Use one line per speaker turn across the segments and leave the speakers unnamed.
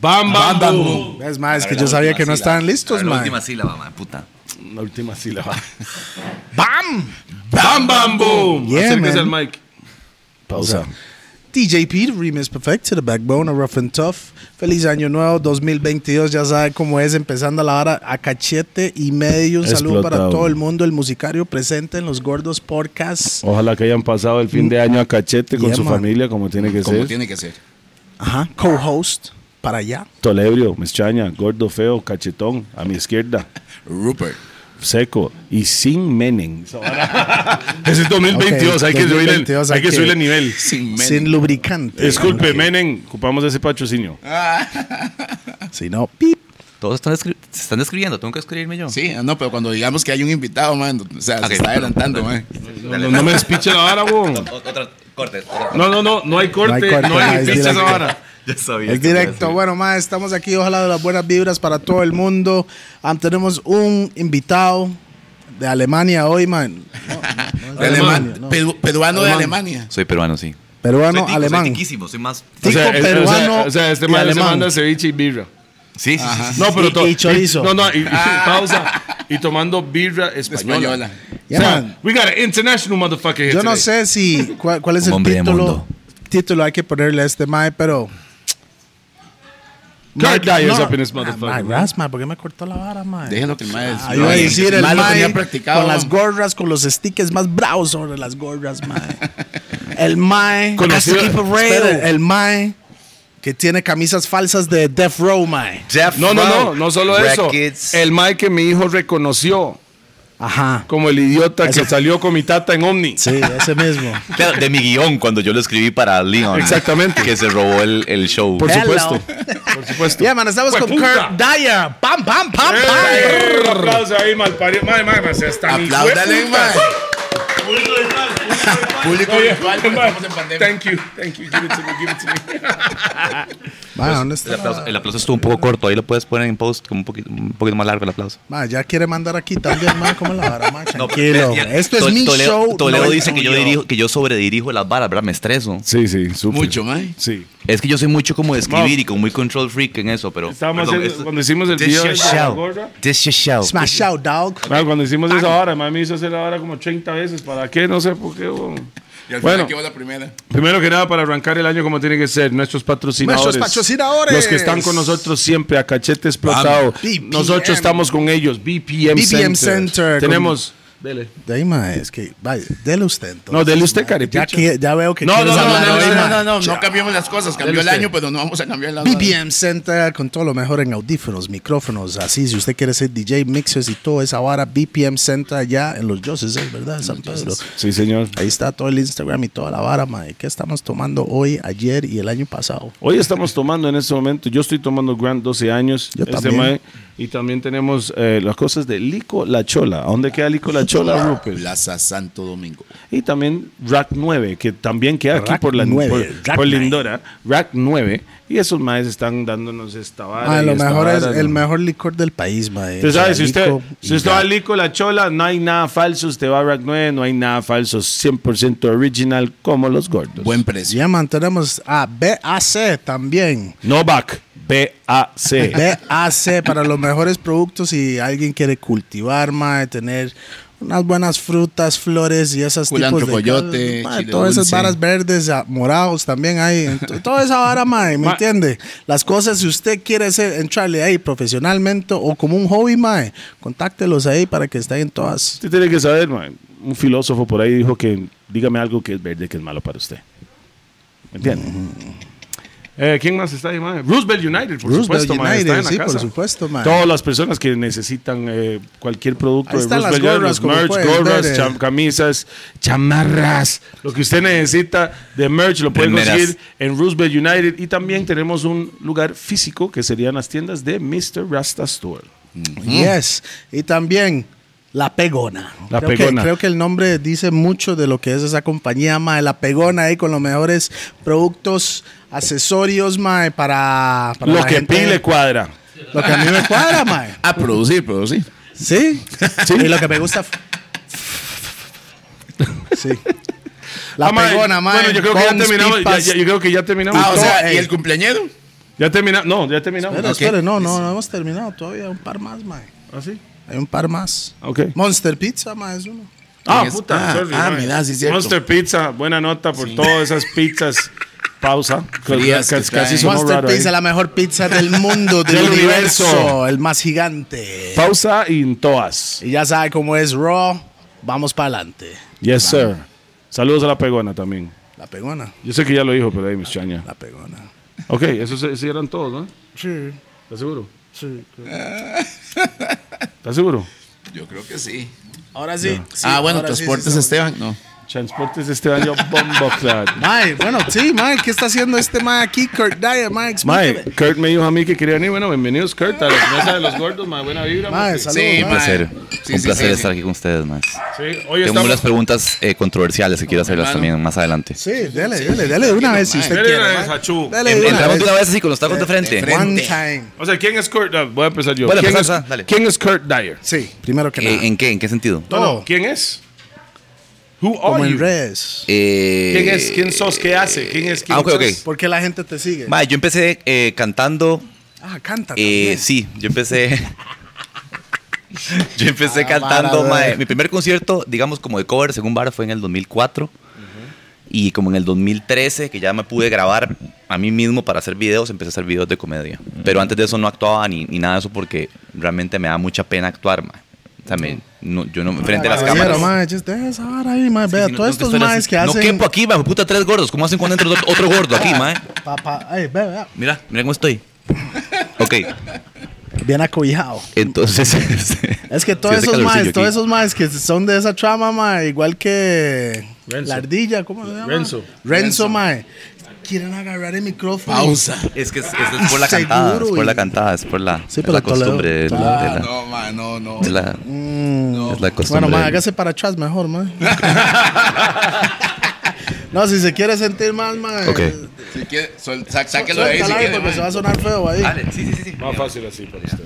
Bam, bam,
Bam, bam,
boom.
Es más,
A
que
ver,
yo
la
sabía
última
que
sílaba.
no estaban
A
listos,
ver, La
man.
última sílaba, man, puta.
La última sílaba.
¡Bam!
Bam, bam, boom.
Yeah,
Acérquese al
man.
mic.
Pausa. DJP, Remix Perfect, to The Backbone, a Rough and Tough. Feliz año nuevo 2022, ya sabe cómo es, empezando la hora a cachete y medio. Un saludo para
Explotado.
todo el mundo, el musicario presente en los Gordos Podcasts.
Ojalá que hayan pasado el fin de año a cachete con
Yeah,
su
man.
familia, como tiene que
Como
ser.
tiene que ser.
Ajá, co-host para allá.
Tolebrio, Meschaña, gordo, feo, cachetón, a mi izquierda,
Rupert.
seco y sin menen.
Es el 2022, hay que subir el,
2022,
hay que
hay que-
subir el nivel.
Sin menos.
Sin lubricante.
Disculpe, menen, ocupamos ese patrocinio.
Ah,
Si no, pip.
Todos están escri- se están escribiendo, tengo que escribirme yo.
Sí, no, pero cuando digamos que hay un invitado, man, o sea,
Ok.
se está adelantando, man.
No, no, no me despiche la vara, weón.
O- Otra, corte. otra.
No, no, no, no hay corte,
corte,
no hay
es
despiche esa
directo.
vara.
Ya sabía.
Es
que iba a
directo. Bueno, más estamos aquí. Ojalá de las buenas vibras para todo el mundo. Am, tenemos un invitado de Alemania hoy, man. No, no
De
es de
Alemán-
Alemania, no.
peru- peruano de Alemania.
decir. Soy peruano, sí.
Peruano,
soy tico,
alemán.
Soy tiquísimo, soy más.
Tico,
es-
peruano
o sea, este
y
man se
alemán.
manda ceviche y birra.
Sí, sí, sí, sí.
No, pero
Y-
to-
y chorizo.
no, no, y, Ah. y- pausa. Y tomando birra española.
Española.
Ya,
O sea,
man.
we got an international motherfucker here
Yo no
today.
sé si cuál, cuál es
Un
el
hombre de
título.
mundo.
Título hay que ponerle a este mae, pero.
Kurt
Mae,
Dyer's
no.
up in this
Ah,
motherfucker.
mae, ras, mae, ¿por qué me cortó la vara, mae?
Déjenlo que el mae.
Ah, iba a decir el
mae lo
mae
tenía practicado.
con las
man.
gorras, con los stickers más bravos sobre las gorras, mae. El mae.
Conocido-
Has to keep it real. Espere, el mae que tiene camisas falsas de Death Row, mae.
Jeff
No, no, no,
Rowe,
no solo eso.
Rackets.
El Mike que mi hijo reconoció
Ajá.
como el idiota que
Eso.
salió con mi tata en Omni.
Sí, ese mismo.
Claro, de mi guión cuando yo lo escribí para Leon.
Exactamente.
Que se robó el, el show.
Por
Hello.
supuesto. Por supuesto.
Ya, man, estamos con
¡Jueputa!
Kurt Dyer. ¡Pam, pam, pam, pam!
¡Eh! Un aplauso ahí, mal parido. Madre, madre, madre, se está mi
Apláudale,
hueputa.
man. Público
Oye,
virtual, porque
madre,
estamos en pandemia.
Thank you, thank you. Give it to me, give it to me.
Mae, ¿dónde está
El
la-
aplauso, el aplauso estuvo un poco corto, ahí lo puedes poner en post como un poquito, un poquito más largo el aplauso.
Ma, ya quiere mandar aquí también, ma, como la vara, ma,
No,
tranquilo.
pero-
Esto es
Tol-
mi
Toledo,
show.
Toledo
no el
dice que yo,
tuyo.
dirijo, que yo sobredirijo las varas, ¿verdad? Me estreso.
Sí, sí, súper.
Mucho, man.
Sí.
Es que yo soy mucho como de escribir
No.
y como muy control freak en eso, pero.
Estábamos
Perdón,
haciendo-
esto-
cuando hicimos el
This
video
your
de la
show.
gorra.
This your show.
Smash out, dog.
Madre, cuando hicimos esa hora, mami hizo hacer la hora como 30 veces. ¿Para qué? No sé por qué. huevón.
Y al
Bueno.
final quedó la primera.
Primero que nada, para arrancar el año como tiene que ser, nuestros patrocinadores.
Nuestros patrocinadores.
Los que están con nosotros siempre, a cachete explotado.
BPM.
Nosotros estamos con ellos, BPM, Center.
BPM Center,
Tenemos... Dele.
De ahí, ma, es que, vaya, dele usted. entonces,
No, dele usted,
ma.
carepicha.
Ya, que- ya veo que
No,
quieres
no, no,
hablar
no,
hoy,
no,
ma.
no, no cambiamos las cosas. Cambió el
usted.
año, pero no vamos a cambiar las
BBM Center con todo lo mejor en audífonos, micrófonos, así. Si usted quiere ser DJ, mixers y todo esa vara, BPM Center allá en los Joses, ¿eh? ¿verdad? San Pedro.
Sí, señor.
Ahí está todo el Instagram y toda la vara, ma. ¿Y ¿Qué estamos tomando hoy, ayer y el año pasado?
Hoy estamos tomando en este momento, yo estoy tomando Grand 12 años.
Yo
este
también.
mae, y también tenemos eh, las cosas de Lico La Chola. ¿A dónde queda Lico La Chola, Rupert?
Plaza Pues Santo Domingo.
Y también Rack 9, que también queda aquí
Rack
por, la,
9,
por-
Rack
por
9.
Lindora. Rack 9. Y esos maes están dándonos esta vara.
Ah,
y
lo
esta
mejor es
vara,
el
¿no?
mejor licor del país, ma. eh.
Usted sabe, si usted,
Lico y
si usted
ya.
va a Lico La Chola, no hay nada falso. Usted va a Rack 9, no hay nada falso. 100% original, como los gordos.
Buen precio.
Ya mantenemos a BAC también.
Novak, B-A-C.
BAC para los mejores productos si alguien quiere cultivar, mae, tener unas buenas frutas, flores y esas
Culantro
tipos de
coyote,
mae,
chile
todas esas
dulce.
varas verdes, ah, morados también hay, ent- toda esa vara, mae, ¿me
Ma-
entiende? Las cosas si usted quiere ser, entrarle ahí profesionalmente o como un hobby, mae, contáctelos ahí para que estén en todas.
Usted tiene que saber, man, un filósofo por ahí dijo que dígame algo que es verde, que es malo para usted. ¿Me entiende? Eh, ¿Quién más está ahí, man? Roosevelt United, por
Roosevelt
supuesto, man,
United,
está en la
sí,
casa.
por supuesto, man.
Todas las personas que necesitan eh, cualquier producto
Ahí están las
United,
gorras,
los
como
merch,
pueden
gorras,
ver, eh.
cham- camisas, chamarras, lo que usted necesita de merch lo puede
Remeras.
conseguir en Roosevelt United y también tenemos un lugar físico que serían las tiendas de Mr. Rasta Store.
Yes. Y también La Pegona.
La
creo
Pegona.
Que, creo que el nombre dice mucho de lo que es esa compañía, mae. La Pegona ahí con los mejores productos, accesorios, mae, para, para
Lo
la
que
gente.
pile cuadra.
Lo que a mí me cuadra, mae.
A Ah, producir, producir.
¿Sí? Y lo que me gusta... Sí. La
Ah, mae,
Pegona, mae.
Bueno, yo creo que ya
Cons,
terminamos. ya-
pipas.
ya- yo creo que ya terminamos.
Ah, o
Todo-
sea,
ey.
¿y el cumpleañero?
Ya terminamos. No, ya terminamos.
Espera,
Ok.
espera, no, no, no hemos terminado todavía. Un par más, mae.
¿Ah, sí?
Hay un par más.
Ok.
Monster Pizza, mae, es uno.
Ah,
¿Quién es?
puta.
Ah,
sorry,
ah,
mae.
mira, sí, cierto.
Monster Pizza. Buena nota por todas esas pizzas. Pausa.
Frías que
Casi, casi
traen.
sonó
Monster
raro ahí.
Pizza, la mejor pizza del mundo, del
Del
universo,
universo.
el más gigante.
Pausa y en todas.
Y ya sabe cómo es Raw. Vamos para adelante.
Yes, sir. Saludos a la pegona también.
La pegona,
Yo sé que ya lo dijo, pero ahí me extraña.
la pegona.
Ok, esos, esos eran todos, ¿no?
Sí,
¿Estás seguro?
sí.
¿Estás seguro?
Yo creo que sí.
Ahora sí. sí,
ah, bueno,
ahora sí,
transportes
sí, sí.
Esteban. No.
Transportes este año bomba clad.
Mae, bueno, sí, mae, ¿qué está haciendo este mae aquí? Kurt Dyer, mae, explícame.
Mae, Kurt me dijo a mí que quería venir. Bueno, bienvenidos, Kurt, a la mesa de los gordos. Mae, buena vibra.
Mae,
mae.
saludos.
Sí,
mae.
Un placer.
Sí,
un
sí,
placer
sí,
estar
sí.
aquí con ustedes, más.
Sí, hoy
Tengo unas
estamos...
preguntas eh, controversiales que quiero hacerlas
hermano.
también más adelante.
Sí, dele, dele, dele de
Tranquilo,
una vez si
mae.
usted
Dele de
quiere.
una
mae.
vez, achú.
Dele de una
Entramos
vez.
de una vez así con los tacos de
de
frente.
frente.
One
Frente.
time.
O sea, ¿quién es Kurt? Ah, Voy a empezar yo.
Bueno,
¿Quién,
empezá,
es,
empezá, dale.
¿Quién es Kurt Dyer?
Sí, primero que
Eh,
nada.
¿En qué? ¿En qué sentido?
No,
Todo.
no, ¿Quién es? Who
Oh. Como
are
en
you?
redes.
Eh,
¿Quién es? ¿Quién sos? ¿Qué hace? ¿Quién es? ¿Quién
Ah, ok, ok.
sos?
¿Por qué la gente te sigue?
Mae, yo empecé eh, cantando.
Ah, canta
eh,
también.
sí, yo empecé. yo empecé
Ah,
cantando,
vara,
mae.
vara.
Mi primer concierto, digamos, como de cover, según Vara, fue en el 2004. Y como en el 2013, que ya me pude grabar a mí mismo para hacer videos, empecé a hacer videos de comedia.
Mm.
Pero antes de eso no actuaba ni, ni nada de eso porque realmente me da mucha pena actuar, mae. O sea, me- no, yo no, frente a las
Mm. Caballero,
cámaras.
mae, just deja esa vara ahí, mae. Vea,
Si no-
todos
no,
estos
estoy
maes
así.
que hacen.
No quepo aquí, mae, puta, tres gordos. ¿Cómo hacen cuando entra otro, otro gordo aquí, mae?
Papá, ay, vea, vea.
Mira, mira cómo estoy. Ok,
Bien acobijado.
entonces.
Es que todos
Sí, hace
esos
calorcillo
maes, todos
aquí.
esos maes que son de esa trama, mae, igual que
Renzo.
la ardilla, ¿cómo se llama?
Renzo.
Renzo, mae. Quieren agarrar el micrófono.
Pausa.
Es que es, es- es por la
Seguro,
cantada, es por la
y-
cantada, es por la,
Sí,
es
pero
la
Toledo.
costumbre. de la- de la-
No, ma, no, no.
es la- es la
mm, Bueno,
costumbre.
mae,
del-
hágase para atrás mejor, mae. no, si se quiere sentir más, mae.
Ok.
Si quiere, sol- sa- sáquelo de ahí si
Suéltala ahí
quiere.
porque
ma.
se va a sonar feo ahí.
Dale, sí, sí, sí, sí.
Más fácil así para usted.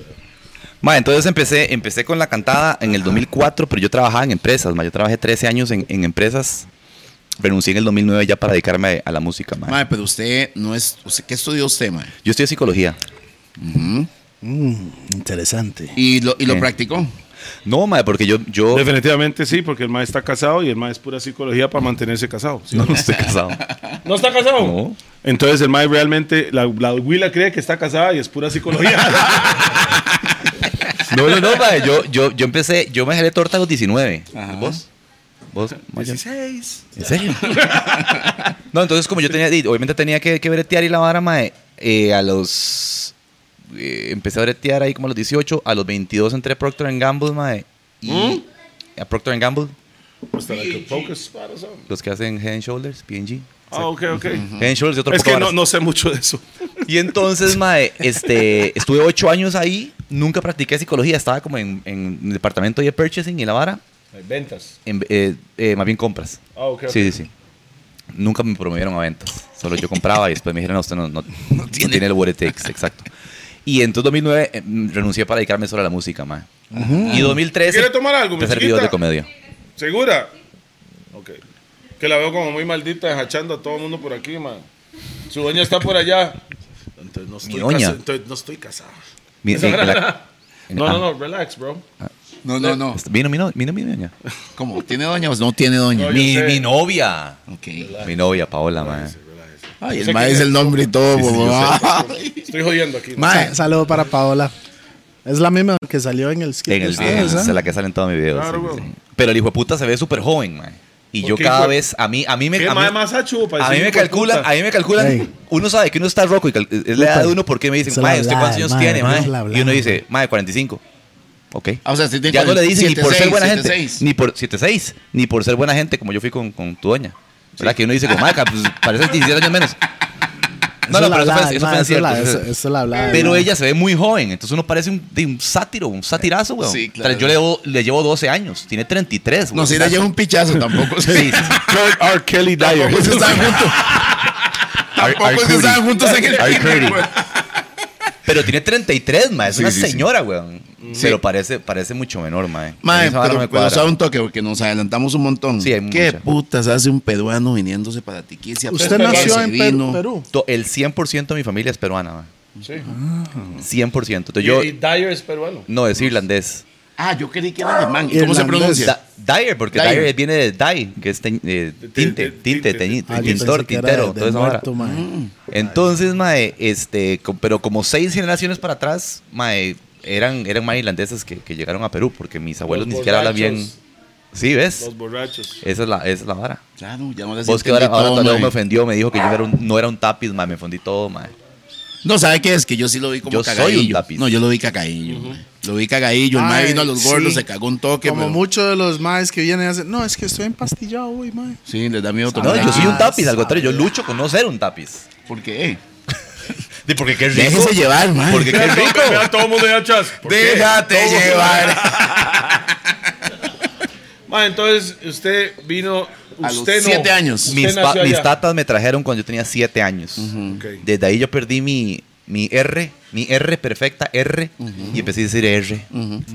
Ma, entonces empecé, empecé con la cantada en el 2004, pero yo trabajaba en empresas, ma. Yo trabajé 13 años en, en empresas. Renuncié en el 2009 ya para dedicarme a la música, ma.
Ma, pero usted no es. usted- ¿Qué estudió usted, ma?
Yo estudié psicología.
Mm, interesante.
¿Y lo, y lo
Sí.
practicó?
No, ma, porque yo, yo
Definitivamente sí, porque el mae está casado y el mae es pura psicología para mantenerse casado. ¿sí?
no, no estoy casado.
¿No está
Oh.
casado?
No.
Entonces el mae realmente, la, la huila cree que está casada y es pura psicología.
No, no, no, ma, yo, yo, yo empecé, yo me jalé torta a los 19. ¿Vos? ¿Vos? ma, ya-
16.
¿En serio? no, entonces como yo tenía, y obviamente tenía que, que bretear y la vara, mae, eh, a los... eh, empecé a bretear ahí como a los 18, a los 22 entré a Procter Gamble, mae. Y
¿Mm?
A Procter Gamble,
Hasta Pues la que pocas varas son.
los que hacen Head and Shoulders, P&G.
Ah, ok, ok.
Head and Shoulders y otro
Es
poco
que
de
no,
varas.
no sé mucho de eso.
Y entonces, mae, este, estuve ocho años ahí, nunca practiqué psicología, estaba como en, en mi departamento de purchasing y la vara,
Ventas.
en- eh, eh, más bien compras.
Ah, ok. ok.
Sí, sí, sí. Nunca me promovieron a ventas. Solo yo compraba y después me dijeron, no, usted no, no- no tiene. el what it takes", exacto. Y en 2009 eh, mm, renuncié para dedicarme solo a la música, ma. Y 2013
¿Quiere tomar algo, mi
empecé a hacer videos
chiquita?
de comedia.
¿Segura? Ok. Que la veo como muy maldita, hachando a todo el mundo por aquí, man. Su doña está por allá. Entonces no estoy,
Mi doña.
casa- entonces no estoy casada.
Mi- mi- la-
No,
Ah,
no, no, relax, bro.
No, no, no.
Vino, mi no- vino mi doña.
¿Cómo? ¿Tiene doña o no tiene doña?
No, yo-
Mi,
sé.
mi novia.
Ok.
Mi novia, Paola, ma.
Ay,
Yo
el
sé
ma
que-
dice el nombre y todo, bobo.
Estoy jodiendo aquí.
Ma,
Sa- saludo para Paola. Es la misma que salió en el skit.
En
de
el video,
ustedes,
es
¿eh?
la que salen todos mis videos.
Claro,
sí,
bro.
sí. Pero el hijo de puta se ve súper joven, ma. Y yo
qué
cada
hijo de-
vez, a mí, a mí me...
¿Qué
a mí-
más más hachu?
A mí me calculan, a mí me calculan,
Ey.
uno sabe que uno está roco y cal- es la edad de uno porque me
Se
dicen,
la
mae, ¿usted
habla,
cuántos años
mae,
tiene, mae?
se la habla.
Y uno dice, mae, 45. Ok.
Ah, o sea, usted tiene
ya no le dicen ni
47,
por ser buena gente,
76.
ni por 76, ni por ser buena gente como yo fui con, con tu doña. ¿Verdad? Que uno dice, como, mae, ca- pues, pareces 17 años menos. No,
Esa
no,
es la
pero eso
hablada,
fue, eso
ma,
fue
esa
en
es
cierto.
la-
eso-
esa- esa es la hablada,
Pero
ma.
ella se ve muy joven, entonces uno parece un, de un sátiro, un satirazo, weón.
Sí, claro.
Yo le, debo- le llevo 12 años, tiene 33,
No,
weón.
si le lleva un pichazo tampoco.
Sí, sí, sí.
Kurt R. Kelly Dyer.
Tampoco se están juntos.
R.
Tampoco
Curdy.
se estaban juntos en el
R. Curdy.
güey.
Pero tiene 33, ma. Es
Sí,
una
sí, sí.
señora, weón. Pero parece, parece mucho menor, ma.
Mae,
Esa vara
pero,
no me
pero
cuadra.
sabe un toque porque nos adelantamos un montón.
Sí, hay
¿Qué
mucha.
putas hace un peruano viniéndose para Tiquicia?
Usted
Pero-
nació en Perú.
Perú.
Perú.
To- El 100% de mi familia es peruana, ma.
Sí.
Mm.
100%. Entonces yo,
y Dyer es peruano.
no, es irlandés.
Ah, yo creí que era alemán. ¿Y cómo se
Irlandés.
pronuncia?
Da- Dyer, porque
Dyer.
Dyer, viene de dye, que es teñ- eh, tinte, tinte, teñi-
Ah, yo
tintor,
pensé que era
tintero,
de
toda esa vara.
muerto, mae.
Entonces, mae, este, co- pero como seis generaciones para atrás, mae, eran, eran mae irlandeses que, que llegaron a Perú, porque mis abuelos
Los
ni siquiera hablan bien.
borrachos.
Sí, ¿ves?
Los borrachos.
Esa es la, esa es la vara.
Claro, ya no les
Vos que
entendí
ahora, ahora
todo,
Toledo
mae.
me ofendió, me dijo que yo era un- no era un tapiz, mae, me ofendí todo, mae.
No, ¿sabe qué es? Que yo sí lo vi como
Yo soy un
cagadillo.
tapiz.
No, yo lo vi cagadillo. mae. Lo vi cagadillo. El mae
Ay,
vino a los
sí.
gordos, se cagó un toque.
Como
pero-
muchos de los maes que vienen y hacen, no, es que estoy empastillado hoy, mae.
Sí, les da miedo
No,
tomar.
yo soy un
Ah,
tapiz, al contrario, yo lucho con no ser un tapiz.
¿Por qué?
Sí, porque qué
Déjese llevar, mae.
Porque qué rico.
Vea, todo el mundo de atrás. ¿Por qué?
Déjate llevar.
Ma, entonces usted vino. Usted
A los
no.
siete años.
Usted
Mis,
nació
pa- mis
allá.
tatas me trajeron cuando yo tenía 7 años.
Ok.
Desde ahí yo perdí mi, mi R, mi R perfecta, R, y empecé a decir R.
Por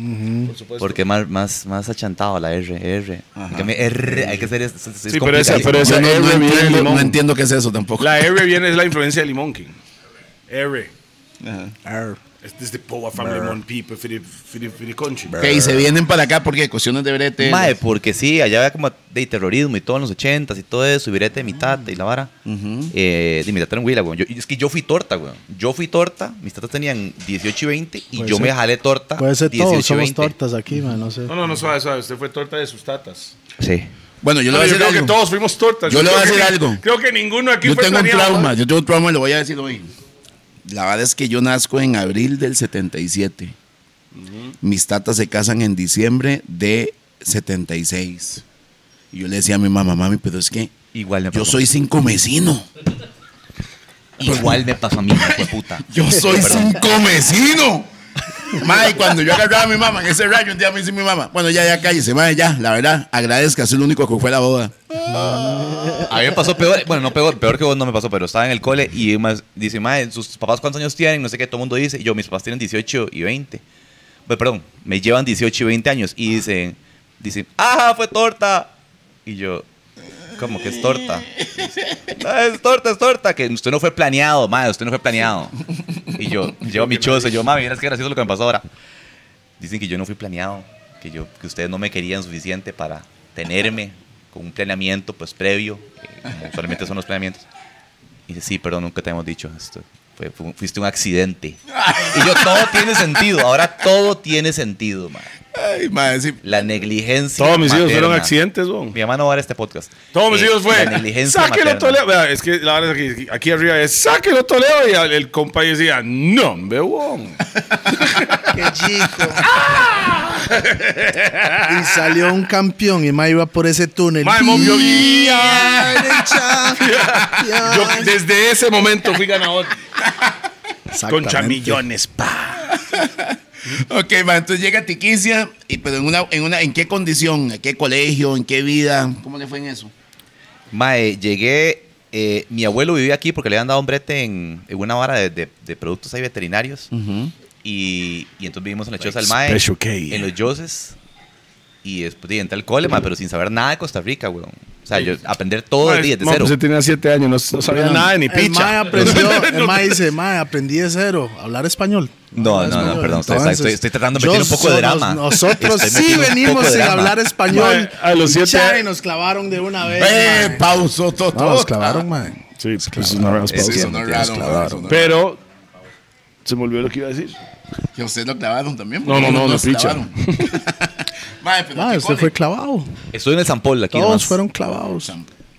supuesto.
Porque es más, más, más achantado la R, R. En cambio, R, hay que ser. es- es- es
Sí, pero esa-
complicadísimo.
pero esa-
Yo no, no
Ebro, Miguel
entiendo,
Limón.
no entiendo qué es eso tampoco.
La R viene de la influencia de Limón King. R. This is the este power from Limon people for the, for the, for the country.
Ok, y se vienen para acá porque cuestiones de brete.
Mae, porque sí, allá había como de terrorismo y todo en los 80s y todo eso, y virete de mi tata y la vara. Eh, de mi tata en Huila, weón. Yo- y es que yo fui torta, weón. Yo fui torta, mis tatas tenían 18 y 20 y
Puede
yo
ser.
me jalé torta.
Puede ser
18
todo,
y
somos
20.
tortas aquí, mae, no sé.
No, no, no, suave, suave. Usted fue torta de sus tatas.
Sí.
Bueno, yo le voy a
Yo
decir
creo que
algo.
todos fuimos tortas.
Yo le voy a
creo
decir
que-
algo.
Creo que ninguno aquí
Yo
fue ¿eh?
tengo un
planeado,
trauma,
¿no?
yo tengo un trauma y lo voy a decir hoy. La verdad es que yo nazco en abril del 77. Mis tatas se casan en diciembre de 76. Y yo le decía a mi mamá, mami, pero es que
Igual me pasó.
yo soy cinco mesino.
Igual me pasó a mí, hijo de puta.
Yo soy
Perdón.
cinco mesino. Mae, cuando yo agarraba a mi mamá en ese rayo, un día me dice mi mamá, bueno, ya, ya, cállese, mae, ya, la verdad, agradezca, soy el único que fue a la boda.
A mí me pasó peor, bueno, no peor, peor que vos no me pasó, pero estaba en el cole y más, dice, madre, ¿sus papás cuántos años tienen? No sé qué, todo el mundo dice. Y yo, mis papás tienen 18 y 20. Pues, perdón, me llevan 18 y 20 años y dicen, dicen, ¡ah, fue torta! Y yo, ¿cómo que es torta? "No, es torta, es torta, que usted no fue planeado, madre, usted no fue planeado. Y yo, llevo mi choza, yo, mami, mira, es que gracioso lo que me pasó ahora. Dicen que yo no fui planeado, que yo, que ustedes no me querían suficiente para tenerme con un planeamiento pues previo, eh, como usualmente son los planeamientos. Y dice, sí, perdón, nunca te hemos dicho esto. Fue- fu- fuiste un accidente. Y yo, todo tiene sentido. Ahora todo tiene sentido, ma.
Ay, mae, sí.
La negligencia.
Todos mis hijos fueron
materna.
accidentes, weón.
Mi mamá no va a ver este podcast.
Todos mis
Eh,
hijos fue.
La negligencia.
Sáquelo
materna.
Toledo. Vea, es que la verdad es que aquí arriba es sáquelo Toledo. Y al- el compa decía, no, me weón.
¡Qué chico! y salió un campeón y mae iba por ese túnel.
Mae, mom, yo-
Derecha,
Yo
ya.
desde ese momento fui ganador. Con
Exactamente.
chamillones, pa.
Ok, mae, entonces llega Tiquicia, y, pero en, una, en, una, ¿en qué condición? ¿En qué colegio? ¿En qué vida? ¿Cómo le fue en eso?
Mae, llegué. eh, mi abuelo vivía aquí porque le habían dado un brete en, en una vara de, de- de productos ahí veterinarios. y, y entonces vivimos en la choza del Mae.
Special K.
En los Yoses. Y después de entrar al cole, mae, pero sin saber nada de Costa Rica, weón. O sea, yo aprender todo el día de cero.
Yo pues, tenía siete años, no, no sabía
Bueno,
nada de ni
Em, El mae
picha.
aprendió, el mae dice, mae, aprendí de cero, hablar español.
No,
Hablar
no, no,
español.
perdón. estoy-
Entonces,
estoy, estoy tratando de
yo
meter un poco de
so-
drama.
nos- Nosotros
Estoy
sí
metiendo un
venimos
poco de
sin
drama.
hablar español.
Mae, a los
Y
siete-
cha, y nos clavaron de una vez.
¡Eh,
mae.
pauso, todo!
No, nos clavaron, mae.
Sí, pues es una
pausa.
Sí,
Sí,
sonó
no pues,
raro,
tienes
sonó raro. Pero
Pero se me olvidó lo que iba a decir.
que a usted lo clavaron también.
No, no, no, no, picha.
Mae, pero
Mae,
¿qué
usted
cole?
fue clavado.
Estuve en el San Paul aquí.
Todos
nomás.
fueron clavados.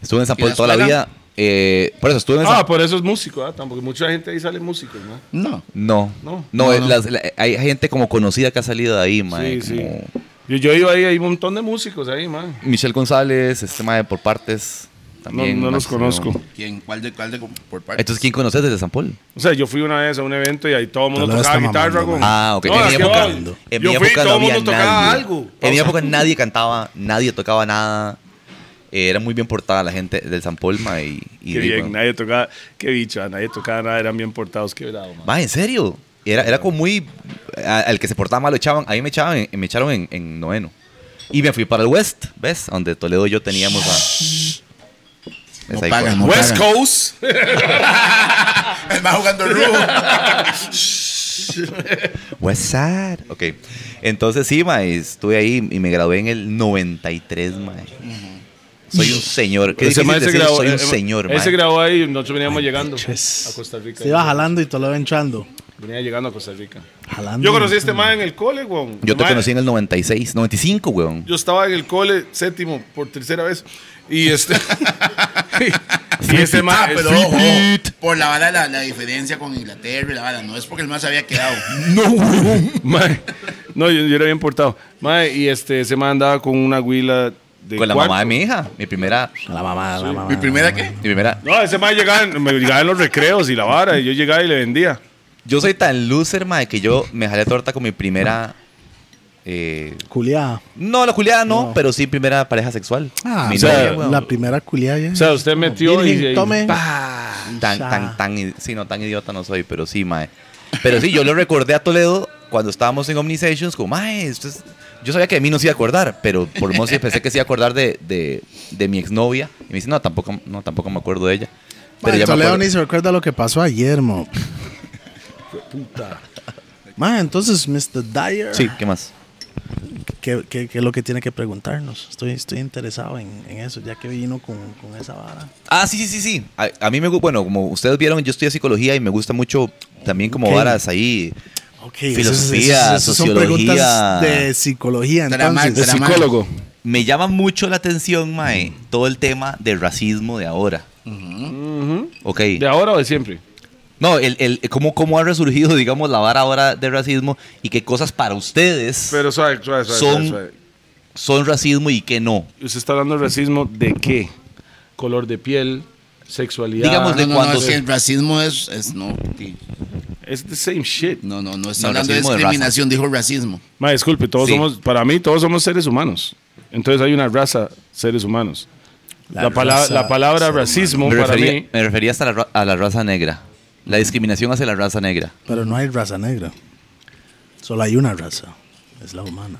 Estuve en San
¿Y la
Paul toda la
escuela?
vida. Eh, por eso estuve en el San
Ah, por eso es músico, ¿ah? Tampoco mucha gente ahí sale músico, ¿no?
No.
No,
No.
no, eh, las- la- hay gente como conocida que ha salido de ahí, mae.
sí, sí.
como
Yo, yo iba ahí, hay un montón de músicos ahí, man.
Michelle González, este mae por partes. También,
no
mae,
los
sí,
conozco.
no.
¿Quién? ¿Cuál de, cuál de por parte?
Entonces, ¿quién conoces desde San Paul?
O sea, yo fui una vez a un evento y ahí todo el mundo
Toledo
tocaba
está
guitarra,
mamando,
güey.
man.
Ah, ok.
No,
en
¿a
mi
qué
época,
voy?
en
yo
mi
fui,
época
todo
no
el mundo
había
tocaba
nadie.
algo.
En mi época nadie cantaba, nadie tocaba nada. Eh, era muy bien portada la gente del San Paul, mae. Y, y
Qué
de-
bien, nadie tocaba, qué bicho, nadie tocaba nada, eran bien portados, qué bravo, man.
Mae, en serio. Era, era como muy. a- Al que se portaba mal lo echaban. A mí me, echaban, en- me echaron en, en noveno. Y me fui para el West, ¿ves? Donde Toledo y yo teníamos a.
No
Esa
pagan,
igual.
no
West
pagan.
Coast.
El más jugando rubo.
What's that? Ok. Entonces sí, mae, estuve ahí y me gradué en el 93, mae. Soy un señor. ¿Qué
Ese
difícil
mae se
decir
graduó-
soy un
eh,
señor,
Él se
mae.
graduó ahí y nosotros veníamos llegando pues,
Chess.
a Costa Rica.
Pues, Se iba jalando y todo lo iba entrando.
Venía llegando a Costa Rica.
Jalando.
Yo conocí a este mae en el cole, weón.
Yo
Este
te
mae-
conocí en el 96, 95, weón.
Yo estaba en el cole séptimo por tercera vez. Y este. y este
Ah,
mae.
pero
Free
ojo,
beat.
por la bala, la, la diferencia con Inglaterra y la bala, no es porque el más había quedado.
Mae, No, yo, yo era bien portado. Mae, y este, ese mae andaba con una huila de.
Con la
cuarto.
mamá de mi hija, mi primera.
A la mamá, a la mamá.
¿Mi primera qué?
Mi primera.
No, ese mae llegaba, en- me llegaba en los recreos y la vara. Y yo llegaba y le vendía.
Yo soy tan loser, mae, que yo me jalé torta con mi primera. eh,
Culiada.
no, la Juliana no, pero sí primera pareja sexual.
Ah,
mi
o sea,
novia, weón.
la primera culiada ya.
O sea, usted metió y.
Virgen,
y-
tome.
Tan,
Ya.
tan, tan, i- sí, no, tan idiota no soy, pero sí, mae. Pero sí, yo le recordé a Toledo cuando estábamos en Omnisations, como, mae, esto es- yo sabía que de mí no se iba a acordar, pero por mozo pensé que se iba a acordar de, de, de mi exnovia. Y me dice, no, tampoco, no, tampoco me acuerdo de ella. Pero
Pero
ya me
Toledo
acuerdo.
ni se recuerda lo que pasó ayer, mo. Puta. Man, entonces, Mr. Dyer,
Sí, ¿qué más?
¿qué, qué, qué es lo que tiene que preguntarnos? Estoy, estoy interesado en, en eso, ya que vino con, con esa vara.
Ah, sí, sí, sí, sí. A, a mí me gusta, bueno, como ustedes vieron, yo estudié psicología y me gusta mucho también como
Ok.
varas ahí.
Ok,
Filosofía,
Son
sociología.
preguntas de psicología,
Drama- De
entonces.
psicólogo.
Me llama mucho la atención, mae,
Mm.
todo el tema del racismo de ahora. Ok.
¿De ahora o de siempre?
No, el, el, cómo, cómo ha resurgido, digamos, la vara ahora de racismo y qué cosas para ustedes
Pero suave, suave, suave.
Son-
suave, suave.
son racismo y qué no.
¿Y usted está hablando de racismo de qué? Color de piel, sexualidad.
Digamos
No,
de-
no, no,
cuando
es
se-
que el racismo es, es- no, sí.
Es the same shit.
no, no, no está
No,
hablando de
racismo de raza.
discriminación, dijo racismo.
Ma, disculpe, todos
Sí.
somos, para mí todos somos seres humanos. Entonces hay una raza seres humanos. La, pala-
raza
la palabra
ser
racismo
Me
para
refería,
mí.
me refería hasta la, ra- a la raza negra. La discriminación hacia la raza negra.
Pero no hay raza negra. Solo hay una raza. Es la humana.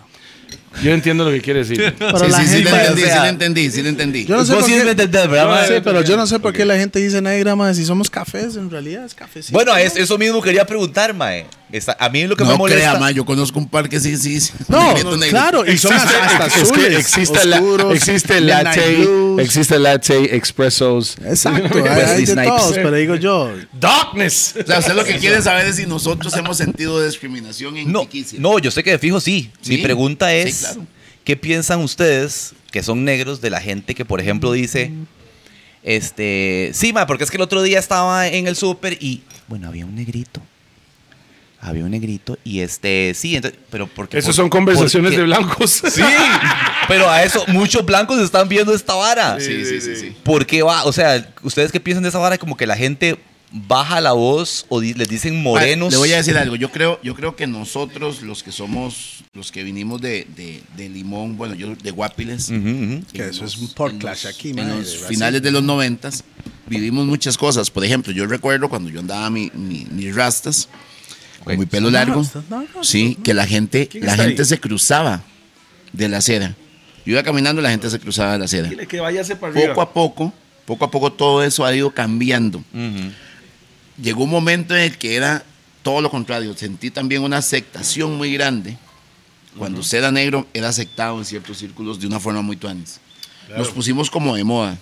Yo entiendo lo que quiere decir.
Pero
sí,
la
sí, sí,
gente-
le entendí,
o
sí,
sea,
le entendí, sí, le entendí.
Yo no sé
Vos
por
sí
qué-
me entendés, ¿verdad,
Yo
mae?
sé, pero yo no sé por qué la gente dice negra, más. Si somos cafés, en realidad es cafecito.
Bueno, es- eso mismo quería preguntar, mae. Está- a mí lo que me
No
molesta...
crea, ma, yo conozco un par que sí, sí. sí,
No,
negrito,
no,
negrito.
claro, y son
Existe-
hasta
es que
azules,
existe la-
oscuros,
existe el
midnight
latte,
blues.
existe el latte, expressos.
Exacto,
Pues
hay,
Wesley
hay de
Snipes.
todos, pero digo yo,
Darkness.
O sea, usted lo que quiere saber es si nosotros hemos sentido discriminación en
No,
Tiquicia.
no, yo sé que de fijo sí.
Sí,
Mi pregunta
sí,
es,
claro.
¿qué piensan ustedes que son negros de la gente que, por ejemplo, dice, este, sí, ma, porque es que el otro día estaba en el súper y, bueno, había un negrito. Había un negrito y este, sí, entonces, pero porque...
Esas son conversaciones de blancos.
Sí, pero a eso muchos blancos están viendo esta vara.
Sí, sí, sí, sí.
¿Por qué va? O sea, ¿ustedes qué piensan de esa vara? Como que la gente baja la voz o di- les dicen morenos.
Ah, Le voy a decir algo. Yo creo, yo creo que nosotros, los que somos, los que vinimos de, de- de Limón, bueno, yo de Guapiles,
Ujú, ujú.
Que eso es un
por
pork clash aquí,
En
madre,
los
de
finales
racismo.
de los noventas vivimos muchas cosas. Por ejemplo, yo recuerdo cuando yo andaba mi- mi- mis rastas, con mi pelo largo,
rastas, no, no,
sí, que la gente,
¿Quién
la
está
gente
ahí?
se cruzaba de la acera. Yo iba caminando, la gente se cruzaba de la acera.
que váyase para
Poco a poco, poco a poco todo eso ha ido cambiando.
Ujú.
Llegó un momento en el que era todo lo contrario. Sentí también una aceptación muy grande. Cuando usted era negro, era aceptado en ciertos círculos de una forma muy tuanis. Nos pusimos como de moda.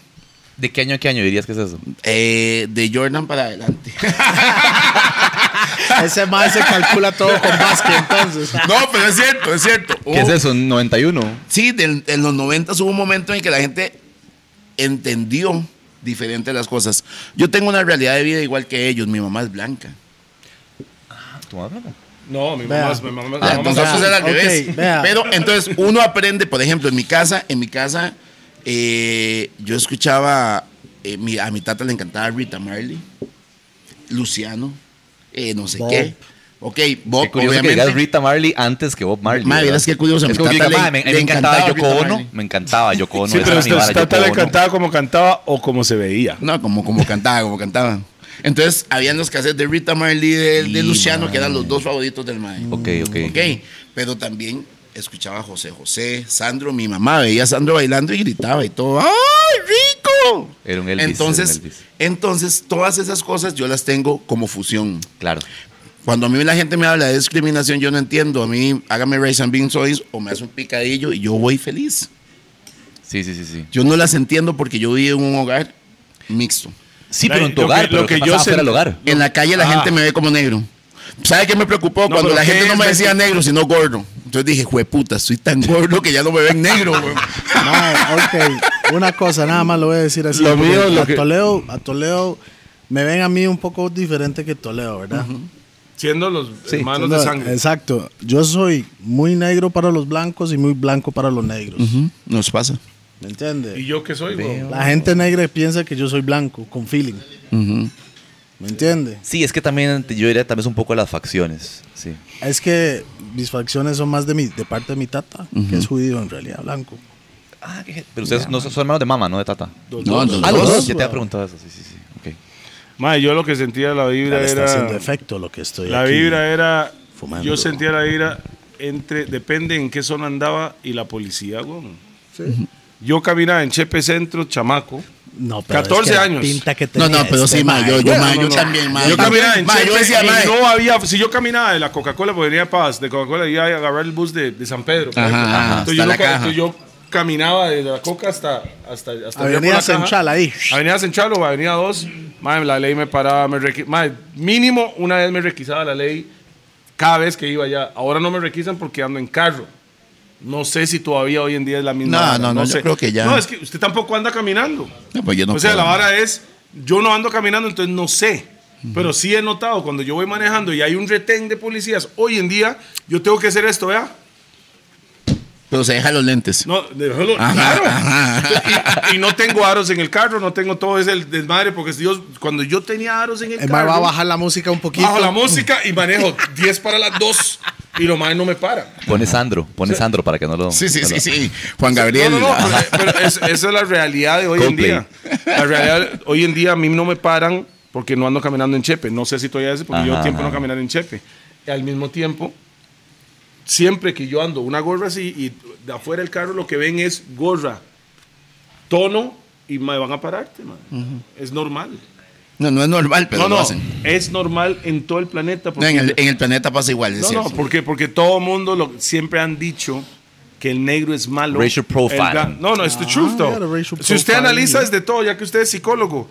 ¿De qué año a qué año dirías que es eso?
Eh, de Jordan para adelante.
ese mae se calcula todo con básquet, entonces.
no, pero es cierto, es cierto.
¿Qué es
Hubo-
eso? ¿91?
Sí, del- en los 90 hubo un momento en que la gente entendió diferente las cosas. Yo tengo una realidad de vida igual que ellos. Mi mamá es blanca.
¿Tu mamá?
No, mi
Vea.
mamá, mi mamá, mi
Ah,
mamá-
entonces
vamos a-
era al
ok,
revés.
vea.
Pero entonces uno aprende, por ejemplo, en mi casa, en mi casa, eh, yo escuchaba, eh, mi- a mi tata le encantaba Rita Marley, Luciano, eh, no sé
Bob.
qué. Ok, Bob,
Qué curioso que digas Rita Marley antes que Bob Marley.
Madre,
¿verdad?
verás qué curioso, a
Es
mi
como que
tata
diga,
le-
"Ma, me,
le
me encantaba
encantaba
Yoko
Rita
Ono.
Marley".
Me encantaba Yoko Ono.
Sí,
esa
pero
era mi vara,
usted tata
Yoko
le
Ono.
cantaba como cantaba o como se veía.
No, como, como cantaba, como cantaba. Entonces habían los cassettes de Rita Marley, de, de
Sí,
Luciano, que eran
madre.
los dos favoritos del maestro.
Ok, ok.
Ok, pero también escuchaba a José José, Sandro, mi mamá veía a Sandro bailando y gritaba y todo, ¡ay, rico! todo.
Era un Elvis,
entonces,
era un Elvis.
entonces, todas esas cosas yo las tengo como fusión.
Claro.
Cuando a mí la gente me habla de discriminación, yo no entiendo. A mí, hágame rice and bean sois o me hace un picadillo y yo voy feliz.
Sí, sí, sí, sí.
Yo no las entiendo porque yo viví en un hogar mixto.
Sí,
Ay,
pero en tu
lo que-
hogar,
lo
pero ¿qué
que yo
pasaba
sé-
fuera del hogar?
En la calle la
Ah.
gente me ve como negro. ¿Sabe qué me preocupó? Cuando
pero
la
¿qué
gente no
es
me decía
vestir?
negro, sino gordo. Entonces dije, jueputa, soy tan gordo que ya no me ven negro, güey.
Ma, ok, una cosa, nada más lo voy a decir así.
Lo mío,
porque
lo
a,
que-
Toledo, a Toledo, me ven a mí un poco diferente que Toledo, ¿verdad?
Siendo los hermanos
No,
de sangre.
Exacto. Yo soy muy negro para los blancos y muy blanco para los negros.
Nos pasa.
¿Me entiendes?
¿Y yo qué soy, güey?
La gente negra piensa que yo soy blanco, con feeling. ¿Me entiendes?
Sí, es que también te- yo diría también es un poco las facciones. Sí.
Es que mis facciones son más de, mi, de parte de mi tata, que es judío en realidad, blanco.
Ah, qué- pero ustedes no son son hermanos de mamá, no de tata.
No, los
Ah, los
dos.
dos. Ya te había preguntado eso. Sí, sí, sí. Ok.
Mae, yo lo que sentía la vibra
Le está haciendo
era.
efecto lo que estoy
La
aquí
vibra era.
fumando.
Yo sentía la vibra entre. Depende en qué zona andaba y la policía, güey. Yo caminaba en Chepe Centro, chamaco.
No, pero es
14
que la
años.
pinta que
No,
tenía
no, pero
este
sí, ma, yo, yo,
mae.
ma,
No,
yo
no, no.
también, ma.
Yo caminaba en
Ma, yo
Chepe
decía,
y
ma, eh,
no había, si yo caminaba de la Coca-Cola, porque venía de Paz, de Coca-Cola iba a agarrar el bus de, de San Pedro.
Ajá,
¿correcto?
ajá, hasta
entonces, yo,
la
no ca-
caja.
entonces yo caminaba de la Coca hasta hasta hasta allá por
Avenida
la caja.
Central ahí.
Avenida Central o Avenida 2, madre, la ley me paraba, me requi- madre, mínimo una vez me requisaba la ley cada vez que iba allá. Ahora no me requisan porque ando en carro. No sé si todavía hoy en día es la misma.
No,
vara,
no, no, yo
sé.
creo que ya.
No, es que usted tampoco anda caminando.
No, pues yo no
o sea,
puedo.
la vara es, yo no ando caminando, entonces no sé. Pero sí he notado cuando yo voy manejando y hay un retén de policías, hoy en día yo tengo que hacer esto, ¿vea?
Pero se deja los lentes.
No, déjalo,
Ajá,
claro.
ajá.
Y, y no tengo aros en el carro, no tengo todo ese desmadre, porque Dios, cuando yo tenía aros en el
El mae
carro,
va a bajar la música un poquito.
bajo la música y manejo 10 para las 2 y lo más no me para.
Pone Sandro, pone Sandro para que no lo.
Sí, sí,
no
sí,
lo-
sí. Juan Gabriel. ah,
No, no, no,
ajá.
pero, pero es- esa es la realidad de hoy
Coldplay.
en día. La realidad, hoy en día a mí no me paran porque no ando caminando en Chepe. No sé si todavía es porque yo
Ajá,
tiempo no
ajá.
caminar en Chepe. Al mismo tiempo, siempre que yo ando una gorra así y de afuera del carro lo que ven es gorra, tono y me van a pararte, man. Es normal.
No, no es normal, pero
no,
lo
no,
hacen.
es normal en todo el planeta.
No,
porque-
en, el, en el planeta pasa igual, es
no,
cierto.
no, porque, porque todo mundo lo, siempre han dicho que el negro es malo.
Racial profile.
El blan- No, no, es the truth,
yeah, the
though.
racial
Si usted
profile,
analiza
yeah.
desde todo, ya que usted es psicólogo,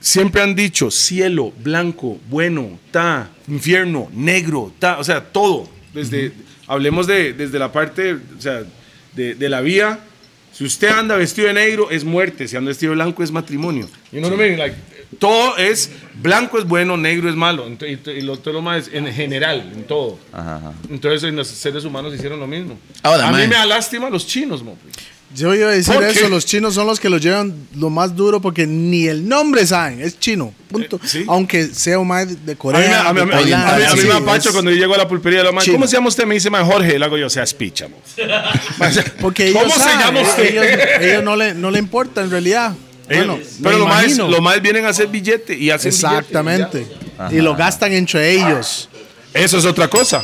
siempre han dicho cielo, blanco, bueno, ta, infierno, negro, ta, o sea, todo. Desde, Hablemos de, desde la parte, o sea, de, de la vía. Si usted anda vestido de negro, es muerte. Si anda vestido de blanco, es matrimonio. You know what I mean? Like, todo es blanco es bueno, negro es malo. Ento- Y, to- y lo, todo lo más en general, en todo.
Ajá, ajá.
Entonces, en los seres humanos hicieron lo mismo.
Ahora,
a mí
man.
me da lástima los chinos, mo. pues.
Yo iba a decir
¿Por
eso,
qué?
los chinos son los que lo llevan lo más duro porque ni el nombre saben, es chino, punto.
Eh, sí.
Aunque sea un mae de
A mí me-
Corea,
a mí- a mí-
de
a mí-
Tailandia,
a mí- a mí
sí,
me
es-
apacho cuando yo llego a la pulpería. La man,
Chino.
¿Cómo se llama usted? Me dice, man, Jorge. Le hago yo, seas picha, mo. Man,
Porque ellos
¿Cómo se
saben,
llama
eh,
usted?
Ellos, ellos no, le, no le importa en realidad.
Ellos-
Bueno,
pero
me
lo más,
imagino.
lo más vienen a hacer billete y hacen billete,
Exactamente. Y lo gastan entre ellos.
ya. Eso es otra cosa.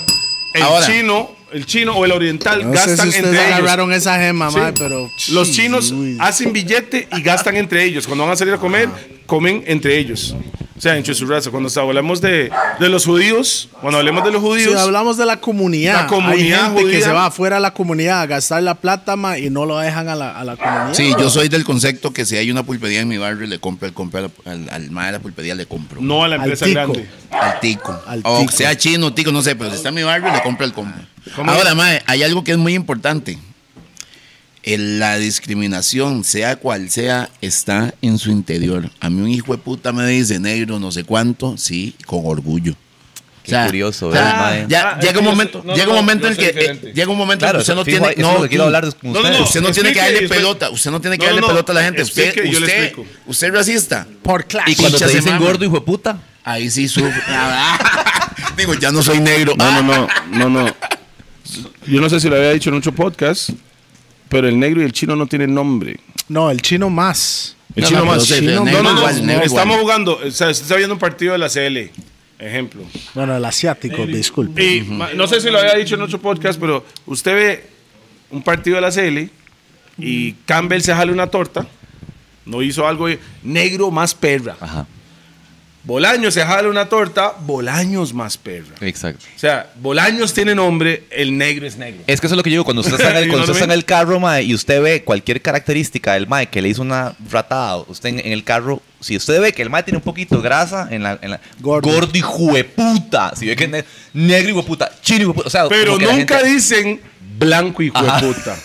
El
Ahora.
chino, el chino o el oriental
No sé si
gastan
ustedes
entre ellos.
agarraron esa gema,
Sí.
mae, pero...
Los
Jeez,
chinos
Luis.
hacen billete y gastan entre ellos. Cuando van a salir a comer,
Ah.
comen entre ellos. O sea, entre su raza. Cuando hablamos de, de los judíos, cuando hablemos de los
Si
judíos,
hablamos de la comunidad,
La comunidad
hay gente que
judía.
se va afuera de la comunidad a gastar la plata ma, y no lo dejan a la, a la comunidad.
Sí, yo soy del concepto que si hay una pulpería en mi barrio, le compro, le compro al, al, al mae de la pulpería, le compro.
no a la
al
empresa
tico.
grande.
Al tico.
Al
o
tico.
sea chino, tico, no sé, pero si está en mi barrio, le compro el combo. Ahora, mae, hay algo que es muy importante. El- la discriminación, sea cual sea, está en su interior. A mí un hijo de puta me dice negro, no sé cuánto, sí, con orgullo.
Qué
ya-
curioso, ¿verdad, mae?
ya-
Ah, es
llega
que
un
yo
momento,
soy- no,
llega un
no,
momento
yo
en
soy
que
diferente.
eh, llega un momento
Claro,
en que usted no
fijo,
tiene
eso es lo que quiero hablar con
No, no,
ustedes.
no.
Usted no tiene que
Explique,
darle
explique.
pelota, usted no tiene que
No,
darle
no,
pelota a la gente. Usted,
explique, yo le
usted,
explico.
usted es racista.
Por clash.
Y cuando
Picha
te
se
dicen
mama.
gordo, hijo de puta.
Ahí sí sufre. Digo, ya no soy negro.
No, no, no, no, no. Yo no sé si lo había dicho en otro podcast, pero el negro y el chino no tienen nombre.
No, el chino más.
El
No,
chino
no, pero
más.
sí,
no,
el
no,
negro
no,
igual, el
no,
negro
Estamos
igual.
jugando, o sea, usted está viendo un partido de la CL, ejemplo.
Bueno, el asiático, disculpe.
Y ma- no sé si lo había dicho en otro podcast, pero usted ve un partido de la CL y Campbell se jale una torta No hizo algo de negro más perra.
Ajá,
Bolaños se jala una torta, Bolaños más perra.
exacto.
O sea, Bolaños tiene nombre, el negro es negro.
Es que eso es lo que yo digo. Cuando usted está en el,
You
cuando
know
usted
what I
está en el carro, mae, y usted ve cualquier característica del mae que le hizo una ratada, usted en, en el carro, si usted ve que el mae tiene un poquito de grasa en la. En la
Gordo.
y jueputa. Si ve que es ne- negro y jueputa, chino y jueputa. O sea,
Pero
como que la
nunca
gente-
dicen blanco y
Ajá.
puta.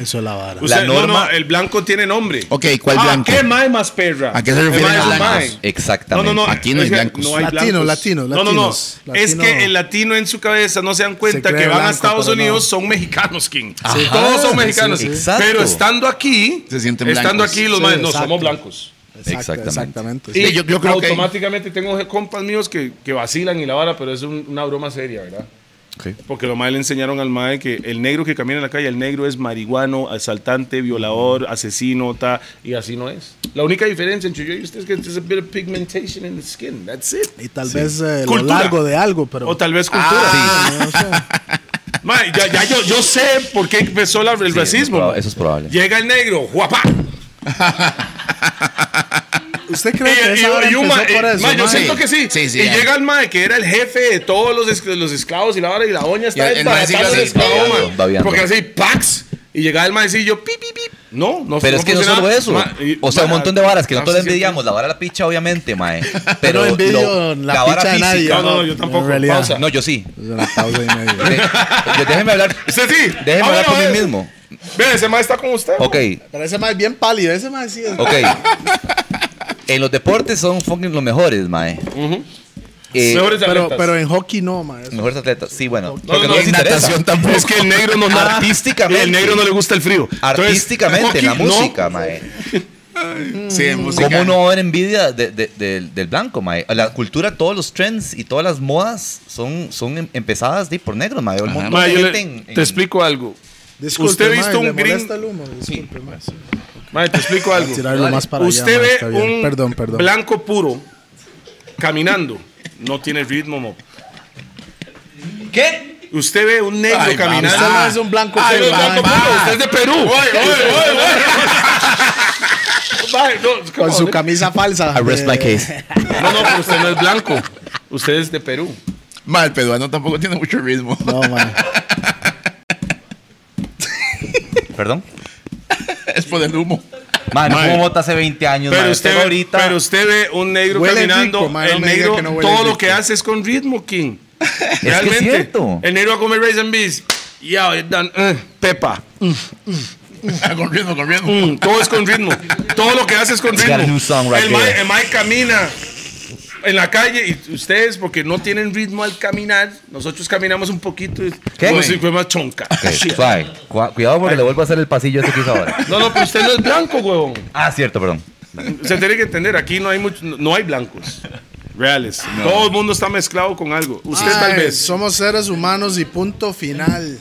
Eso es la vara.
O sea,
La
no,
norma-
no, el blanco tiene nombre.
Ok, ¿cuál
ah,
blanco?
¿Qué mae más perra?
¿A qué se refieren
El mae es un
blancos?
mae. No,
Exactamente.
no, no.
Aquí no hay
es que
blancos.
No hay
Latino,
blancos.
latino,
No, no, no.
latinos,
Es
latino.
que el latino en su cabeza no se dan cuenta
cree
que van a
blanco,
Estados
pero no.
Unidos, son mexicanos, King.
Ajá.
Todos
Sí,
son mexicanos.
sí, sí. Exacto.
Pero estando aquí,
Se sienten
estando
blancos.
aquí, los
Sí,
maes, no,
exacto.
somos blancos.
Exacto,
Exactamente.
exactamente.
Y
Sí, yo- yo creo que-
automáticamente tengo compas míos que, que vacilan y la vara, pero es un- una broma seria, ¿verdad?
Ok.
Porque los maes le enseñaron al mae que el negro que camina en la calle, el negro es marihuano, asaltante,
Mm.
violador, asesino, ta, y así no es. La única diferencia entre yo y usted es que es a bit of pigmentation in the skin, that's it.
Y tal vez eh, lo
Cultura.
largo de algo, pero.
O tal vez cultura.
Ah.
No sé.
Mae, ya, ya yo, yo sé por qué empezó la- el
Sí, eso es
racismo.
proba-
mae.
eso es probable.
Llega el negro, guapa.
¿Usted
Y,
cree que
y-
esa vara
y un
empezó
ma-
por
eh,
eso?
ma, yo
mae?
siento que sí.
Sí, sí,
y
ya.
llega el mae que era el jefe de todos los, es- los esclavos y la hora y la doña está
Y el- el mae sigue
desbaratando el
así,
esclavo,
babeando,
mae.
babeando.
Porque así, pax. Y llegaba el maecillo, pi, pi, pi. No, no
Pero es que no
funcionaba.
solo eso.
Ma- y-
o sea, un
ma-
montón de varas que
no
nosotros
sé
le
si-
envidiamos. La vara de la picha, obviamente, mae. Pero
Pero
lo-
envidio la picha de nadie. ¿eh?
No,
física-
no, no, yo tampoco.
En realidad.
Pausa.
No, yo sí.
Es una pausa ¿eh? y media.
De- yo- déjeme hablar.
Usted sí.
Déjeme
Ah,
hablar
bueno,
por mí
ve.
mismo.
Ve, ese mae está con usted.
Ok,
Pero ese más es bien pálido, ese más sí es.
ok. En los deportes son fucking los mejores, mae. Eh,
Mejores
Pero,
atletas.
pero en hockey no, mae. Eso-
mejores atletas. Sí,
No,
bueno. porque
no,
no,
no,
les
en
interesa.
tampoco.
Es que el negro no nada.
Artísticamente.
El negro no le gusta el frío. Entonces,
Artísticamente, en la
hockey, no.
música, mae.
Sí, en música.
¿Cómo no va a haber envidia de- de- del, del blanco, mae? La cultura, todos los trends y todas las modas son, son em- empezadas de, por negros, mae. El montón
Ma,
de
yo le-
gente en- en-
te explico algo.
Disculpe,
Usted ha visto
mae,
un
¿le
green-
molesta el humo? Disculpe, mae.
Ma, te explico algo.
Tirarlo más para allá,
Usted
mae, está
ve
bien.
un
Perdón, perdón.
blanco puro caminando. No tiene ritmo, mo.
¿Qué?
Usted ve un negro
Ay,
caminando.
Usted no es un blanco
Usted
puro,
no es blanco
mae.
puro, usted es de Perú. Ma, no, come
Con su
on.
camisa falsa.
Arrest
de-
my case.
No, no, pero usted no es blanco. Usted es de Perú.
Mal, peruano tampoco tiene mucho ritmo.
No, mae.
Perdón.
es por el humo.
Mae, no como vota hace 20 años,
Pero
mae.
usted,
Pero
ve,
ahorita.
pero usted ve un negro
Huele
caminando,
rico, ma, no
el
me diga
negro
que no huele
todo lo
rico.
que hace es con ritmo, King.
que es cierto.
El negro va a comer rice and beans. Yo, it done, eh, pepa.
con ritmo, con ritmo.
Mm, todo es con ritmo. Todo lo que hace es con
It's got a
ritmo.
new song right
el, Mike,
there.
camina en la calle y ustedes porque no tienen ritmo al caminar, nosotros caminamos un poquito. y-
¿Qué?
Como si fuera chonca.
Ok, suave. Cu- Cuidado porque le vuelvo a hacer el pasillo ese que hizo ahora.
No, no, pero usted no es blanco, huevón.
Ah, cierto, perdón.
Se tiene que entender, aquí no hay mucho, no hay blancos reales. Todo el mundo está mezclado con algo. Usted tal
Mae,
vez.
Somos seres humanos y punto final.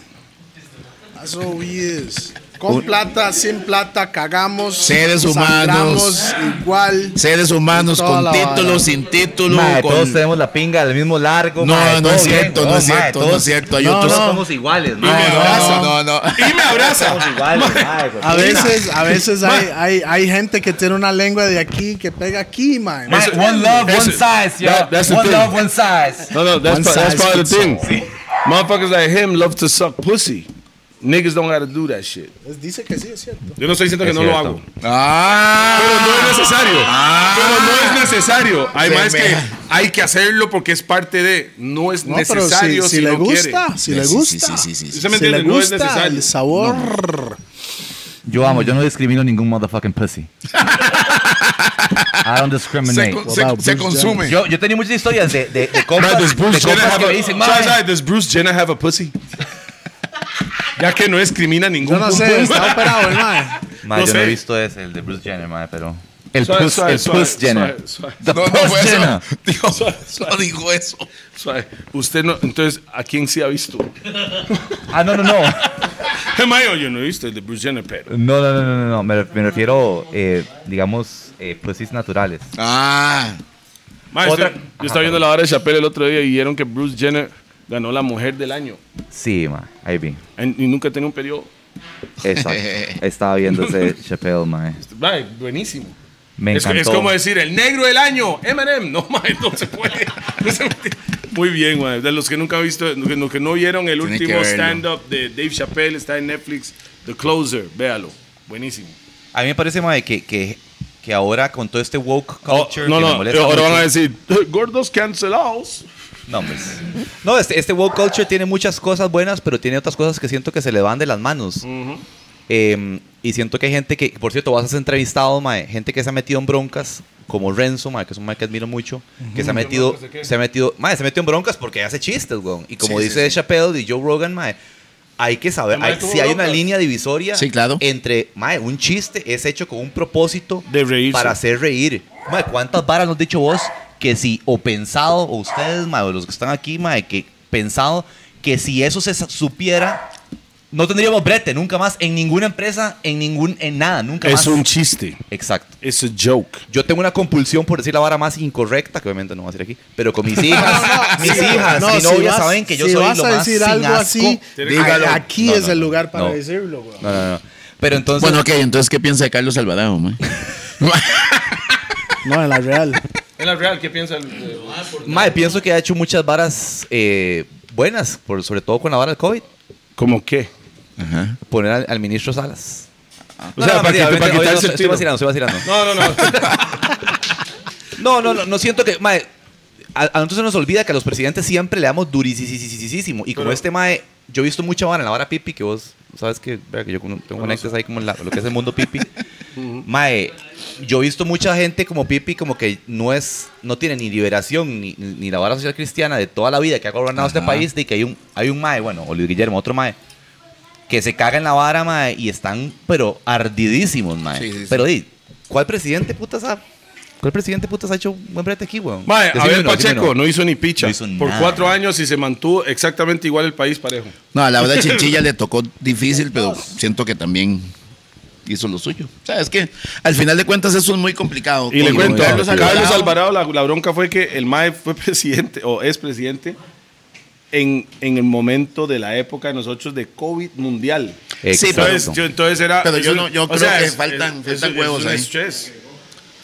That's all we is. Con plata, sin plata, cagamos.
Seres
sangramos igual.
Seres humanos
Toda
con
la vara.
títulos, sin título.
Mae,
con-
todos tenemos la pinga del mismo largo.
No,
mae,
no
todo
es
bien,
cierto, no
weón,
es
mae,
cierto, no
todos-
es cierto. Hay
No,
otros-
no.
somos iguales,
No,
mae.
no, no, no.
Y me abraza.
Somos iguales, mae, weón.
A veces, a veces hay, hay, hay gente que tiene una lengua de aquí que pega aquí, man.
Mae, one love,
eso-
one size, yo.
that- that's the
one
thing.
love, one size.
No, no, that's,
One
part, that's
size
part of the
fits
thing. Motherfuckers like him love to suck pussy. Niggas don't gotta do that shit.
Dice que sí, es cierto.
Yo no estoy diciendo que
Es
no
cierto.
lo hago.
Ah,
Pero no es necesario.
Ah.
pero no es necesario. Hay
Se
más
me-
que hay que hacerlo porque es parte de. No es
No, pero
necesario
si,
si,
si le
no
gusta,
quiere.
si le
Sí, sí,
gusta.
sí, sí, sí,
¿Usted me
Si le
entiende? No es
gusta el
necesario.
sabor.
Yo amo, yo no discrimino ningún motherfucking pussy. I don't
Se,
discriminate.
con- se-
Wow,
se
Bruce
consume.
Yo, yo tenía muchas historias de, de, de compas,
Right, does
de
Bruce Jenner
compas que
have
me
a-
dicen,
¿Sabes,
mae,
sabes, does Bruce Jenner have a pussy? Ya que no discrimina ningún
Yo no sé,
punto.
está operado, el man.
mae,
no
yo no he
sé.
visto ese, el de Bruce Jenner, mae, pero... El
Suave,
puss,
suave,
el
suave,
puss Jenner.
suave, suave,
The
No, no
puss
fue
Jenner.
eso. Dijo, no dijo eso.
suave. Usted no. Entonces, ¿a quién sí ha visto?
Ah, no, no, no.
Hey, Mayo, yo no he visto el de Bruce Jenner, pero.
No, no, no, no, no, no. Me, re- me refiero, eh, digamos, eh, pussies naturales.
Ah,
Mae,
Otra-
estoy- yo estaba viendo la hora de Chappelle el otro día y vieron que Bruce Jenner ganó la mujer del año.
Sí, ma, ahí vi.
En- y nunca tenía un periodo.
Exacto. Estaba viendo ese Chappelle, mae.
Mae, buenísimo.
Me
Es,
encantó.
es como decir, el negro del año, Eminem. No, mae, no se puede. No se puede. Muy bien, mae. De los que nunca han visto, de los que no vieron el
Tiene que
último
verlo.
stand-up de Dave Chappelle, está en Netflix, The Closer. Véalo. Buenísimo.
A mí me parece, mae, que, que, que ahora con todo este woke culture.
Oh, no,
que me
no,
molesta
ahora van
mucho-
a decir, "Eh, gordos cancelados.
No, pues. No, este, este woke culture tiene muchas cosas buenas, pero tiene otras cosas que siento que se le van de las manos. Eh, y siento que hay gente que, por cierto, vas a ser entrevistado, mae, gente que se ha metido en broncas, como Renzo, mae, que es un mae que admiro mucho, que se ha metido, se ha metido, mae, se metió en broncas porque hace chistes, weón. Y como
Sí, sí,
dice Chappelle y Joe Rogan, mae, hay que saber,
mae
hay-
tuvo
si hay una
broncas.
línea divisoria
Sí, claro.
entre, mae, un chiste es hecho con un propósito
De reírse.
para hacer reír. Mae, ¿cuántas varas nos has dicho vos que si, o pensado, o ustedes, mae, o los que están aquí, mae, que pensado que si eso se sa- supiera, no tendríamos brete nunca más en ninguna empresa, en ningún, en nada, nunca más.
Es un chiste.
Exacto.
Es a joke.
Yo tengo una compulsión por decir la vara más incorrecta, que obviamente no va a decir aquí, pero con mis hijas, mis hijas,
No,
mi
si
novia
vas-
saben que yo
si
soy
vas
lo
a
más
decir
sin
algo
asco.
así,
Dígalo.
aquí
No,
es
no,
el
no,
lugar para
no.
decirlo, güey.
No, no, no. Pero entonces,
Bueno, ok, entonces, ¿qué piensa de Carlos Alvarado, man?
No, en la real.
En la real, ¿qué piensa el,
mae, pienso que ha hecho muchas varas eh, buenas, por, sobre todo con la vara del COVID.
¿Cómo qué?
Ajá.
poner al, al ministro Salas.
O sea, para
mentira,
que- para quitarse
mentira, oye, Ah. no,
el
Estoy
tiro.
vacilando, estoy vacilando.
No, no, no.
No, no, no, no siento que. Mae, a, a nosotros se nos olvida que a los presidentes siempre le damos durísimo. Y como este Mae, yo he visto mucha vara en la vara Pipi, que vos sabes que, vea, que yo con- tengo conectas ahí como en la- lo que es el mundo Pipi. Mae, yo he visto mucha gente como Pipi, como que no es, no tiene ni liberación ni, ni- ni la vara social cristiana de toda la vida que ha gobernado este
Ajá.
país, de que hay un, hay un Mae, bueno, o Luis Guillermo, otro Mae. Que se caga en la vara, mae, y están, pero ardidísimos, mae.
Sí, sí, sí.
Pero, di, ¿cuál presidente putas ha ¿Cuál presidente putas ha hecho un buen brete aquí, weón?
Mae,
Decime
Abel
uno, decime
Pacheco
uno.
no hizo ni picha.
No hizo
por
nada.
cuatro años y se mantuvo exactamente igual el país parejo.
No, a la hora Chinchilla le tocó difícil, pero siento que también hizo lo suyo. O sea, es que al final de cuentas eso es muy complicado.
Y le
Con
cuento,
Carlos
Carlos
Alvarado,
Alvarado, la, la bronca fue que el MAE fue presidente o es presidente en, en el momento de la época de nosotros de COVID mundial.
Sí,
Exacto.
pero-
Entonces, pues, yo, entonces era.
Pero yo
es un-
no- yo
o
creo que faltan- faltan
un-
huevos
un
ahí.
estrés.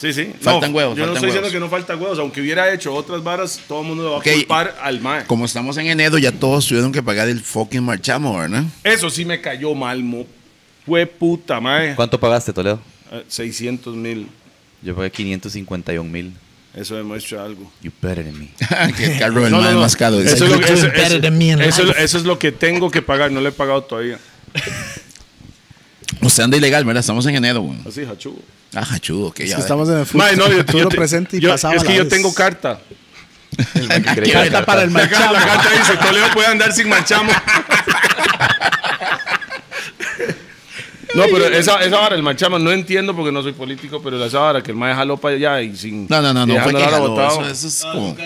Sí, sí.
Faltan
No,
huevos,
Yo no
faltan
estoy diciendo
huevos.
que no faltan huevos. Aunque hubiera hecho otras varas, todo el mundo lo va a
Ok.
culpar al MAE.
como estamos en enero, ya todos tuvieron que pagar el fucking marchamo, ¿verdad?
Eso sí me cayó mal, mo. Fue puta, MAE.
¿Cuánto pagaste, Toledo?
Eh, 600 mil.
Yo pagué 551 mil.
Eso demuestra algo.
You better than me.
que el carro del
No, no,
mae
no.
más caro.
Eso
dice.
es, lo que,
You're
eso-
doing better
eso-
than me in
eso-
life.
eso es lo que tengo que pagar. No le he pagado todavía.
Usted anda ilegal, ¿verdad? Estamos en enero, güey.
Así, hachugo.
Ah, chudo, que
Es
ya.
que estamos en el futuro,
Mae, no, yo- yo
futuro
te-
presente y
yo-
pasado.
Es
a
que
la
yo
vez.
tengo carta.
Ah,
¿Qué
Carta para el
La, ca-
marchamo.
la carta dice: Toledo puede andar sin manchamo. No, pero esa, esa vara, el manchamo, no entiendo porque no soy político, pero esa vara que el mae jaló para allá y sin.
No, no, no, no. Fue
dejando
que
la vara
jaló,
botada.
eso, eso es como...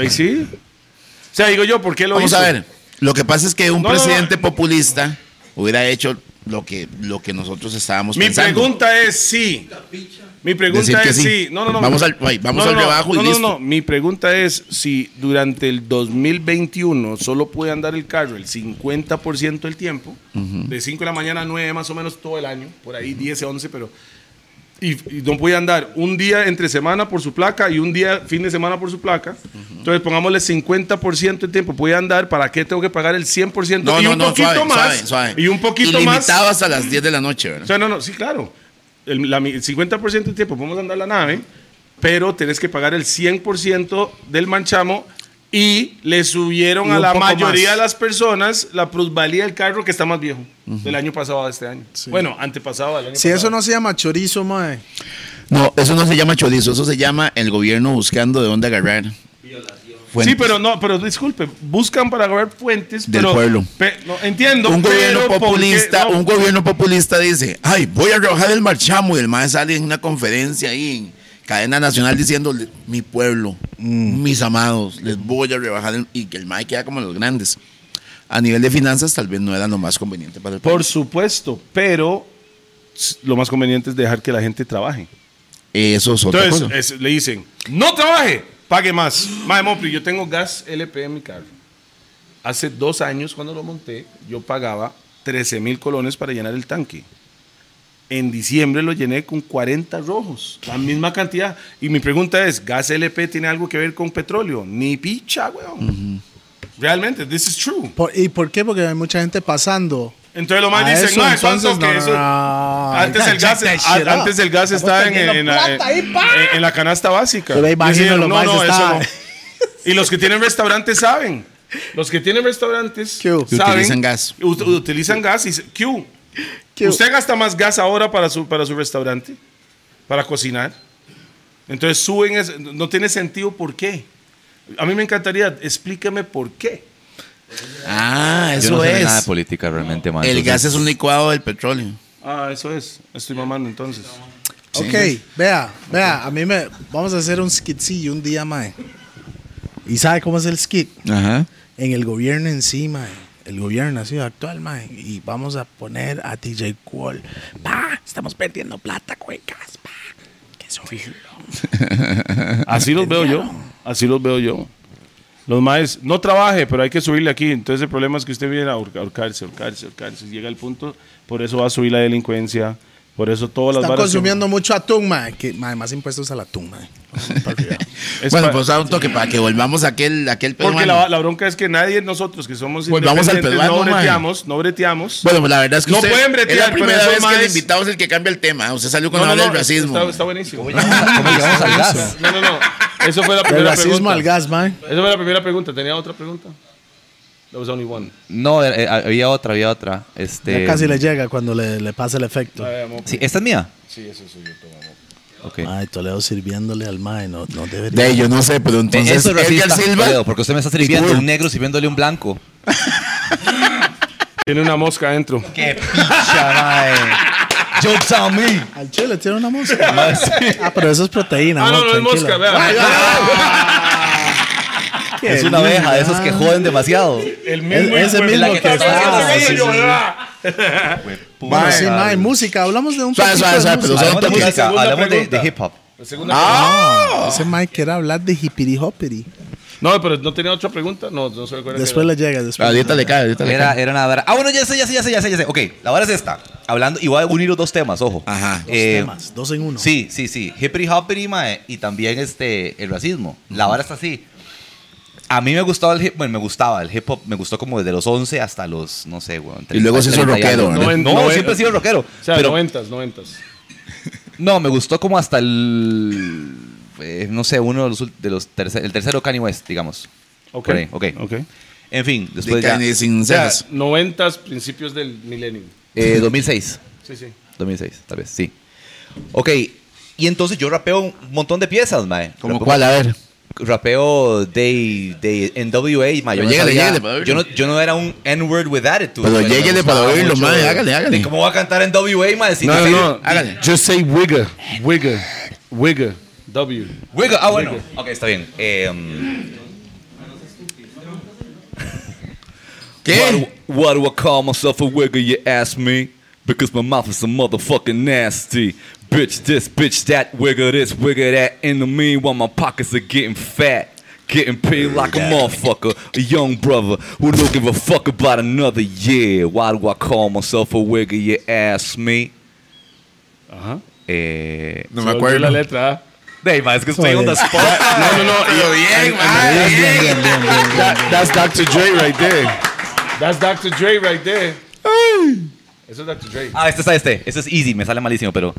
Ahí sí. O sea, digo yo, ¿por qué lo
Vamos
hizo?
a ver. Lo que pasa es que un
No, no, no.
presidente populista hubiera hecho lo que, lo que nosotros estábamos
Mi
pensando.
pregunta es si. Mi
Decir
pregunta
que
es
sí.
si. No, no, no.
Vamos al- ay, vamos al rebajo y
no,
listo.
No, no, Mi pregunta es si durante el 2021 solo puede andar el carro el 50% del tiempo, de 5 de la mañana a 9 más o menos todo el año, por ahí 10, 11, pero. Y, y no puede andar un día entre semana por su placa y un día fin de semana por su placa. Entonces pongámosle 50% del tiempo. Puede andar, ¿para qué tengo que pagar el 100%?
No,
y
no,
un
no,
poquito
suave,
más.
suave, suave.
Y un poquito más.
Ilimitado hasta las 10 de la noche,
O
¿verdad?
sea, no, no, sí, claro. El, la mi- el 50% del tiempo podemos andar la nave, pero tenés que pagar el 100% del manchamo y le subieron
Y
a
un
la
poco
mayoría
más.
de las personas la plusvalía del carro que está más viejo, del año pasado a este año. Bueno, antepasado al año
Si eso
pasado.
no se llama chorizo, mae.
No, eso no se llama chorizo, eso se llama el gobierno buscando de dónde agarrar.
Sí,
Fuentes.
pero no, pero disculpe, buscan para agarrar fuentes
Del
pero-
pueblo.
pe- no, entiendo.
un
pero
gobierno
¿por qué?
populista,
No.
un gobierno populista dice, ay, voy a rebajar el marchamo y el maestro sale en una conferencia ahí en cadena nacional diciendo, mi pueblo,
Mm.
mis amados, les voy a rebajar el-" y que el maestro queda como los grandes. A nivel de finanzas tal vez no era lo más conveniente para el
Por
pueblo.
supuesto, pero s- lo más conveniente es dejar que la gente trabaje.
Eso es otra
Entonces eh,
cosa.
es- le dicen, no trabaje, pague más. Mae Mopri, yo tengo gas LP en mi carro. Hace dos años cuando lo monté, yo pagaba 13 mil colones para llenar el tanque. En diciembre lo llené con 40 rojos, la misma cantidad. Y mi pregunta es, ¿gas LP tiene algo que ver con petróleo? Ni picha, weón. Realmente, this is true.
Por- ¿Y por qué? Porque hay mucha gente pasando.
Entonces lo más
A
dicen,
eso,
"Mae,
entonces,
¿cuánto que
no,
eso?"
no, no.
Antes
Ya,
el gas,
check that shit
a-
up.
antes el gas
Estamos
estaba en,
perdiendo
en la,
plata ahí,
en-
pa.
en la canasta básica.
Yo me imagino
Decían,
lo más está-
Y los que tienen restaurantes saben. Los que tienen restaurantes
Q.
saben-
Que utilizan gas.
ut- utilizan gas y se- Q. ¿Usted gasta más gas ahora para su, para su restaurante? Para cocinar. Entonces suben, es- no tiene sentido por qué. A mí me encantaría, explícame por qué.
Ah,
Yo
eso
no sé de
es.
nada de política realmente, man.
el
Ah, entonces-
gas es un licuado del petróleo.
Ah, eso es. Estoy mamando entonces.
Ok, vea, vea, a mí me. Vamos a hacer un skitcillo un día, mae. ¿Y sabe cómo es el skit?
Ajá.
En el gobierno encima, el gobierno así actual, mae. Y vamos a poner a DJ Qual. Pa, estamos perdiendo plata, cuecas, pa. Que subirlo.
Así los veo yo. Así los veo yo. Los maes, no trabaje, pero hay que subirle aquí. Entonces el problema es que usted viene a ahorca- ahorcarse, ahorcarse, ahorcarse. Llega el punto, por eso va a subir la delincuencia. Por eso todas las
Están
varas que-
consumiendo mucho atún, mae. Que, mae, más impuestos al atún, mae.
Es
bueno,
pa-
pues da un toque para que volvamos a aquel, a aquel
Porque
peruano.
la, la bronca es que nadie de nosotros que somos
Pues vamos al
independientes,
peruano,
no
mae.
breteamos, no breteamos.
Bueno, pues la verdad es que
No
usted-
pueden
es
bretear,
la
pero
primera
eso
vez
más-
que el invitado es el que cambia el tema. Usted salió con
no,
la
no,
habla
no,
del racismo.
Está, está buenísimo.
¿Cómo llegamos al gas?
No, no, no. Eso fue la
Del
primera
racismo
pregunta.
al gas, mae.
Esa fue la primera pregunta. ¿Tenía otra pregunta? There was only one.
No, eh, eh, había otra, había otra. Este,
Ya casi le llega cuando le, le pasa el efecto.
Sí, ¿Esta es mía?
Sí, eso soy yo.
Ok.
Ay, Toledo sirviéndole al mae, no, no debería.
De yo no sé, pero entonces
Eso es
Edgar
racista,
Silva.
Toledo, porque usted me está sirviendo
Cool.
un negro sirviéndole un blanco.
Tiene una mosca adentro.
¡Qué picha, mae! ¡Jokes on me!
Al chile tiene una mosca. mae. ah, pero eso es proteína.
Ah,
amor,
no, no es
tranquilo.
mosca, vea.
Ay, qué
Es una
lindo,
abeja, de esos
mae.
que joden demasiado.
El
Es- ese
hijo de
mismo
puta
que estaba-
haciendo
sí,
yo,
sí, sí.
¿verdad?
Bueno, sí, mae, música. Hablamos de un
Suave,
poquito
suave,
de
suave,
música.
pero
Hablamos de
Segunda
música, hablamos de,
pregunta.
de hip hop.
La segunda
Ah, ese Mike quiere hablar de hippity hoppity.
pregunta. No, pero no tenía otra pregunta. No, no se recuerda.
Después le llega, después.
La Ah, dieta le cae, la dieta le
Era,
cae.
era una vara- Ah, bueno, ya sé, ya sé, ya sé, ya sé, ya sé. Ok, la vara es esta. Hablando, y voy a unir los dos temas, ojo.
Ajá.
Dos
Eh,
temas, dos en uno.
Sí, sí, sí. Hippity hoppity, mae, y también este, el racismo. La vara está así. A mí me gustaba el hip, bueno, me gustaba el hip hop, me gustó como desde los 11 hasta los, no sé, weón.
Y luego se hizo
30 y
rockero,
algo.
¿verdad?
No,
Noven-
siempre he sido rockero.
O sea,
pero
noventas, noventas.
no, me gustó como hasta el, eh, no sé, uno de los, ul- de los tercer- el tercero Kanye West, digamos.
Ok.
Por ahí, ok.
Ok.
En fin, después
De
ya,
carne sin
O sea,
cejas.
noventas, principios del milenio.
eh, 2006.
Sí, sí.
2006, tal vez, sí. Ok, y entonces yo rapeo un montón de piezas, mae.
¿Como
Rapeo-
cuál? A ver.
Rapeo de, de NWA, mae.
Pero
Yo, no
llégale,
sabía-
llégale para oírlo.
yo, no, yo no era un N-word with attitude.
Pero
mae, me
llégale
gustaba
para oírlo,
mucho,
mae,
eh,
hágale, hágale.
de ¿Cómo va a cantar NWA, mae? Si
No,
dice-
no,
hágale.
Just say wigger, wigger, wigger. W.
Wiggle, ah, bueno. Ok, está bien. Em,
¿Qué?
Why, why do I call myself a wigger, you ask me? Because my mouth is a motherfucking nasty. Bitch this, bitch that, wigger this, wigger that. In the meanwhile, my pockets are getting fat. Getting paid like a motherfucker, a young brother who don't give a fuck about another year. Why do I call myself a wigger, you ask me?
Ajá.
Eh,
No me
Se volvió la
acuerdo.
letra. ¿ah?
Dave, es que estoy on the spot.
No, no, no.
Pero bien, man, bien.
that's Dr. Dre right there. That's Dr. Dre right there. Eso es Dr. Dre.
Ah, este está este. Este es easy, me sale malísimo, pero.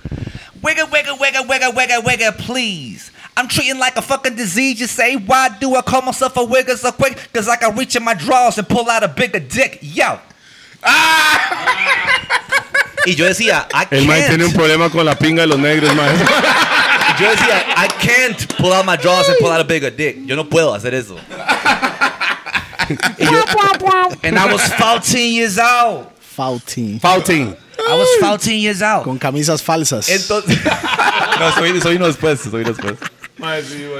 Wigga, wigga, wigga, wigga, wigga, wigga, please. I'm treating like a fucking disease. You say, why do I call myself a wigger so quick? Cause I can reach in my drawers and pull out a bigger dick. Yo. Ah! Y yo decía, I
El man tiene un
can't.
problema con la pinga de los negros, man.
Yo decía, I can't pull out my drawers and pull out a bigger dick. Yo no puedo hacer eso. Y yo- and I was 14 years old.
Fauti.
Fouting.
I was 14 years old.
Con camisas falsas.
Entonces. no, soy, soy uno después. Soy pues. uno después.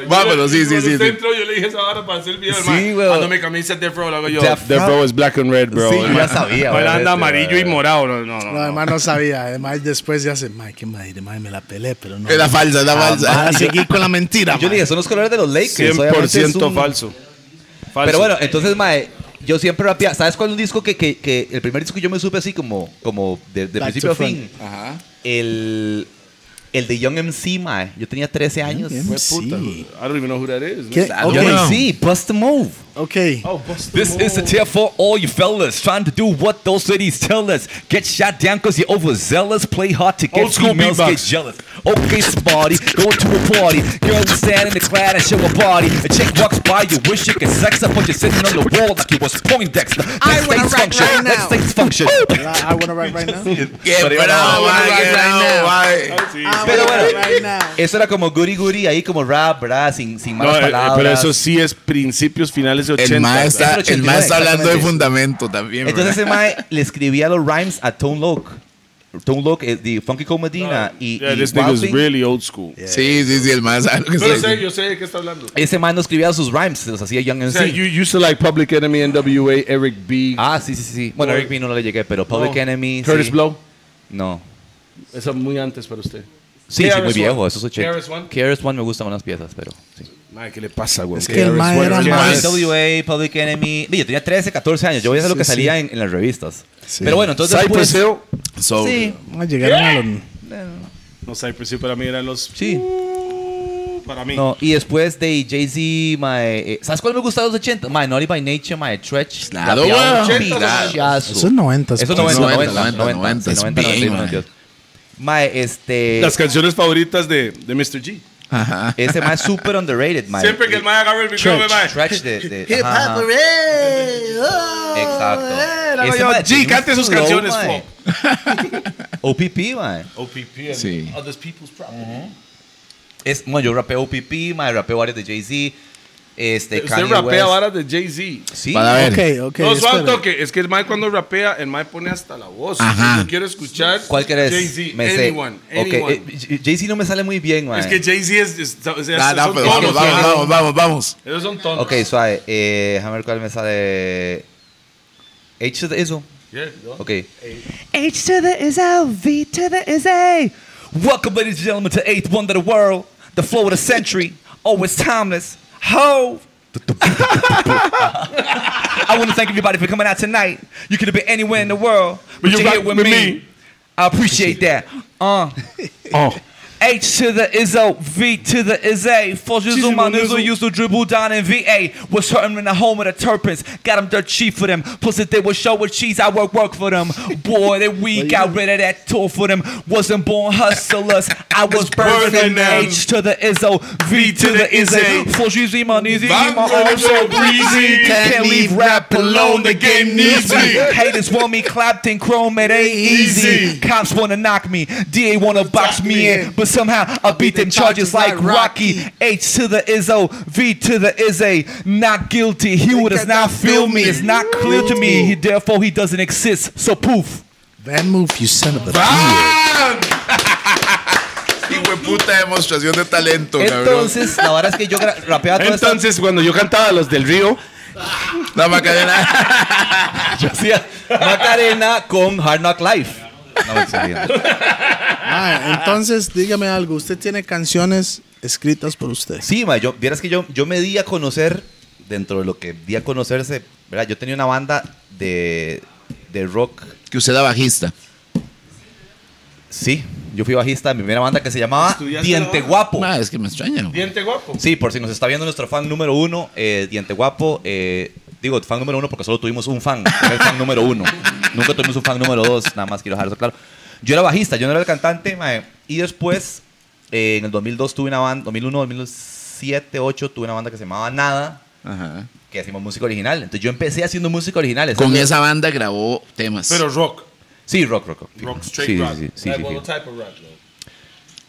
Vámonos, sí, sí, sí, sí.
Dentro, yo le dije esa vara para hacer el video,
Sí,
hermano.
weón.
Cuando me camisa Death Row, lo hago yo.
Death
Death
Row.
Row es black and red, bro.
Sí, yo
El
ya
man-
sabía,
El man
weón,
anda
este,
amarillo y
weón.
morado. No, no,
No,
no.
además no sabía. Además después ya se, mae, qué madre, mae, me la pelé, pero no.
Era falsa, era falsa.
Ahora Ah, seguí con la mentira,
Yo le
mae.
dije, son los colores de los Lakers. obviamente es
100%
un-
falso. Falso.
Pero bueno, entonces, mae, Yo siempre rapeaba. ¿Sabes cuál es un disco que, que, que el primer disco que yo me supe así como, como de, de
Back
principio
to
a fin?
Ajá.
El, el de Young MC, mae. Yo tenía 13 años.
Young
Fue-
MC.
I don't even know who that is.
¿Qué?
Young
Ok,
no.
MC, bust the move.
ok.
Oh, Busta
This is a
Rhymes.
tip for all you fellas trying to do what those ladies tell us. Get shot down cause you're overzealous. Play hard to get
Old school
females
beatbox.
get jealous. Okay, Smarty, going to a party. Girl, you stand in the cloud and show a body. A chick walks by, you wish you could sex her, but you're sitting on the wall like you was Poindexter. Let's stay function. Let's stay function.
I, I wanna write right now.
Pero
wanna
Ah, bueno.
write right now.
Eso era como guri guri, ahí como rap, ¿verdad? Sin, sin malas
No, eh, eh,
palabras.
pero eso sí es principios finales de 80.
El maestro
es
está,
el
el mae
89,
está hablando de
exactamente.
fundamento también.
Entonces
¿verdad?
ese mae le escribía los rhymes a Tone Loc. Tone Loc, eh, de Funky Cole Medina y,
Yeah,
y
this
Wild
nigga is
Thing.
really old school.
sí, sí, sí, el maestro sabe lo que
Yo
está
sé,
diciendo.
yo sé de qué está hablando.
Ese mae no escribía sus rhymes, se los hacía Young MC.
O sea, you used to like Public Enemy, NWA, Eric B,
Ah, sí, sí, sí. Bueno, Eric B no le llegué, pero Public
No.
Enemy.
Curtis
sí.
Blow.
No.
Eso muy antes para usted.
Sí, sí, muy
KRS-One.
viejo, eso es 80.
KRS-One.
KRS-One me gustan unas piezas, pero. Sí.
Mae, ¿qué le pasa, güey?
Es que el mae era
Suena
más.
Yes.
NWA, Public Enemy. Mira, Yo tenía 13, 14 años, yo veía lo que
sí,
salía en, en las revistas. Pero bueno, entonces.
Cypress
después-
Hill.
So,
Sí,
Ah, Llegaron a los.
No, Cypress Hill para mí eran los...
sí.
Para mí.
No, y después de Jay-Z, mae, eh, ¿sabes cuál me gustaba de los 80? Mae, Naughty by Nature, mae, Tretch.
Claro,
rapeado,
weón.
pichazo.
Eso es pues. 90.
Eso es 90, 90, 90, 90, 90,
es bien,
90,
mae.
90. Mae, este...
Las canciones favoritas de, de Mr. G.
Ajá.
Ese mae es súper underrated, mae.
Siempre que el mae agarra el micrófono, mae.
Tretch de... de ajá, ajá. Exacto. Ese mae
G,
tiene
cante
un
sus
flow,
canciones,
mae. OPP, mae.
OPP and
Sí.
Others People's Problem.
Es, bueno, yo rapeo OPP, mae, rapeo áreas de Jay-Z. Este,
Usted
Kanye
rapea
West.
ahora de Jay-Z.
Sí.
Para ver.
Ok, ok.
no,
espera.
suave toque. Es que el Mike cuando rapea, el Mike pone hasta la voz.
Ajá.
Si yo quiero escuchar.
¿Cuál querés?
Jay-Z.
Me sé.
Anyone.
Ok,
anyone.
eh, J- Jay-Z no me sale muy bien, mae.
es que Jay-Z es. es- o sea,
Ah, no,
son
pero
tonos,
vamos, vamos,
¿no?
vamos, vamos, vamos.
Esos son tonos.
Ok, suave. Eh, déjame ver cuál me sale. H de eso.
Yeah, ¿no?
Ok.
H to the is L, V to the is A. Welcome, ladies and gentlemen, to Eighth Wonder of the World, the flow of the century, always timeless. Ho! I want to thank everybody for coming out tonight. You could have been anywhere in the world, but,
you
you're here
rock
with,
with
me.
me.
I appreciate that. Uh. H to the Izzo, V to the is A. Falls used on my nizzle, used to dribble down in VA. Was hurting in the home of the Turpins. Got them dirt cheap for them. Plus, if they were show with cheese, I work work for them. Boy, that we got rid of that tour for them. Wasn't born hustlers, I was birthed them.
birthing them.
H to the Izzo, V to the is A. Falls used on my knees,
I'm
my
going
arms
so
so
breezy.
breezy. Can't leave rap alone, the game needs me. Haters want me clapped in chrome, it ain't easy. Cops wanna knock me, DA wanna box me in, but somehow I beat them charges like Rocky. H to the Izzo, V to the is a not guilty. He would does not feel me. It's not clear to me. He, therefore, he doesn't exist. So poof.
Van Move, you son of a
Ah.
Hijo de puta demostración de talento, cabrón.
Entonces, la verdad es que yo gra- rapeaba toda esta-
Entonces, cuando yo cantaba Los del Río,
La Macarena.
hacía Macarena con Hard Knock Life. No me exagero.
Ah, entonces, dígame algo. Usted tiene canciones escritas por usted.
Sí, ma, yo, vieras que yo, yo me di a conocer, dentro de lo que di a conocerse, ¿verdad? Yo tenía una banda de, de rock.
Que usted era bajista.
Sí, yo fui bajista de mi primera banda que se llamaba
¿Estudiaste
Diente
la banda?
Guapo.
Ma, es que me extraña. güey.
diente guapo.
Sí, por si nos está viendo nuestro fan número uno, eh, Diente Guapo. eh, digo, fan número uno porque solo tuvimos un fan, era el fan número uno. Nunca tuvimos un fan número dos, nada más quiero dejar eso claro. Yo era bajista, yo no era el cantante, mae, y después, eh, en el 2002 tuve una banda, 2001, 2007, 2008, tuve una banda que se llamaba Nada,
Ajá.
que hacíamos música original. Entonces yo empecé haciendo música original.
Con
¿sabes?
esa banda grabó temas.
Pero rock.
Sí, rock, rock, rock.
Rock, straight
Sí, sí,
rock.
sí, sí,
Like,
sí,
well,
sí.
the type of rock, though.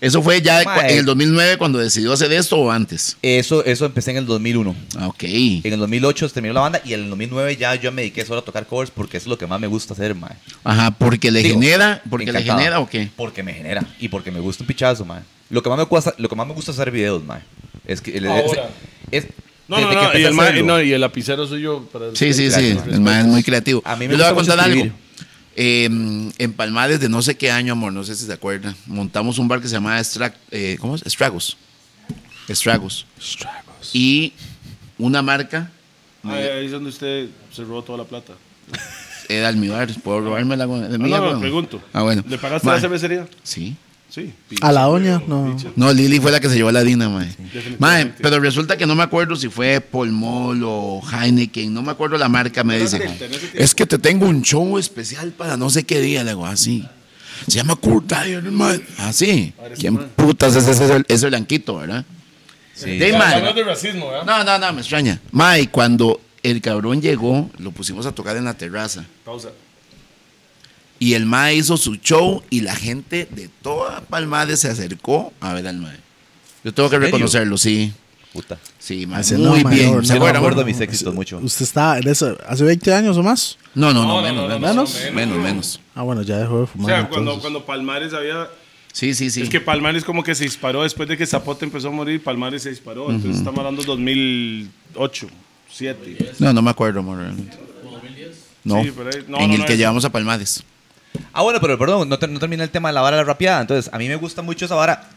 ¿Eso fue ya cu-
Mae.
en el 2009 cuando decidió hacer esto o antes?
Eso, eso empecé en el 2001.
Ah, ok.
En el 2008 terminó la banda y en el 2009 ya yo me dediqué solo a tocar covers porque eso es lo que más me gusta hacer, mae.
Ajá, porque le
Digo,
genera, porque le
encantado.
genera o qué?
Porque me genera y porque me gusta un pichazo, mae. Lo que más me gusta, lo que más me gusta es hacer videos, mae. Es que el- es-
Ahora.
es-
No,
desde
no,
que
no,
empecé
y
a
el, ma-
hacerlo.
no, y el lapicero soy yo. Para
Sí, sí, sí.
Gracias.
El mae es muy creativo.
A mí me
Yo le voy a
gusta
contar
mucho
algo.
escribir.
Eh, en Palmares de no sé qué año, amor, no sé si se acuerdan. Montamos un bar que se llamaba Estra- eh, ¿cómo es? Estragos. Estragos. Y una marca Me-
Ah, Ahí es donde usted se robó toda la plata.
Era almibar, ¿puedo robarme la de
No,
mía,
no,
weón?
no, pregunto.
Ah, bueno.
¿Le pagaste
Ma,
la cervecería?
Sí.
Sí.
A la doña, no.
No, Lili fue la que se llevó la Dina, mae. Mae, pero resulta que no me acuerdo si fue Polmol o Heineken, no me acuerdo la marca, me dice. Es que te tengo un show especial para no sé qué día, le digo, así. Se llama Kurt Dyer, mae. Así. ¿Quién putas es ese, ese blanquito, verdad? Sí.
Hablando de racismo, ¿verdad?
No, no, no, me extraña. Mae, cuando el cabrón llegó, lo pusimos a tocar en la terraza.
Pausa.
Y el mae hizo su show y la gente de toda Palmade se acercó a ver al mae. Yo tengo que reconocerlo, sí.
Puta.
Sí, mae.
Hace
Muy
no,
bien.
mayor,
¿Se
Yo no me
acuerdan?
acuerdo de mis éxitos mucho.
Usted está en eso, hace 20 años o más.
No, no, no,
No, no,
menos,
no, no,
menos,
no,
menos,
no,
menos,
no.
Ah, bueno, ya dejó de
O
fumar.
sea, cuando,
entonces.
cuando Palmares había.
Sí, sí, sí.
Es que Palmares como que se disparó después de que Zapote empezó a morir. Palmares se disparó. Entonces estamos hablando 2008, 2007.
No, no me acuerdo, amor, realmente. No,
Sí, por ahí. No,
en
no,
el
no,
que
es-
llevamos a Palmades.
Ah, bueno, pero perdón, no, te- no terminé el tema de la vara de la rapeada. Entonces, a mí me gusta mucho esa vara.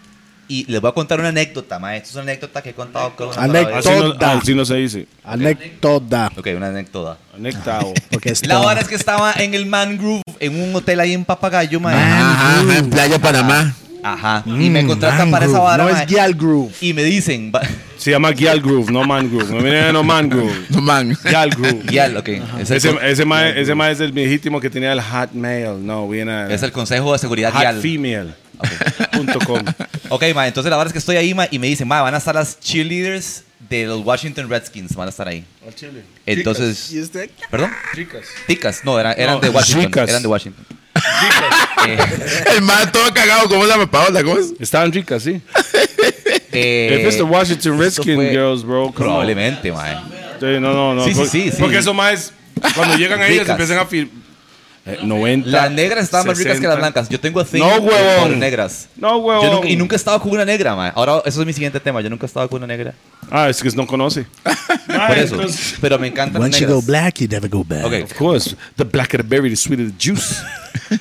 Y les voy a contar una anécdota, ma. Esto es una anécdota que he contado con
Anécdota.
Así no,
Toda.
así no se dice.
Anécdota.
Ok, una anécdota.
Anectado.
Porque es
La
todo.
vara es que estaba en el Man Groove, en un hotel ahí en Papagayo, ma.
Ajá, ajá, en Playa Panamá.
Ajá. Y me
Mm,
contratan
man
para esa
groove.
vara,
No
ma.
es Gial Groove.
Y me dicen, va-
Se llama Gyal Groove, no Man Groove. No, mira, no Man Groove.
No, man.
Gyal Groove.
Gial, ok. Es el,
Ese,
con-
ese, mae, ese mae es el legítimo que tenía el Hotmail. No, viene
es el consejo de seguridad Gial.
Hotfemale.com.
Ok, ma, entonces la verdad es que estoy ahí, ma, y me dicen, ma, van a estar las cheerleaders de los Washington Redskins, van a estar ahí. Entonces,
Y usted,
¿perdón? Chicas. Ticas, no, eran, eran de Washington.
chicas.
Eran de Washington. Eh,
El man todo cagado. ¿Cómo se llama Paola? ¿Cómo es?
Estaban ricas, sí.
eh,
If it's the Este Washington Redskins
fue-
girls, bro. come on.
Probablemente, ma.
Sí, no, no, no.
Sí, sí,
porque,
sí, sí.
Porque eso más cuando llegan ahí les
Ricas. Eh,
empiezan a firmar. 90.
Las negras estaban más ricas que las
60.
blancas. Yo tengo a thing
No, huevón.
por negras.
No, huevón.
Yo nunca- y nunca he estado con una negra, ma. Ahora, eso es mi siguiente tema. Yo nunca he estado con una negra.
Ah, es que no conoce.
Por eso. Pero me encantan las
Once you
negras.
go black, you never go back.
Ok.
Of course. The blacker the berry, the sweeter the juice.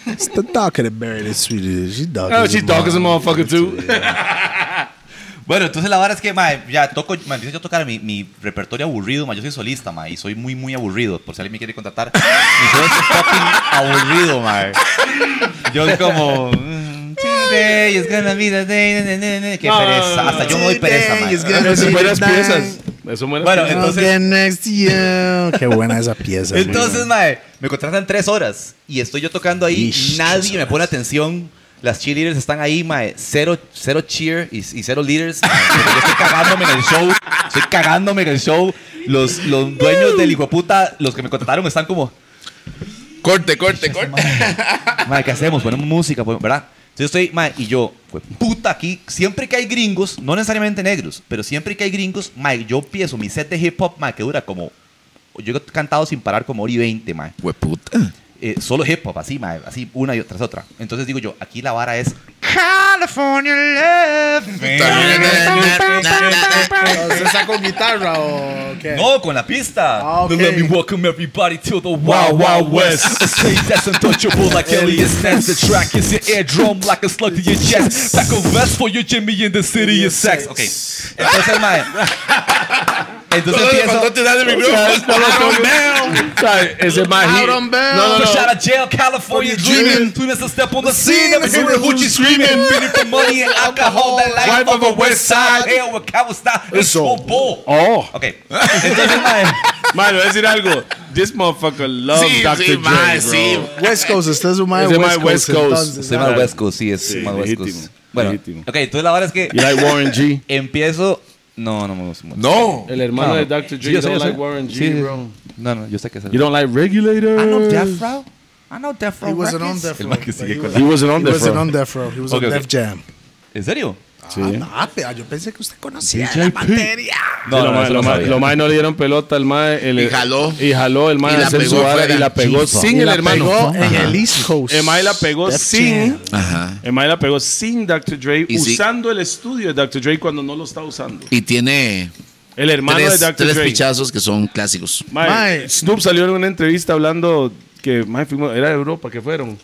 It's the dark and the berry, the sweet it is. She dark
Oh,
as
she
a
dark as a motherfucker too.
Bueno, entonces la verdad es que, ma, ya toco, ma, empiezo yo a tocar mi, mi repertorio aburrido, ma. Yo soy solista, ma, y soy muy, muy aburrido. Por si alguien me quiere contratar, mi show es fucking aburrido, ma. Yo es como... mm, Today is gonna be the day, ne, ne, ne, ne. Qué pereza. Hasta yo me doy pereza, ma.
Today is gonna-
Esas son buenas
Nah.
piezas. Esas son buenas
Bueno,
piezas.
I'll
entonces-
get next to you. Qué buena esa pieza. güey.
Entonces, mae, me contratan tres horas y estoy yo tocando ahí.
Ish,
nadie me pone atención. Las cheerleaders están ahí, mae. Cero, cero cheer y, y cero leaders. mae, porque yo estoy cagándome en el show. Estoy cagándome en el show. Los, los dueños del hijo de puta, los que me contrataron, están como,
Corte, corte, corte.
mae, ¿qué hacemos? Ponemos música, ponemos- ¿verdad? Entonces yo estoy, mae, y yo, "Jue puta, aquí, siempre que hay gringos, no necesariamente negros, pero siempre que hay gringos, mae, yo empiezo mi set de hip hop, mae, que dura como. Yo he cantado sin parar como hora y 20, mae.
Hueputa.
eh, solo hip hop, así, mae, así una y tras otra. Entonces digo yo, aquí la vara es.
¿Se sacó guitarra o qué?
No, con la pista.
Ah, ok.
Let me welcome everybody to the Wild Wild West. A stage that's untouchable like Elias Ness. The track is your eardrum like a slug to your chest. Back of vest for your Jimmy in the city is sex. Ok. Entonces, mae. Entonces empiezo.
O sea, ese mae hit. No, no,
Fresh
no.
out of jail, California dreaming. Soon as I step on the scene, every
scene,
girl hoochie screaming. Feeling for money and alcohol, that life of a west side. Hell, with Cowboy style, it's
Eso.
so bull.
Oh.
Ok, entonces, mae,
Mae, le voy a decir algo. This motherfucker loves
Sí,
Oh, Dr.
sí,
Dre,
mae,
bro.
sí.
West Coast, usted es un mae
Ese
West,
mae West
Coast.
Coast.
entonces,
Soy
¿no?
más West Coast, sí, es más West
legítimo,
Coast. Bueno,
legítimo.
ok, entonces la verdad es que
You like Warren G?
empiezo... No, no me gusta mucho.
No.
El hermano de Dr. Dre,
Ah. Sí, yo sé,
don't
yo sé.
like Warren G,
Sí, Ah, sí.
bro.
No, no, yo sé que es
You don't like Regulator?
I know Death Row. I know Death Row
He wasn't on
records.
Death
El
Row.
mae que
but
sigue
he
con la-
He wasn't on
He
there,
wasn't
bro.
on Death Row. He was
Ok,
on
ok.
Def Jam.
¿En serio?
Sí.
Ah, pero yo pensé que usted conocía la materia.
Sí,
No,
lo,
no,
más,
eso
lo,
no
más,
sabía.
lo más no le dieron pelota al mae. el-
Y jaló.
Y jaló el mae
Y
a
la
hacer su
pegó
vara
fuera.
y la pegó
Chifa.
sin
Y
el
la
hermano.
pegó en el East Coast.
El mae la pegó
Def
sin.
Jam.
Ajá.
El mae la pegó sin Dr. Dre,
Y sí.
usando el estudio de Dr. Dre cuando no lo está usando.
Y tiene
El hermano
tres,
de Dr.
tres
Dre.
pichazos que son clásicos.
Mae,
Mae.
Snoop salió en una entrevista hablando que mae, fuimos- era de Europa que fueron.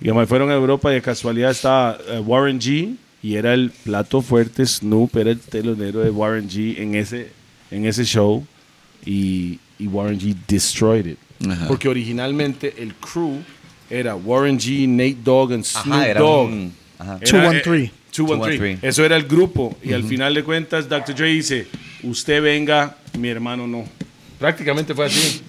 Y mae, fueron a Europa y de casualidad estaba eh, Warren G. Y era el plato fuerte Snoop, era el telonero de Warren G en ese, en ese show. Y, y Warren G destroyed it.
Ajá.
Porque originalmente el crew era Warren G, Nate Dogg and Snoop
Ajá, era
Dogg.
un- ajá.
Era,
213.
eh, 213. Eso era el grupo. Y al final de cuentas, Dr. Dre dice, usted venga, mi hermano no. Prácticamente fue así.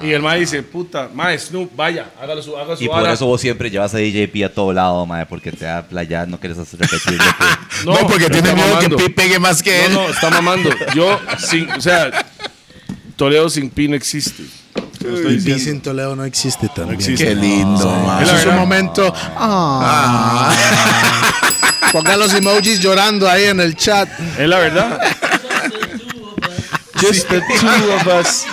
Y el mae dice, puta, mae, Snoop, vaya, hágalo su, haga su
Y por
vara".
eso vos siempre llevas a DJP a todo lado, mae, porque te da playa, no quieres hacer repetir lo que-
No, porque
está
tiene miedo que
mamando.
Pi pegue más que él.
No, no, está mamando. Yo, sin, o sea, Toledo sin Pi no existe. Lo estoy
Y
diciendo.
Vicente Toledo no existe también.
existe.
Qué lindo, man.
Eso es un
verdad.
momento. Ah. Pongan los emojis llorando ahí en el chat.
Es la verdad. Just the two of us.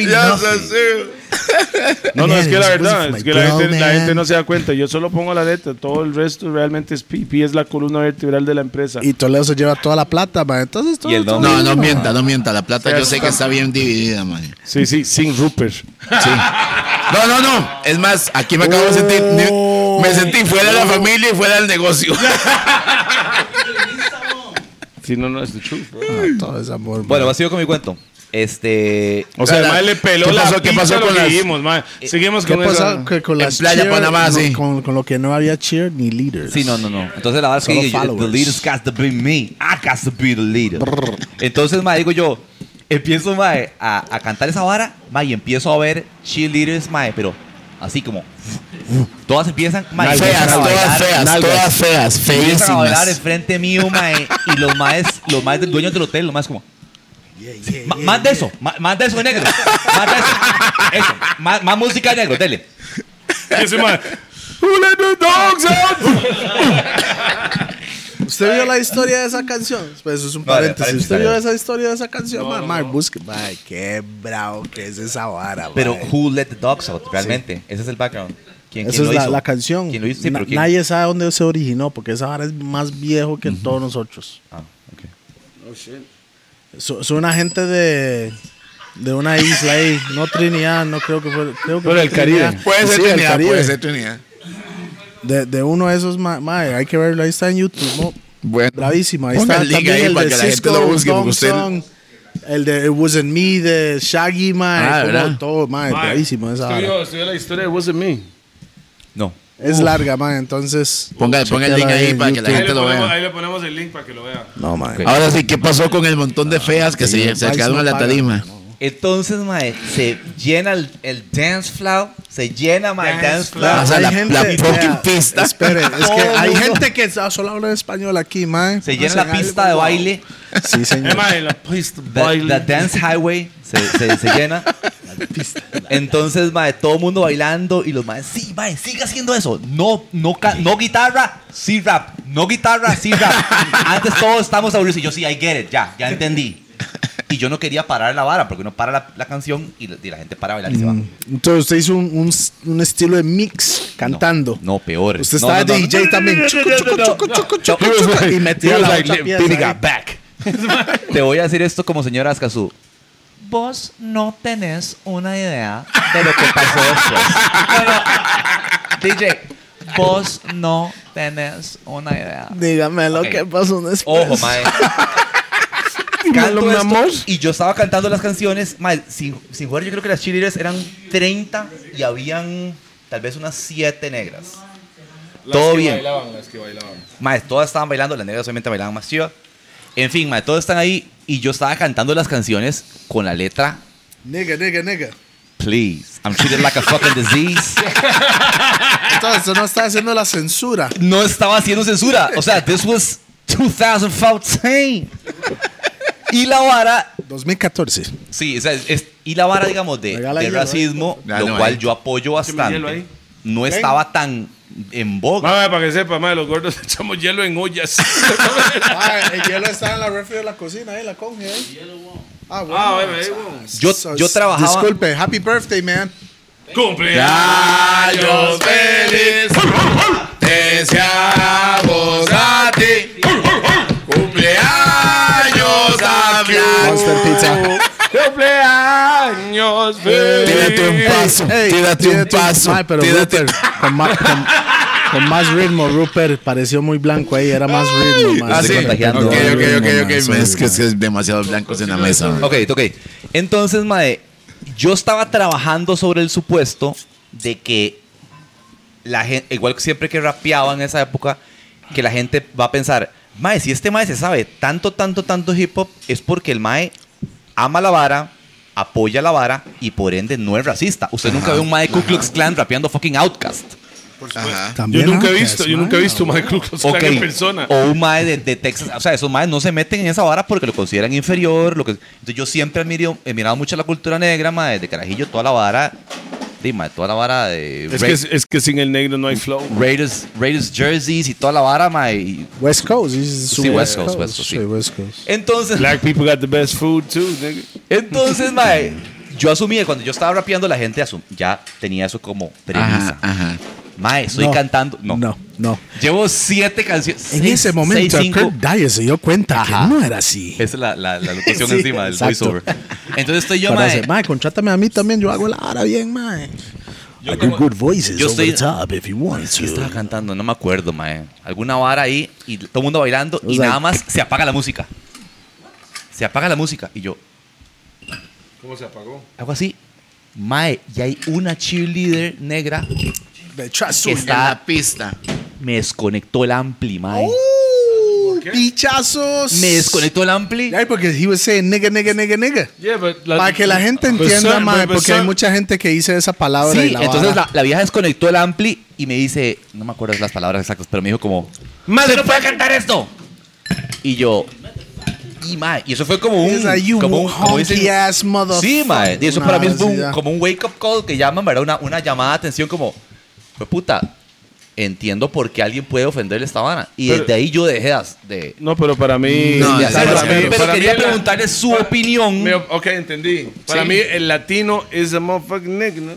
Ya sé, sí.
No, no, es que la
Because of
verdad,
my
es que la gente,
girl,
la
man.
gente no se da cuenta. Yo solo pongo la letra, todo el resto realmente es Pi. Pi es la columna vertebral de la empresa.
Y Toledo se lleva toda la plata, man. Entonces todo
Y el
todo
nombre.
No, no
bien, man.
mienta, no mienta. La plata yo sé que está bien dividida, man.
Sí, sí, sin Rupert.
Sí. No, no, no. Es más, aquí me acabo de sentir. ni- Me sentí fuera de la familia y fuera del negocio.
Si no, no es the truth. bro.
Ah, Todo es amor. man.
Bueno, vacío con mi cuento. Este.
O sea,
Ahora,
además le peló
¿qué
la
pasó- qué
pincha
pasó
lo
con
que
las-
dijimos, mae. Seguimos
¿Qué
con
pasa
eso.
que con
En
las
Playa
cheer,
Panamá,
no,
sí.
con, con lo que no había cheer ni leaders.
Sí, no, no, no. Entonces la verdad es
Solo
que yo- the
followers.
leader's got to be me. I got to be the leader. Entonces, mae, digo yo, empiezo, mae, a, a cantar esa vara, mae, y empiezo a ver cheerleaders, mae, pero así como, todas empiezan, mae,
Feas,
empiezan a
todas
bailar,
feas, todas feas,
empiezan a bailar
feísimas.
enfrente mío, mae, y los maes, los maes del dueño del hotel, los maes como, Ma- más de eso, ma- más de eso de negro. Más de eso. Eso, más, más música de negro, dele.
Ese mae, Who let the dogs out?
¿Usted vio la historia de esa canción? Pues eso es un
Vale,
paréntesis.
paréntesis,
¿Usted
dale.
vio esa historia de esa canción? man, man, busque. Man, qué bravo que es esa vara, man.
Pero Who Let the Dogs Out, realmente. Ese es el background. ¿Quién,
Esa
quién
es
lo
la,
hizo?
la canción.
¿Quién lo hizo? Sí,
Na-
pero ¿quién?
Nadie sabe dónde se originó, porque esa vara es más viejo que todos nosotros.
Ah, ok.
Son una gente de, de una isla ahí, no Trinidad, no creo que fue. Creo que
Pero
fue
el Caribe.
Puede ser
Sí, el
Trinidad,
Caribe.
puede ser Trinidad.
De, de uno de esos, ma- mae, hay que verlo, ahí está en YouTube. mo.
Bueno.
Bravísimo, ahí
Ponga
está
el link
también
ahí
el
para
de
que la gente
Cisco,
lo busque,
Dong
porque usted-
Song, el de It Wasn't Me, de Shaggy, mae,
Ah,
como
¿verdad?
todo, mae, bravísimo esa vara.
Estudió, estudió la historia de Wasn't Me.
No.
Es larga, mae, entonces...
Ponga, ponga el link
Chequeala
ahí
en
para que la
YouTube.
Ahí le,
gente lo
ponemos,
vea.
ahí le ponemos el link para que lo vea.
No, mae.
Ahora sí, ¿qué pasó con el montón de feas que se, se
Vice
quedaron
no
a la
paga.
tarima?
Entonces, mae, se llena el, el dance floor. Se llena, mae, dance,
Dance
floor.
Ah, O sea,
Hay
la,
gente-
la fucking
vea,
pista.
Espere, es que
Todo
hay
mundo.
gente que sa- solo habla en español aquí, mae.
Se llena la
Hacen
pista
algo,
de
wow.
baile.
Sí,
Eh,
señor.
mae, la pista
The, the dance highway se, se, se llena. Entonces, mae, todo el mundo bailando y los maes, sí, mae, sigue haciendo eso. No, no, ca- no guitarra, sí rap. No guitarra, sí rap. Antes todos estamos aburridos y yo, sí, I get it, ya, ya entendí. Y yo no quería parar la vara porque uno para la, la canción y la, y la gente para a bailar y se va.
Mm. Entonces usted hizo un, un, s- un estilo de mix cantando.
No, peor.
Usted
No,
estaba
no, no.
DJ también. Chucu, chucu, chucu, chucu, chucu, chucu, Y metía la otra pieza ¿eh? ahí.
back. Te voy a decir esto como señora Ascazú. Vos no tenés una idea de lo que pasó después. DJ, vos no tenés una idea.
Dígame lo
Ok.
que pasó después.
Ojo, mae. Canto esto y yo estaba cantando las canciones, mae, sin, sin jugar, yo creo que las cheerleaders eran 30 y habían tal vez unas 7 negras. Todo bien. Mae, todas estaban bailando, las negras obviamente bailaban más chiva. En fin, mae, todos están ahí y yo estaba cantando las canciones con la letra
Nigga, nigga, nigga.
Please, I'm treated like a fucking disease.
Entonces usted no está haciendo la censura.
No estaba haciendo censura. O sea, this was 2014. Y la vara,
2014.
sí, o sea, es- y la vara, digamos, de,
Regala
de
hielo,
racismo,
Ya
lo
no
cual
hay.
yo apoyo
hielo
bastante,
ahí.
no estaba tan en boga.
Mae, para que sepa, mae, los gordos echamos hielo en ollas.
el hielo está en la refri de la cocina, ahí la conge. Ahí. Ah, bueno.
ah, bueno, ahí, bueno.
Yo, yo trabajaba.
Disculpe, happy birthday, man.
Cumpleaños
feliz. Te deseamos a ti. Cumpleaños a
Monster Pizza.
Cumpleaños feliz.
Tírate un paso,
Ey,
tírate un paso.
Ay, pero
tírate- Ah,
Rupert, con, ma- con- Con más ritmo, Rupert pareció muy blanco ahí, era más ritmo.
Ah,
Más.
sí.
Estoy
Ok, ok,
contagiando.
ok,
Ay,
ok, no, ok. man, ma, Es que sorry, es demasiado blancos en la mesa. ma.
Ok, ok. Entonces, Mae, yo estaba trabajando sobre el supuesto de que la gente, igual que siempre que rapeaba en esa época, que la gente va a pensar, Mae, si este Mae se sabe tanto, tanto, tanto hip hop, es porque el Mae ama la vara, apoya la vara y por ende no es racista. Usted nunca ve un Mae Ku Klux Klan rapeando fucking Outcast.
Ajá.
También
Yo nunca he
Outkast,
visto, yo
man.
nunca he visto Michael Klux Klan en persona.
O un mae de, de Texas. O sea, esos maes no se meten en esa vara porque lo consideran inferior. Lo que, entonces yo siempre he mirado, he mirado mucho la cultura negra, mae, de carajillo, toda la vara. De, mae, toda la vara de
Es
Ra-
que, es que sin el negro no hay flow.
Raiders, Raiders jerseys y toda la vara, mae. y-
West Coast. es su
Sí, West Coast, West Coast, sí.
West Coast.
entonces,
Black people got the best food too, nigga.
entonces, mae, yo asumí que cuando yo estaba rapeando, la gente asum- ya tenía eso como premisa.
Ajá, ajá.
Mae, estoy
Ah, No,
cantando. No.
No, no.
Llevo siete canciones.
En ese momento, Kurt Dyer se dio cuenta
Ajá.
que no era así.
Esa es la, la, la locución
Sí,
encima del
exacto.
voiceover. Entonces estoy yo,
Para
mae.
hacer, mae, contrátame a mí también, yo hago la hora bien, mae. I do
como-
good voices
yo
over
estoy-
the top if you want
¿Qué estaba
to.
cantando? No me acuerdo, mae. Alguna vara ahí y todo el mundo bailando y
O sea,
nada más se apaga la música. Se apaga la música y yo
¿Cómo se apagó?
hago así. Mae, y hay una cheerleader negra
Detrás
que
suyo.
En
está...
la pista.
Me desconectó el ampli, mae.
Oh. Pichazos.
¡Uh! Me desconectó el ampli.
Ay, porque he was saying nigga, nigga, nigga, nigga.
Yeah, but la-
Para que la gente
But
entienda,
Pues son-
mae,
but- but
porque hay
son-
mucha gente que dice esa palabra y
Sí,
la
entonces
vara.
la, la vieja desconectó el ampli y me dice... No me acuerdo las palabras exactas, pero me dijo como... ¡Madre, no puede cantar esto! Y yo... Y, mae, y eso fue como un...
Es like, you
como un como dicen-
honky ass mother.
Sí, mae. Y eso
Una
para mí es
vara así,
un-
ya.
como un wake-up call que llaman, ¿verdad? Una, una llamada de atención como, pues puta, entiendo por qué alguien puede ofenderle esta vara. Y
Pero-
desde ahí yo dejé das- de...
No, pero para mí.
No,
Ah,
de
ya,
hacerlo.
para mí-
pero
para
quería
mí la-
preguntarle su
para-
opinión.
Me- ok, entendí. Para
Sí.
mí, el latino es a motherfucking nigga, ¿no?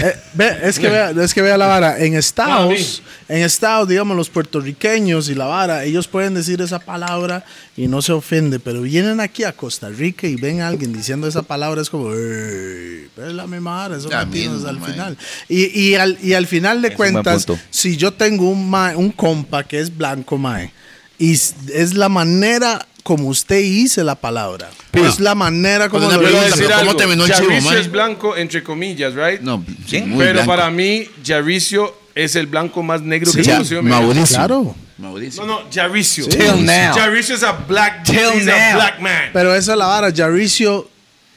Eh, ve, es, que vea, es que vea la vara. En Estados, en Estados, digamos, los puertorriqueños y la vara, ellos pueden decir esa palabra y no se ofende, pero vienen aquí a Costa Rica y ven a alguien diciendo esa palabra, es como, "Ey, pero es la misma vara, esos
La
latinos
misma,
al
mae.
final. Y, y al, y al final de
Es un buen
cuentas,
punto.
si yo tengo un, mae- un compa que es blanco, mae, y s- es la manera como usted dice la palabra, es la manera como
Una
lo
Pero
Yo
dice.
voy a
pregúntame,
decir
¿cómo
algo.
terminó el
Jaricio
chivo, man?
es blanco, entre comillas, ¿right?
No,
¿Sí?
muy
pero
blanco.
para mí, Jaricio es el blanco más negro que
Ya,
yo conocido en mi vida.
Mauricio.
Claro.
Mauricio.
No, no, Jaricio.
Till now.
Jaricio es a black,
Till
he's a
now.
black man.
Pero esa es la vara. Jaricio,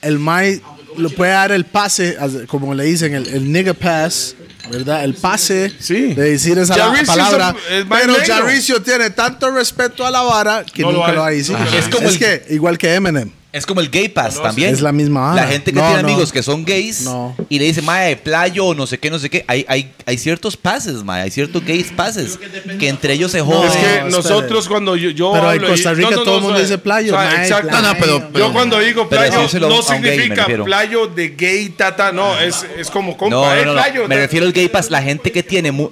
el Mai, le puede dar el pase, as- como le dicen, el, el nigga pass, ¿verdad? El pase
Sí.
de decir esa la-
Jaricio es
palabra.
el- el Mai
pero
negro.
Jaricio tiene tanto respeto a la vara que
No lo
nunca
hay. Ah.
lo va a decir.
Ajá.
Es,
Es como el-
que, igual que Eminem.
Es como el gay pass también.
Es la misma vara.
La gente que
No,
tiene
no.
amigos que son gays
No.
y le dice, mae, playo, o no sé qué, no sé qué. Hay, hay, hay ciertos pases, mae. Hay ciertos gays pases que entre ellos se joden.
es que
No,
nosotros
espere.
cuando yo, yo
Pero en
hablo y-
Costa Rica todo el mundo
suave,
dice playo,
suave,
mae,
exacto.
playo.
No, no, pero- pero-
yo cuando digo
Pero
playo
decírselo a
no
un gay, me
significa
refiero.
playo de gay, tata, no, es, es como compa,
No,
eh,
no, no, no.
playo.
Me
ta-
refiero al gay pass. La gente que tiene mu-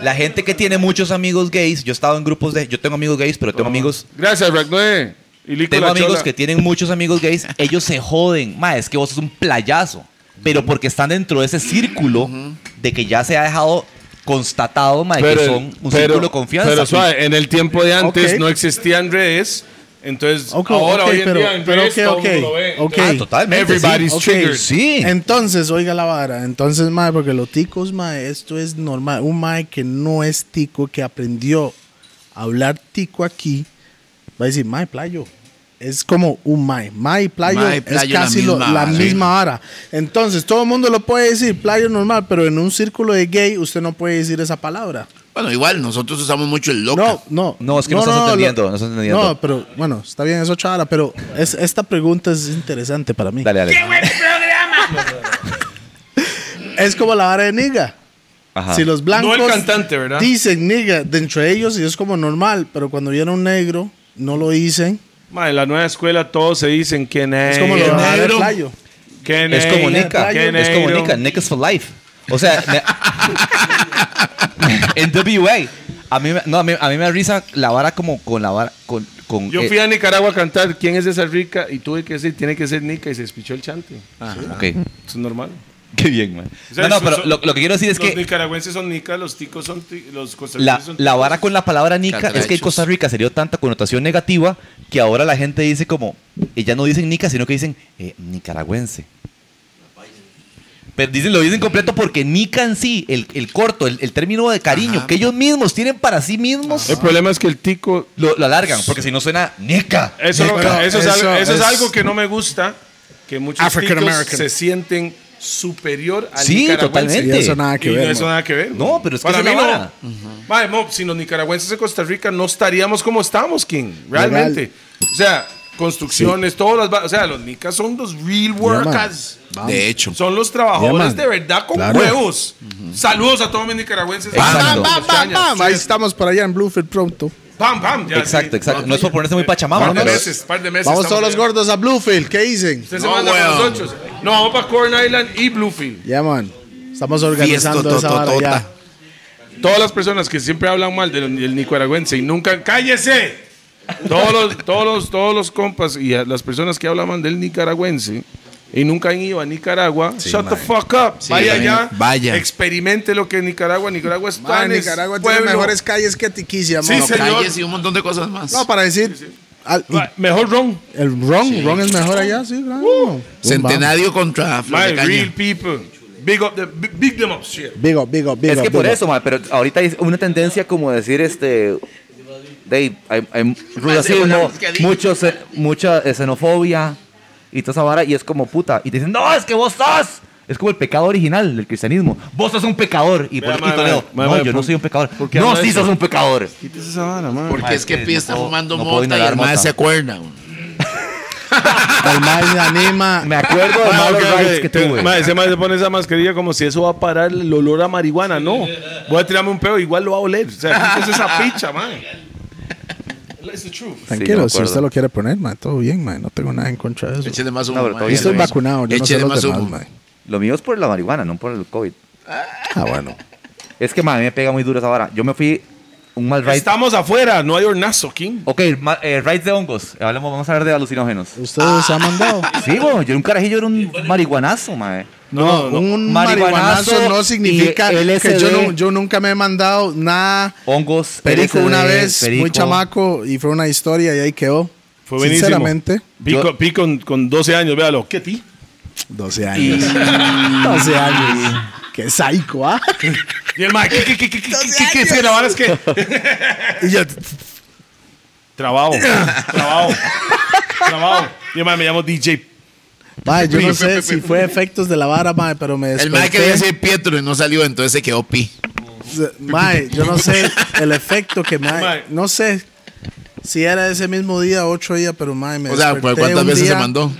la gente que tiene muchos amigos gays. Yo he estado en grupos de. Yo tengo amigos gays, pero tengo amigos.
Gracias, Ragnoe. Y Lico
Tengo
La
amigos
Chola.
que tienen muchos amigos gays. Ellos se joden. Ma, es que vos sos un playazo. Pero porque están dentro de ese círculo de que ya se ha dejado constatado, ma, de que son un círculo de confianza. pues.
Pero suave, en el tiempo de antes
Ok.
no existían redes, entonces
Ok,
ahora
ok,
hoy en
pero-
día en
pero
redes
ok,
todo
ok,
el mundo lo ve.
ok.
Ah, totalmente.
Everybody's
sí.
triggered.
Sí.
Entonces, oiga la vara. Entonces, mae, porque los ticos, mae, esto es normal. Un mae que no es tico, que aprendió a hablar tico aquí, va a decir, mae, playo. Es como un mae. Mae y playo
Mae y
es
playo, la
casi lo- la
misma
misma,
vara.
vara. Entonces, todo el mundo lo puede decir, playo normal, pero en un círculo de gay, usted no puede decir esa palabra.
Bueno, igual, nosotros usamos mucho el loca.
No, no.
No, es que no estás entendiendo,
lo-
no estás entendiendo.
No, pero bueno, está bien, eso chala, pero es- esta pregunta es interesante para mí.
Dale, dale.
Es como la vara de niga.
Ajá.
Si los blancos
No el cantante, ¿verdad?
dicen nigga dentro de ellos y es como normal, pero cuando viene un negro no lo dicen.
Ma, en la nueva escuela todos se dicen quién es.
Es como lo
quién
de
es,
Javier Playo.
quién
Es como
es,
Nika.
quién
Es como
es.
Nika. Nika is for life. O sea, me- en WA. A mí, me- no, a, mí, a mí me da risa la vara como con la vara. Con, con,
Yo
eh,
fui a Nicaragua a cantar quién es esa rica y tuve que decir tiene que ser Nica y se despichó el chante.
ok.
Eso es normal.
Qué bien, man.
O sea,
no, no,
son-
pero
son-
lo, lo que quiero decir es
los
que
nicaragüenses son nicas, los ticos son ti- los
la,
costarricenses son
la
ticos.
vara con la palabra nica es que en
Catrachos.
Costa Rica se dio tanta connotación negativa que ahora la gente dice como, y ya no dicen nica, sino que dicen eh, nicaragüense. Pero dicen, lo dicen completo porque nica en sí, el, el corto, el, el término de cariño que ellos mismos tienen para sí mismos,
El problema es que el tico.
lo, lo alargan, porque si no suena nica.
Eso,
Sí,
no-
pero
eso es,
eso
algo, eso es
es-
algo que no me gusta. Que muchos
African
ticos
American.
se sienten superior al
Sí,
nicaragüense.
totalmente.
Y eso nada que
y
ver.
no eso
man.
nada que ver.
No, pero es que
Para
esa es
mí
la
no. Mae,
vara.
mo, sin los nicaragüenses de Costa Rica no estaríamos como estamos, King. Realmente. O sea, construcciones, todas las... va- O sea, los nicas son los real
man.
workers.
Vamos.
De hecho.
Son los trabajadores
man.
de verdad con
Claro.
huevos. Saludos a todos mis nicaragüenses.
Exacto.
Bam, bam, bam,
Extrañas.
bam. Ah, Ahí estamos para allá en Bluefield pronto.
Bam, bam. ya,
Exacto,
sí.
exacto. No es por ponerse muy pachamama,
Par de
pero-
meses, par de meses.
Vamos
estamos
todos los
allá.
gordos a Bluefield. ¿Qué dicen?
Usted se manda con los ocho. No, vamos para Corn Island y Bluefield.
Ya, man. Estamos organizando
Fiesto, to,
esa
to,
vara
tota.
ya.
Todas las personas que siempre hablan mal del, del nicaragüense y nunca. ¡Cállese! Todos los, todos los, todos los compas y a las personas que hablan mal del nicaragüense y nunca han ido a Nicaragua, shut the fuck up. vaya
man.
allá,
Vaya.
experimente lo que es Nicaragua. Nicaragua es
Man,
tan.
Nicaragua
es
tiene
pueblo.
mejores calles que Tiquicia, man.
Sí,
No,
señor.
calles y un montón de cosas más.
No, para decir. al-
Ma- Mejor ron.
el ron, ron es mejor allá, sí, claro. Boom, bam.
Centenario contra Flor
My
de
real
Caña.
people. Big, up the, big, big them up. shit.
Big up, big up, big
Es
up,
que por
big up.
eso, ma, pero ahorita hay una tendencia como decir este. De, hay, hay racismo, muchos, eh, mucha eh, xenofobia y toda esa vara, y es como puta. Y te dicen, no, es que vos sos. Es como el pecado original del cristianismo. Vos sos un pecador. Y por
Vea,
y
ma,
Toledo,
ma,
no,
ma,
yo no
por-
soy un pecador.
¿por qué
No,
habla
sí
eso?
sos un pecador.
Quítese esa vara, man.
Porque es que
no
Pi está
puedo-
fumando
no puedo
mota y
ignorar
el mae
mota.
se acuerda. güey.
El mal se anima.
Me acuerdo de
Ah,
malos
ok, ok.
rights que
Te-
tuve.
ma, ese mae se pone esa mascarilla como si eso va a parar el olor a marihuana. No. Voy a tirarme un pedo, igual lo va a oler. O sea, es esa picha, man. It's the truth.
yo me
Tranquilo, si
acuerdo.
usted lo quiere poner, man, todo bien, man. No tengo nada en contra de eso.
Échele más
No,
humo.
pero
mae.
todavía
Yo estoy
Échale
vacunado, yo no sé
Échele
los
más
demás,
humo. eh.
man.
Lo mío es por la marihuana, no por el COVID.
Ah, bueno.
Es que, ma, a mí me pega muy duro esa vara. Yo me fui un mal ride.
Estamos afuera, no hay hornazo, King.
Ok, ma- eh, raids de hongos. Hablamos, vamos a hablar de alucinógenos.
¿Usted se ha mandado?
Sí, güey, yo era un carajillo era un marihuanazo, mae.
No, un
Marihuanazo
marihuanazo no significa
y LSD.
que yo, nu- yo nunca me he mandado nada.
Hongos.
Perico
LSD,
una vez, muy
perico.
chamaco, y fue una historia y ahí quedó.
Fue buenísimo.
Sinceramente,
Pico, Pico con, con 12 años, véalo. ¿Qué ti?
12 años. 12 años. Qué psycho, ¿ah?
Y el mae, ¿qué, qué, qué, qué, qué, qué, qué, qué? Es que la vara es que.
Y yo,
Trabajo, trabajo, trabajo. Y el mae, me llamo DJ.
mae, yo no sé si fue efectos de la vara, mae, pero me
El
desperté.
mae quería decir Pietro y no salió, entonces se quedó Pi.
Mae, yo no sé el efecto que
Mae.
mae, no sé si era ese mismo día, ocho días, pero mae, me
O sea, ¿por
desperté
¿cuántas
un
veces se
día,
mandó?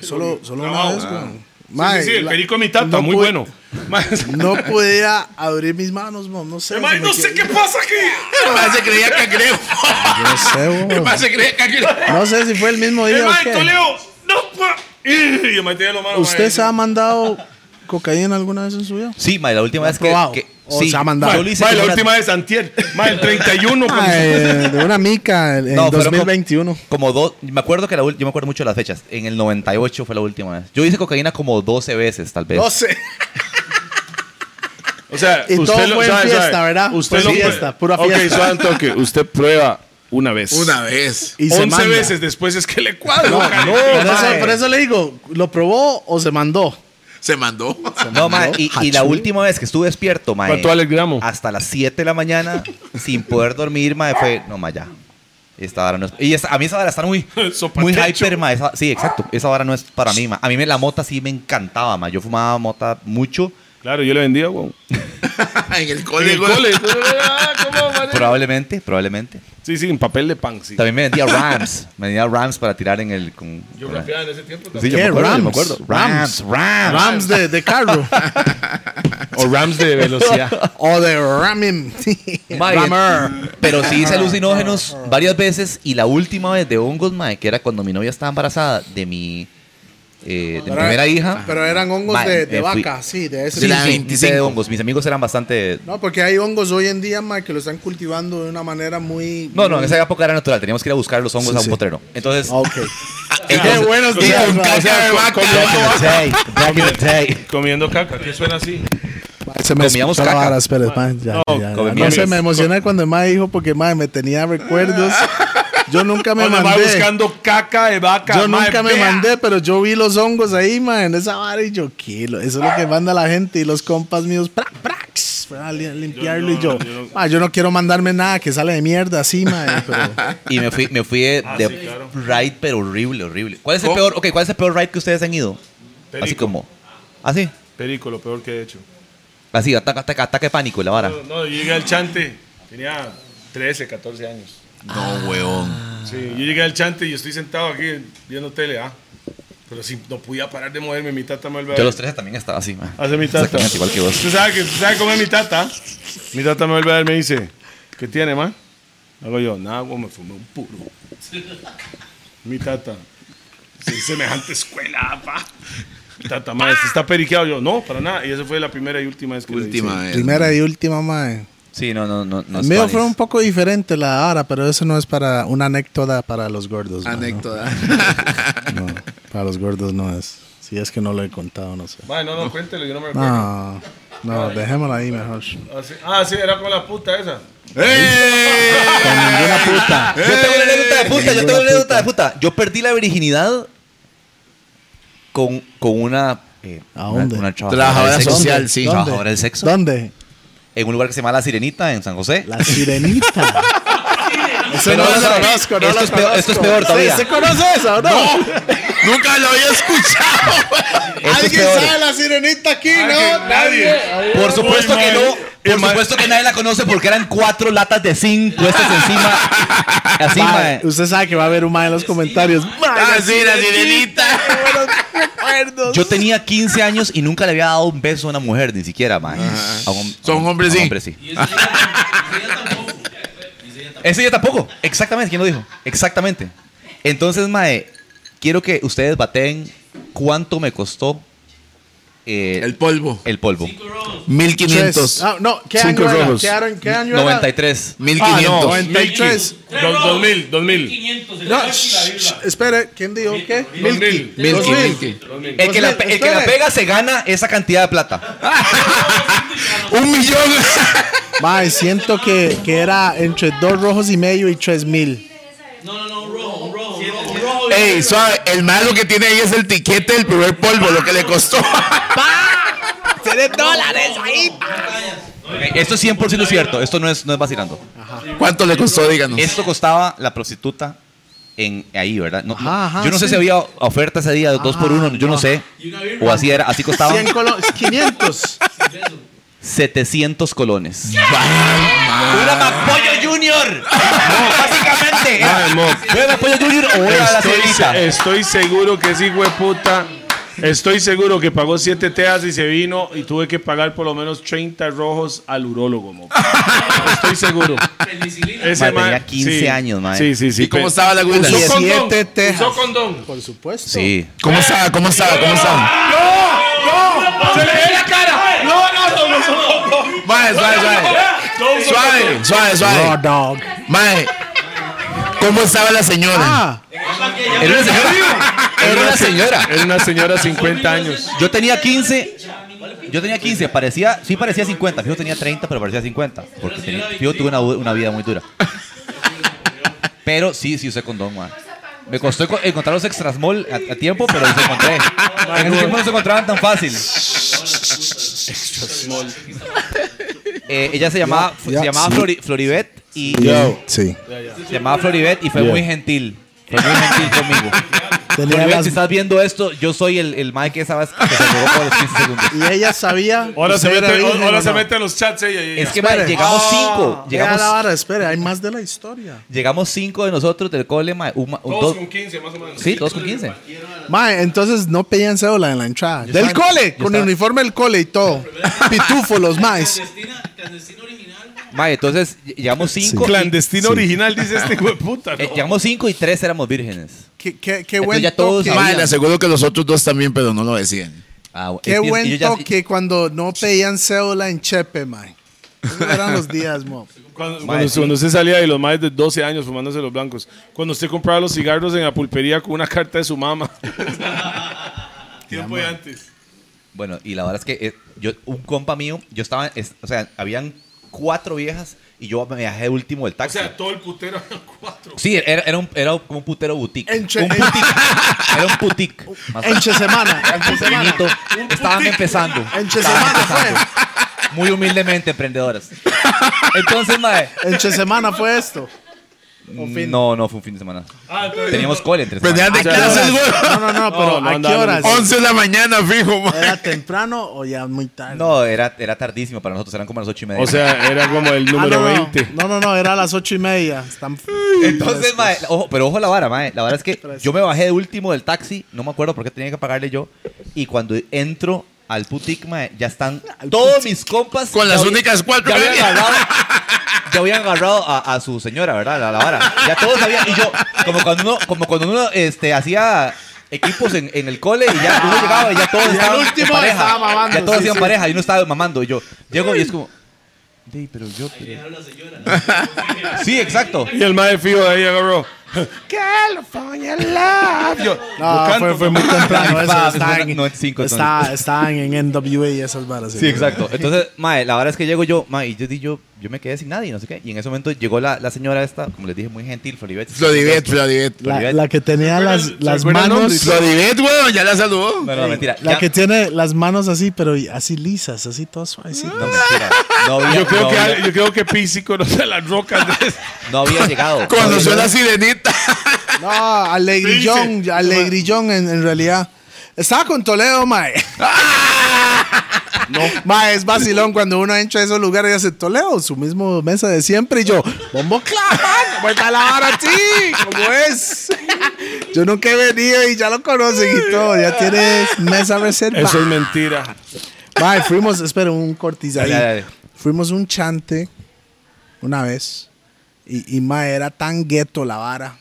Solo, solo
Trabajo.
una vez,
ah.
weón.
Sí,
Mae,
sí, el
la-
perico de mi tata,
no
muy
pude-
bueno. Mae,
No podía abrir mis manos, mo, no sé.
el mae,
se me
no sé qué
quedó-
pasa aquí.
El mae se creía cangrejo.
No sé, weón.
El mae se creía cangrejo.
No sé si fue el mismo
El
día o
mae,
qué.
Toledo, no puedo. Y el mae tiene lo malo,
¿Usted
mae.
se ha mandado cocaína alguna vez en su vida?
Sí, mae, la última vez que...
probado?
que-
¿O
sí,
se ha mandado?
yo lo hice
Mae,
con
la
una-
última vez, Antier. Mae, el 31. con-
Mae, de una mica en
No, fueron como-
2021.
Como dos, me acuerdo que la ul- yo me acuerdo mucho de las fechas. En el 98 fue la última vez. Yo hice cocaína como 12 veces, tal vez.
No sé.
O sea,
Y todo
usted lo
fue en
sabe, sabe.
fiesta, ¿verdad?
Usted
Fue
lo
fiesta, pura
Ok,
fiesta.
suave un toque. Usted prueba una vez.
Una vez.
Y se
11
manda.
veces después es que le cuadra. cariño.
Por eso, por eso le digo, ¿lo probó o se mandó?
Se mandó.
Este, No, mae, y, y la última vez que estuve despierto, mae.
¿Cuánto vale el gramo?
Hasta las 7 de la mañana, sin poder dormir, mae, fue, no, mae, ya. Esta vara no es- Y esa- a mí esa vara está muy,
Sopa
muy
techo.
hyper, mae. Esa- sí, exacto. Esa vara no es para mí, mae. A mí me, la mota sí me encantaba, mae. Yo fumaba mota mucho.
Claro, yo le vendía, weón.
En el
En
cole,
el
güey.
cole. Ah, ¿cómo, madre?
Probablemente, probablemente.
Sí, sí, en papel de pan, sí.
También me vendía Rams. me vendía Rams para tirar en el. Con,
Yo
con-
rapeaba en ese tiempo
Sí,
también.
yo me
¿Qué?
acuerdo, yo me
Rams.
acuerdo. Rams, Rams.
Rams de, de carro.
O Rams de velocidad.
o de ramen.
Mae,
Rammer.
Pero sí hice alucinógenos varias veces y la última vez de hongos, mae, que era cuando mi novia estaba embarazada de mi, eh, de mi
Pero-
primera hija.
Pero eran hongos
Mae,
de, de
me fui-
vaca, sí, de ese.
Sí,
De la
sí,
25.
de hongos. Mis amigos eran bastante...
No, porque hay hongos hoy en día, ma, que lo están cultivando de una manera muy...
No, no, en esa época era natural. Teníamos que ir a buscar los hongos
Sí,
a un
sí.
potrero. Entonces,
Ah, Ok.
Qué buenos días. Con
O sea,
caca de
con-
vaca.
con
mae.
Comiendo caca, ¿qué suena así?
Se me
Comíamos
espera,
caca.
vara, espera, mae, ya,
no,
ya, ya.
comíamos-
No sé, me emocioné cuando el mae dijo porque mae me tenía recuerdos. Yo nunca me
Cuando va
mandé.
buscando caca de vaca.
Yo
mae,
nunca me
vea.
mandé, pero yo vi los hongos ahí, mae, en esa vara y yo, kilo. Eso es lo que manda la gente y los compas míos, pra, prax, para li- limpiarlo y yo, "Mae, yo no quiero mandarme nada que sale de mierda así, mae, pero
Y me fui, me fui de, de ride, pero horrible, horrible. ¿Cuál es el peor, okay, ¿cuál es el peor ride que ustedes han ido? Así
Perico.
como, así,
Perico, lo peor que he hecho.
así, ataque, ataque, ataque de pánico y la vara.
No, no, yo llegué al chante. Tenía 13, 14 años.
No, huevón.
Sí, yo llegué al chante y estoy sentado aquí viendo tele, ah. Pero si no podía parar de moverme, mi tata me volvió a
Yo a
ver.
los 13 también estaba así, man.
Hace mi tata.
Exactamente igual que vos.
¿Tú sabes, que, tú sabes cómo es mi tata? Mi tata me vuelve a ver y me dice, ¿qué tiene, man? Hago yo, nada, güey, me fumé un puro. Mi tata, sin semejante escuela, pa. Mi Tata, man, ¿usted está periqueado? Yo, no, para nada. Y esa fue la primera y última vez que lo hice.
Última vez.
primera y última, mae.
Sí, no, no, no. no
El mío fue un poco diferente la hora, pero eso no es para una anécdota para los gordos. mae, ¿no?
Anécdota.
No, para los gordos no es. Si es que no lo he contado, no sé.
Mae, no, no, cuéntelo, yo no me acuerdo.
No, no, dejémoslo ahí mejor.
Ah, sí, ah, sí, era con la puta esa.
¡Eh!
Ninguna puta. Yo tengo una anécdota Ah, eh, de puta, yo tengo una anécdota de puta. Yo perdí la virginidad con, con una. eh,
¿A
una-
dónde?
Una trabajadora
Trabajadora
del sexo.
social, sí.
¿Dónde?
Trabajadora del sexo.
¿Dónde?
En un lugar que se llama La Sirenita, en San José.
La sirenita. Eso
Pero
no
no,
lo
no,
conozco, no
esto
lo
es peor- esto es peor
conozco.
todavía.
Sí, ¿Se conoce esa o no?
Nunca lo había escuchado.
Esto es peor.
la sirenita aquí,
Por supuesto
Uy,
que
madre.
no. Por supuesto que nadie la conoce porque eran cuatro latas de zinc puestas encima. Así, mae.
Mae, usted sabe que va a haber un mae en los comentarios. Mae,
Ah, sí, la sirenita.
Yo tenía 15 años y nunca le había dado un beso a una mujer, ni siquiera, mae. A un-
Ah. Son
a un-
hombres,
a un
sí.
hombre, sí. Ese yo tampoco. Exactamente, ¿quién lo dijo? Exactamente. Entonces, mae, quiero que ustedes baten cuánto me costó eh,
El polvo.
el polvo.
1500.
Ah, no, ¿qué
Cinco
año era?
rojos.
¿Qué año- ¿Qué año era?
93.
1500.
Ah, no, 93.
2000, 2000.
No, sh- sh- espere, ¿quién dijo qué?
2000.
Milky,
2000.
Milky.
El que, la,
Espere,
el que la
espere.
pega se gana esa cantidad de plata.
Un millón.
Mae, siento que, que era entre dos rojos y medio y tres mil.
Ey, suave. El malo que tiene ahí es el tiquete del primer polvo, lo que le costó.
Esto es 100% cierto. Esto no es, no es vacilando.
¿Cuánto le costó? Díganos.
Esto costaba la prostituta en ahí, ¿verdad? No, no-
Ajá, ajá,
yo no sé
sí.
si había oferta ese día, dos por uno, yo Ah, no, sé. O así era, así costaba
100 colo- 500.
700 colones. ¡Una Macpollo Junior! básicamente.
Mae, mo,
Voy a Macpollo Junior o voy a la
Estoy,
cerita.
se- estoy seguro que sí, güey, puta. Estoy seguro que pagó siete teas y se vino y tuve que pagar por lo menos 30 rojos al urólogo, mo. Estoy seguro. Ese
Mae, tenía
mae-
15 años, mae.
Sí, sí, pues, sí.
¿Y cómo
pe-
estaba la güila?
Usó condón.
17 tejas.
Usó condón.
Por supuesto.
Sí.
¿Cómo estaba? ¿Cómo estaba? ¿Cómo estaba?
¡Se le ve la cara! ¡No, no, no! no, no, no.
Mae, suave, suave.
No usó
Suave, suave,
Raw
suave.
dog.
Mae. ¿Cómo estaba la señora?
Ah,
Era una señora. Era una señora.
Era una señora 50 años.
Yo tenía 15. Yo tenía 15, parecía, sí parecía 50. Fijo tenía 30, pero parecía 50. Porque tenía, fijo tuve una, una vida muy dura. Pero sí, sí usé condón, man. Me costó enco- encontrar los extrasmol a, a tiempo, pero los encontré. En ese tiempo no se encontraban tan fácil. Eh, ella se llamaba,
Ya,
se llamaba
sí.
Flori- Floribet y
sí.
se llamaba Floribet y fue muy gentil. Fue muy gentil conmigo.
Tenía
Floribet,
las-
si estás viendo esto, yo soy el, el Mike que sabes que se robó por los 15 segundos.
y ella sabía.
Ahora se
usted era
mete,
virgen
ahora
o
se
no.
mete en los chats ella. ella.
Es que mae,
Espere.
llegamos
Ah.
cinco.
Vea la
Llegamos,
vara, espere, hay más de la historia.
llegamos cinco de nosotros del cole, mae, un ma- un
Todos
dos-
con 15, más o menos.
Sí, todos con 15.
Mae, entonces no pedían cédula en la entrada. del
estaba-
cole,
yo
con el
estaba-
uniforme del cole y todo. Pitufo, los maes.
Mae, entonces ll- llegamos cinco. y-
Clandestino original, dice este güey, puta.
eh, llegamos cinco y tres éramos vírgenes.
Qué, qué, qué
Entonces
buen
ya todos
toque.
sabían.
Mae, le aseguro que los otros dos también, pero no lo decían.
Ah, bu-
Qué
y- y- y
buen
yo ya-
toque cuando no pedían cédula en Chepe, mae. Esos eran los días, mo.
Cuando, cuando- cuando usted salía y los más de 12 años fumándose los blancos. Cuando usted compraba los cigarros en la pulpería con una carta de su mamá. Tiempo de antes.
Bueno, y la verdad es que eh, yo, un compa mío, yo estaba, es- o sea, habían cuatro viejas y yo me bajé último del
O
taxi.
sea, todo el putero eran cuatro.
sí, era, era, un, era como un putero boutique.
Enche-
un boutique. era un boutique. Más o menos.
Enche semana. Enche semana.
Pequeñito. Estaban empezando.
Enche
Estaban
semana
empezando. Muy humildemente, emprendedoras. Entonces, mae.
Entre semana fue esto. O fin.
No, no, fue un fin de semana.
Ah,
Teníamos cole entre
Pues,
semana.
Prendían de clases, güey.
No, no, no, pero
No, no
¿a qué
andaban
horas?
11 de la mañana, fijo, man.
¿Era temprano o ya muy tarde?
No, era, era tardísimo para nosotros, eran como las ocho y media.
O sea, era como el
Ah,
número
no, no.
20.
No, no, no, era a las ocho y media. Están-
Entonces, mae, ojo, pero ojo la vara, mae. La verdad es que yo me bajé de último del taxi, no me acuerdo por qué tenía que pagarle yo. Y cuando entro al putic, mae, ya están todos mis compas.
Con
ya
las
había-
únicas cuatro
Ya
que
habían
había.
agarrado, ya habían agarrado a, a su señora, ¿verdad? La, la vara. Ya todos sabían. Y yo, como cuando uno, como cuando uno este, hacía equipos en, en el cole y ya uno llegaba y ya todos estaban en
Ah, último
pareja.
estaba mamando,
ya todos
sí,
hacían
sí.
pareja y uno estaba mamando. Y yo llego y es como. "Dey, pero yo. pero-" Sí, exacto.
Y el más de fijo de ahí agarró. California Love. Yo,
No,
yo canto,
fue, fue muy temprano. eso,
Ah,
estaban,
fue 95, entonces.
está- estaban en NWA y esas varas.
Sí, exacto. Entonces, mae, la verdad es que llego yo, mae, y yo, di- yo, yo me quedé sin nadie, no sé qué. Y en ese momento llegó la, la señora esta, como les dije, muy gentil, Floribet.
Flodivet, Flodivet.
La,
Floribet.
la que tenía las, las
acuerdan
manos.
Flodivet, güey, ya la saludó.
No, no, mentira.
La
Ya-
que tiene las manos así, pero así lisas, así todas suavecitas.
No, mentira. No había,
yo, creo
no
que,
había-
al- yo creo que Pisi conoce a las rocas. de-
no había llegado.
Cuando suena sirenita.
No, alegrillón, alegrillón en, en realidad. Estaba con Toledo, mae. No. Mae, es vacilón cuando uno entra a esos lugares y hace Toledo, su mismo mesa de siempre. Y yo, bombo clavan, vuelta a la hora a ti, ¿cómo es? Yo nunca he venido y ya lo conocen y todo. Ya tienes mesa reservada.
Eso es mentira.
Mae, fuimos, espera, un cortiz ahí.
Dale, dale.
Fuimos un chante una vez. Y, y mae, era tan gueto la vara.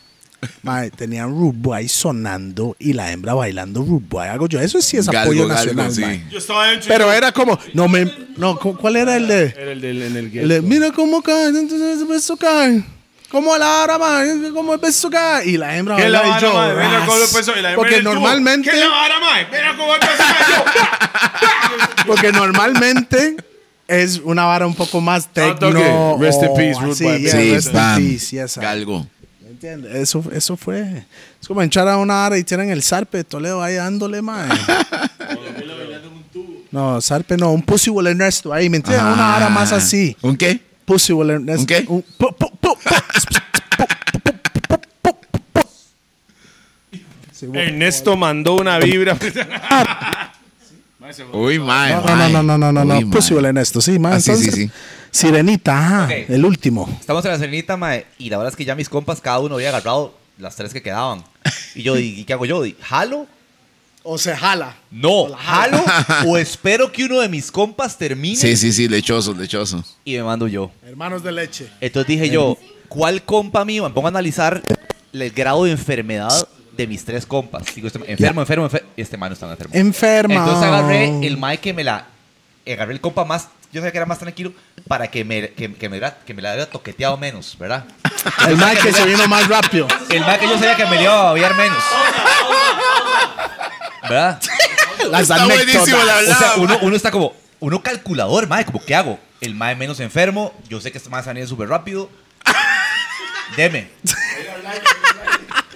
Mae, tenían Rude Boy sonando y la hembra bailando Rude Boy. Hago yo, eso sí es
Galgo,
apoyo
galgo,
nacional,
sí.
mae.
Yo estaba dentro.
Pero era como, no me, no, cu- ¿cuál era el de?
Era el del en el
El de,
ghetto.
mira cómo cae, entonces el beso cae. ¿Cómo la vara, mae? ¿Cómo el beso cae? Y la hembra
¿Qué la
bailaba y yo.
vara, mae? Venga, ¿cómo lo
ras.
peso? Y la hembra en
Porque
el tubo.
normalmente.
¿Qué la vara, mae? Mira cómo te
Porque normalmente es una vara un poco más tecno.
toque. Ah, Rest in
o
peace, Ruth
así,
Boy.
yeah,
Sí,
rest in
bam.
peace, yes,
Galgo.
¿me entiendes? Eso, eso fue. Es como entrar a una vara y tienen el zarpe de Toledo ahí dándole, mae. No, zarpe no, un pussy will Ernesto ahí, ¿me entiendes? Una vara más así.
¿Un qué?
Pussy will
Ah.
Ernesto.
¿Un qué?
Un pu- pu- pu- pu-
Ernesto mandó una vibra.
Uy, mae.
No, no, no, no, no, no, pues no.
Uy, mae.
Pussy will Ernesto, sí, mae.
Ah, sí, sí,
Entonces,
sí.
Sirenita, ajá,
Ok.
el último.
Estamos en la serenita, mae, y la verdad es que ya mis compas, cada uno había agarrado las tres que quedaban. Y yo, ¿y qué hago yo? Di, ¿Jalo?
O se jala.
No, ¿jalo? ¿O espero que uno de mis compas termine?
Sí, sí, sí, lechoso, lechoso.
Y me mando yo.
Hermanos de leche.
Entonces dije yo, ¿cuál compa mío? Me pongo a analizar el grado de enfermedad de mis tres compas. Digo, este- enfermo, enfermo, enfermo. Y este mano está enfermo.
Enferma.
Entonces agarré el mae que me la. Agarré el compa más. Yo sabía que era más tranquilo para que me, que, que me, la- que me la hubiera toqueteado menos, ¿verdad?
El mae que se vino más rápido.
El mae que yo sabía que me le iba a babiar menos. ¿Verdad?
Las
Está buenísimo la
O sea,
hablada.
uno, uno está como. Uno calculador, mae. Como, ¿qué hago? El mae menos enfermo. Yo sé que este mae se va a venir súper rápido. Deme.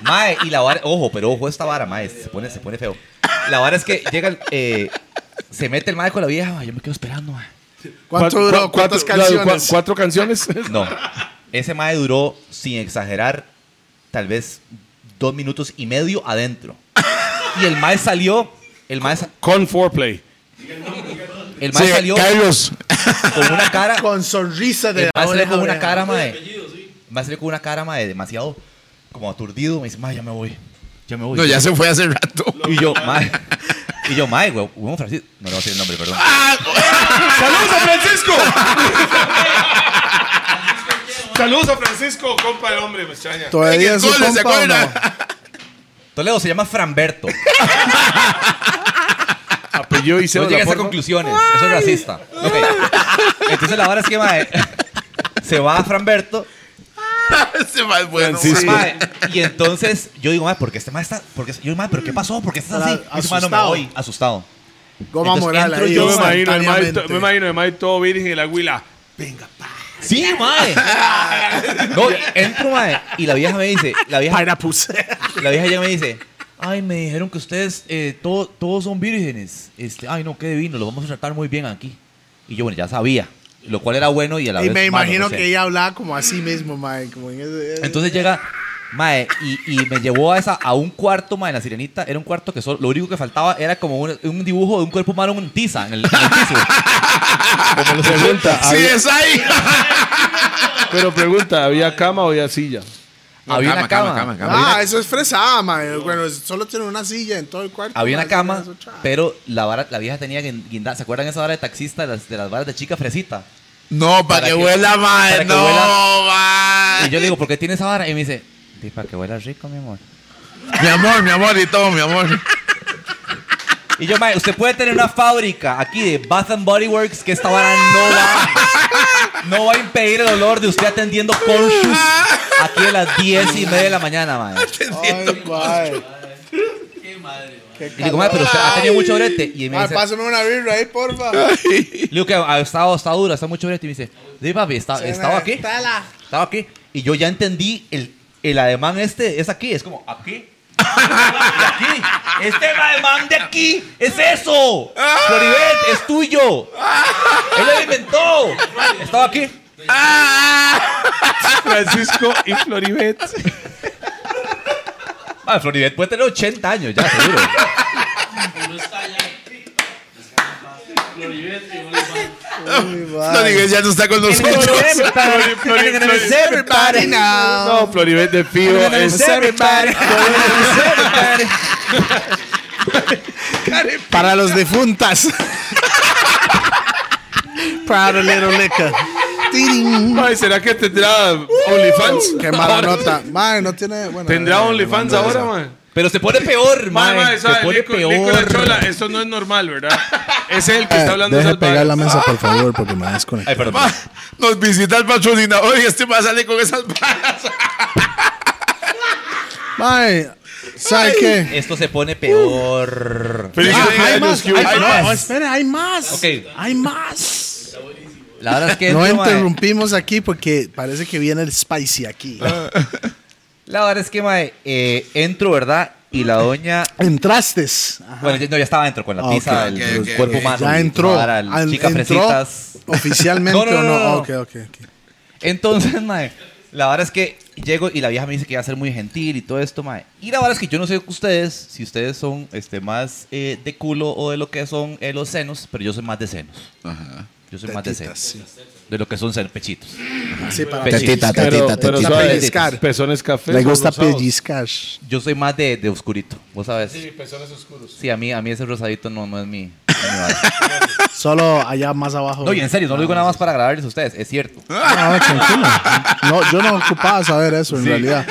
Mae, y la vara, ojo, pero ojo esta vara, mae, se pone, se pone feo. La vara es que llega, el, eh, se mete el mae con la vieja, mae, yo me quedo esperando, mae.
¿Cuánto duró? ¿Cuántas canciones?
Cuatro canciones.
No, ese mae duró, sin exagerar, tal vez dos minutos y medio adentro. Y el mae salió, el mae, sa-
Con foreplay.
el mae
Sí,
salió
Carlos.
con una cara,
Con sonrisa
el
de
mae salió
oreja
con
a
una
oreja.
cara, mae, el mae salió con una cara, mae, demasiado como aturdido, me dice, mae, ya me voy, ya me voy.
No, ya se fue hace rato.
Y yo, mae. Y yo, mae, güey, hubo un Francisco. No, no voy a decir el nombre, perdón.
¡Saludos a Francisco! Saludos a Francisco, compa el hombre, me extraña.
Todavía
En
es
el
un
cole, ¿se
compa o no?
acuerda?
Toledo se llama Franberto.
Apellido y
No
se
llegues a conclusiones. Eso es racista. Ok. Entonces la hora es que, mae, se va a Franberto
Ese más bueno.
Francisco.
Mae, y entonces yo digo, mae, ¿por qué este mae está? Por qué- yo, mae, ¿pero qué pasó? ¿Por qué estás así? Y su mae, no me
Asustado.
voy, asustado.
Goma
Entonces,
moral
entro
ahí.
Yo me imagino, el mae,
instantáneamente.
me imagino, el mae todo virgen y el águila.
Sí, mae. No, entro, mae, y la vieja me dice, la vieja,
Pairapus.
la vieja ya me dice, ay, me dijeron que ustedes eh, todo- todos son vírgenes. Este, ay, no, qué divino, los vamos a tratar muy bien aquí. Y yo, bueno, ya sabía, lo cual era bueno y a la
Y
vez
me
malo,
imagino
no sé.
que ella hablaba como así mismo, mae. Como en ese-
Entonces llega, mae, y, y me llevó a, esa, a un cuarto, mae, la sirenita. Era un cuarto que solo, lo único que faltaba era como un, un dibujo de un cuerpo humano en tiza, en el, en el piso.
Pregunta,
Sí,
había-
es ahí.
pero pregunta, ¿había cama o había silla?
Había una cama.
Ah, eso es fresada, mae. Bueno, es- solo tiene una silla en todo el cuarto.
Había
mae,
una
es
cama,
una socha.
pero la, vara, la vieja tenía guindada. ¿Se acuerdan esa vara de taxista de las, de las varas de chica fresita?
No, para,
Para
que,
que-
huela mal.
para que
No,
Y
mae.
yo le digo, ¿por qué tiene esa vara? Y me dice, "Di, para que huela rico, mi amor.
Mi amor, mi amor y todo, mi amor.
Y yo, mae, usted puede tener una fábrica aquí de Bath and Body Works que esta vara no va, no va a impedir el olor de usted atendiendo conscious aquí a las 10 y media de la mañana, mae.
Ay, mae.
Y le digo, mae, pero usted ha tenido mucho brete. Y me
Mae,
dice,
pásame una birra ahí, porfa.
le digo que ha estado, está dura, está mucho brete. Y me dice, di papi, está- estaba aquí.
Tala.
Estaba aquí. Y yo ya entendí el, el ademán este, es aquí, es como aquí. Y aquí. Este ademán de aquí es eso. Floribet, es tuyo. Él lo inventó. Estaba aquí.
Francisco y Floribet.
Ah, Floribet puede tener 80 años ya, seguro.
No digas, ya no está con nosotros.
No, Floribet de Pío es
Para los defuntas. Proud little liquor. Tiring.
Ay, ¿será que tendrá OnlyFans?
Qué mala nota. Mae, no tiene. Bueno,
¿Tendrá
eh,
OnlyFans
no, no,
ahora,
no.
man?
Pero se pone peor,
Mae, mae,
mae. Se
sabe,
pone
Lico- Lico la
peor.
Chola, eso no es normal, ¿verdad? Ese es el que
Eh,
está hablando
deje
esas
pegar
varas.
la mesa, por favor, porque me desconecté.
Ay, perdón.
Ma, Nos visita el patrocinador y este va a salir con esas balas.
Mae, ¿sabe qué?
Esto se pone peor.
Pero
Ah,
yo digo,
hay
los
más,
que-
hay
Ay,
más.
no,
No, espere, hay más.
Ok.
Hay más.
La verdad es que
No
entro, mae.
interrumpimos aquí porque parece que viene el spicy aquí.
La verdad es que, mae, eh, entro, ¿verdad? Y la doña.
Entraste.
Bueno, ya- no, ya estaba dentro con la
Ah,
pizza,
ok,
el,
ok,
el
ok,
cuerpo
ok.
humano.
Ya entró.
Para el
Al-
chica
entró
fresitas.
oficialmente
No, no, no,
o no.
no, no.
Ok, ok, ok.
Entonces, mae, la verdad es que llego y la vieja me dice que va a ser muy gentil y todo esto, mae. Y la verdad es que yo no sé ustedes, si ustedes son este, más eh, de culo o de lo que son eh, los senos, pero yo soy más de senos. Yo soy más de
Tetitas,
senos.
sí.
De lo que son senos, pechitos.
Sí, para
Pechitos.
Tetita, tetita,
pero
gusta
suave,
tetita.
pellizcar.
Pezones cafés.
Le gusta
rosados.
pellizcar.
Yo soy más de, de oscurito, vos sabes. Sí, pues
Pezones oscuros.
a mí, a mí ese rosadito no, no es mi... no es mi vibe.
Solo allá más abajo.
No, y en serio, no lo digo nada más para grabarles a ustedes, es cierto.
Ah, tranquilo. No, yo no ocupaba saber eso en realidad.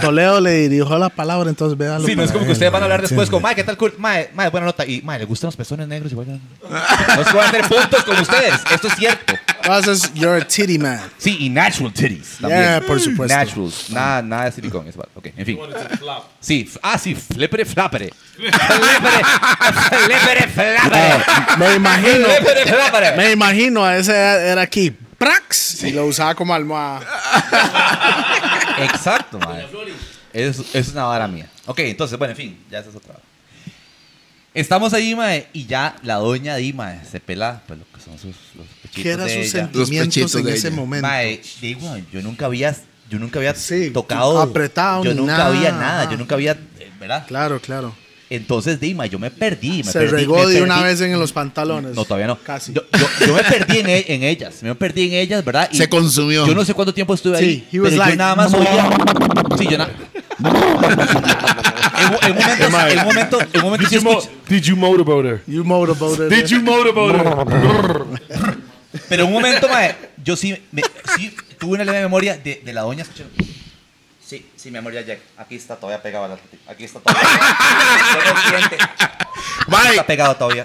Toledo le dirigió la palabra, entonces véalo.
Sí, no es
para
como que
él,
ustedes van a hablar
¿entiende?
después con, Mae, ¿qué tal Kurt? Mae, mae, buena nota. Y, Mae, ¿le gustan los pezones negros? Igual no. No se van a hacer puntos con ustedes. Esto es cierto.
Entonces, you're a titty man.
Sí, y natural titties. También.
Yeah, por supuesto.
Naturals. Nada, nada de silicón. Es ok, en fin. Sí, f- ah, sí, flipere, flapere. Flipere, flipere, flapere.
Me imagino,
Flipere, flapere.
me imagino a ese era aquí. Prax. Y lo usaba como almohada.
Exacto, Mae. Es, es una vara mía. Ok, entonces, bueno, en fin, ya esa es otra. vara. Estamos ahí, Mae, y ya la doña di, Mae, se pela, pues lo que son sus los pechitos.
¿Qué eran
de
sus
ella.
sentimientos
pechitos
en
de
ese
ella.
momento?
Mae, digo, yo nunca había, yo nunca había
Sí,
tocado,
apretado
yo
ni
nunca
nada,
había nada,
ajá.
yo nunca había, eh, ¿verdad?
Claro, claro.
Entonces, Dima, yo me perdí, me
Se
perdí,
regó
me
de una
perdí.
vez en los pantalones.
No, todavía no.
Casi.
Yo, yo- yo me perdí en, e- en ellas, me perdí en ellas, ¿verdad?
Se consumió.
Yo no sé cuánto tiempo estuve
Sí,
ahí,
he
pero
was
yo
like-
nada más oía. Sí, yo nada. en, un- en un momento, en un momento, en un momento sí
Did you, mo
escuché-
did you motorboat her?
You motorboated.
Did you motorboat her?
pero en un momento, mae, yo sí, me- sí tuve una leve memoria de, de la doña escuchando. Sí, sí, mi amor, ya llega. Aquí está todavía pegado a la Aquí está todavía. Todavía el cliente.
Mae,
Está pegado todavía.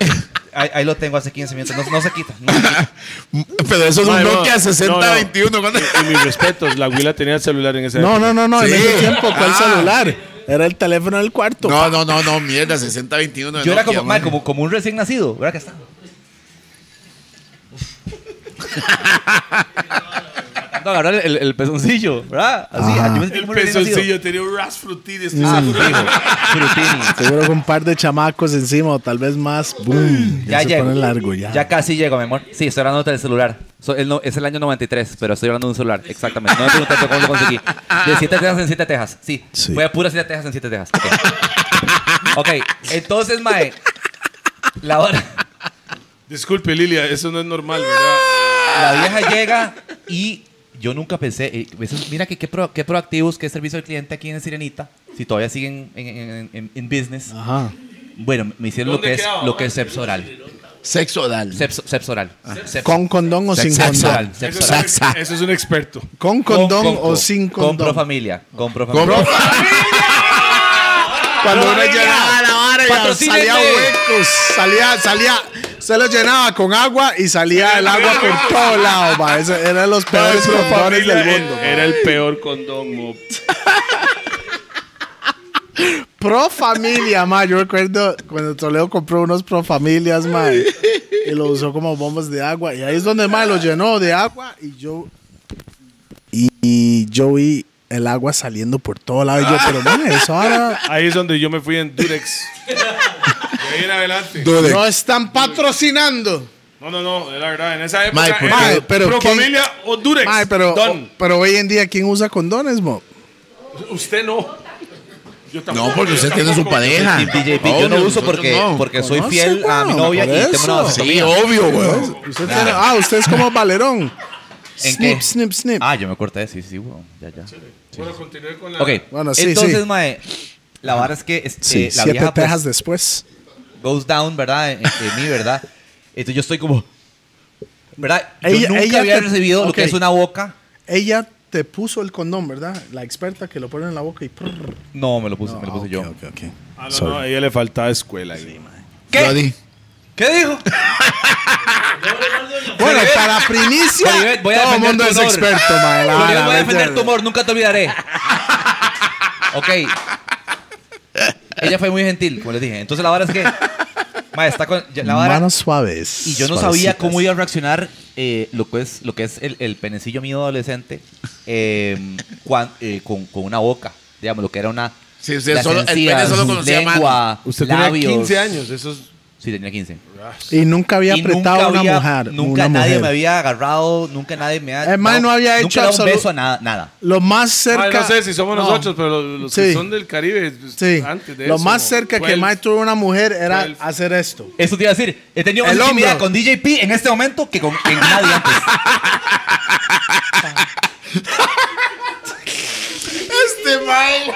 Ahí, ahí lo tengo hace 15 minutos. No, no se quita. no se quita.
Pero eso es un
Mae, no,
Nokia
no, Eh,
6021.
no,
cuando-
Y, y mis respetos, la abuela tenía el celular en ese
No, no, no, no. En
Sí.
ese tiempo, ¿cuál
Ah.
celular? Era el teléfono del cuarto.
No, no, no, no, mierda, 6021. de
Yo era
Nokia,
como, mae,
mae.
como, como un recién nacido. ¿Verdad que está? Tratando de agarrar el, el pezoncillo, ¿verdad? Así, yo me sentí
El
como un recién nacido.
pezoncillo tenía un ras frutí
este
Ah, fijo. Frutini.
Seguro con un par de chamacos encima o tal vez más. Boom. Ya,
Ya
se
llego.
pone largo ya.
Ya casi llego, mi amor. Sí, estoy hablando del celular. So- el no- es el año 93, pero estoy hablando de un celular. Exactamente. No me preguntes cómo lo conseguí. De 7 Texas en 7 Texas. Sí.
Sí.
Fue a pura 7 Texas en 7 Texas. Ok. Ok, Entonces, Mae. La hora.
Disculpe, Lilia, eso no es normal, ¿verdad?
La vieja llega y yo nunca pensé. eh, eso es- mira que qué, pro- qué proactivos, qué servicio al cliente aquí en Sirenita. Si todavía siguen en, en- en- en business.
Ajá.
Bueno, me hicieron lo que, es, lo que es sexo oral.
Sexo oral.
Sepso, sexo oral. Sepso-
Ah. Con condón o sin
sexo
condón.
oral.
Eso
Sexo
es
oral.
un ex- Eso es un experto.
Con condón
Con-
o
con-
sin
Compro
condón.
familia. Compro
Con-
familia.
Cuando uno
familia.
llenaba la vara y
Patrocínenme.
salía huecos, salía, salía, se lo llenaba con agua y salía el agua por todos lados, ma. Ese eran los peores condones del
Era-
mundo. ma.
Era el peor condón. mo.
Pro familia, ma. Yo recuerdo cuando Toledo compró unos pro familias, ma. Y lo usó como bombas de agua. Y ahí es donde, ma, lo llenó de agua. Y yo. Y, y yo vi el agua saliendo por todos lados. Y yo, pero, ma, eso ahora.
Ahí es donde yo me fui en Durex. De ahí en adelante.
No están patrocinando.
No, no, no, es la verdad. En esa época.
Mae, ¿por
era
qué? Pero
pro
¿quién-
familia o Durex.
Ma, pero,
Don.
pero hoy en día, ¿quién usa condones, mo?
Usted no. Yo tampoco,
No, porque
yo
usted tiene su
tampoco.
pareja.
Y BJP, yo no
Obvio,
uso
nosotros
porque,
no.
porque soy
Conoce,
fiel a mi
weón,
novia
por
y tengo una
eso.
Sí,
vasectomía.
obvio, güey.
Usted tiene- ah, usted es como Valerón.
¿En
snip,
qué?
snip, snip.
Ah, yo me corté, sí, sí, weón. Ya, ya.
Bueno, continúe con la.
Ok,
Bueno, sí,
entonces,
sí.
mae, la vara es que este,
sí,
la
siete
vieja pues,
tejas después.
goes down, ¿verdad? En, en mí, ¿verdad? Entonces yo estoy como, ¿verdad? Yo
Ella-
nunca
ella
había
te-
recibido lo que
ok.
es una boca.
Ella te puso el condón, ¿verdad? La experta que lo pone en la boca y... prrr.
No, me lo puse, me lo puse yo.
Ah, no, no, a ella le faltaba escuela. ahí.
¿Qué?
¿Qué dijo?
Bueno, para primicia,
Olivet, voy a
todo el
defender
mundo
tu
es
honor.
experto, mae. la
Julio, voy
vara,
a
¿verdad?
defender tu humor, nunca te olvidaré. ok. Ella fue muy gentil, como les dije. Entonces la vara es que. Ma, está con. ya- La vara,
Manos suaves.
y yo no sabía
suavecitas.
cómo iba a reaccionar eh, lo que es, lo que es el, el penecillo mío adolescente eh, cuan- eh, con, con una boca. Digamos, lo que era una.
Sí, usted
las
solo- el pene
encías,
solo conocía
lengua,
Usted tenía
labios.
15 años. Eso es.
Sí, tenía 15.
Y nunca había
Y
apretado a una mujer.
Nunca
una
nadie
mujer.
me había agarrado, nunca nadie me había.
El man no había hecho
nunca dado un
absolu-
beso a nada. nada.
Lo más
Ah,
cerca...
no sé si somos
No.
nosotros, pero los, los que
Sí.
son del Caribe. pues,
Sí.
Antes de
Lo
eso,
más
¿no?
cerca
Fue
que
el-
Mae tuvo una mujer era
Twelve.
hacer esto.
Eso te iba a decir. He tenido más
El
intimidad
hombro.
con DJP en este momento que con que nadie antes.
Este mal.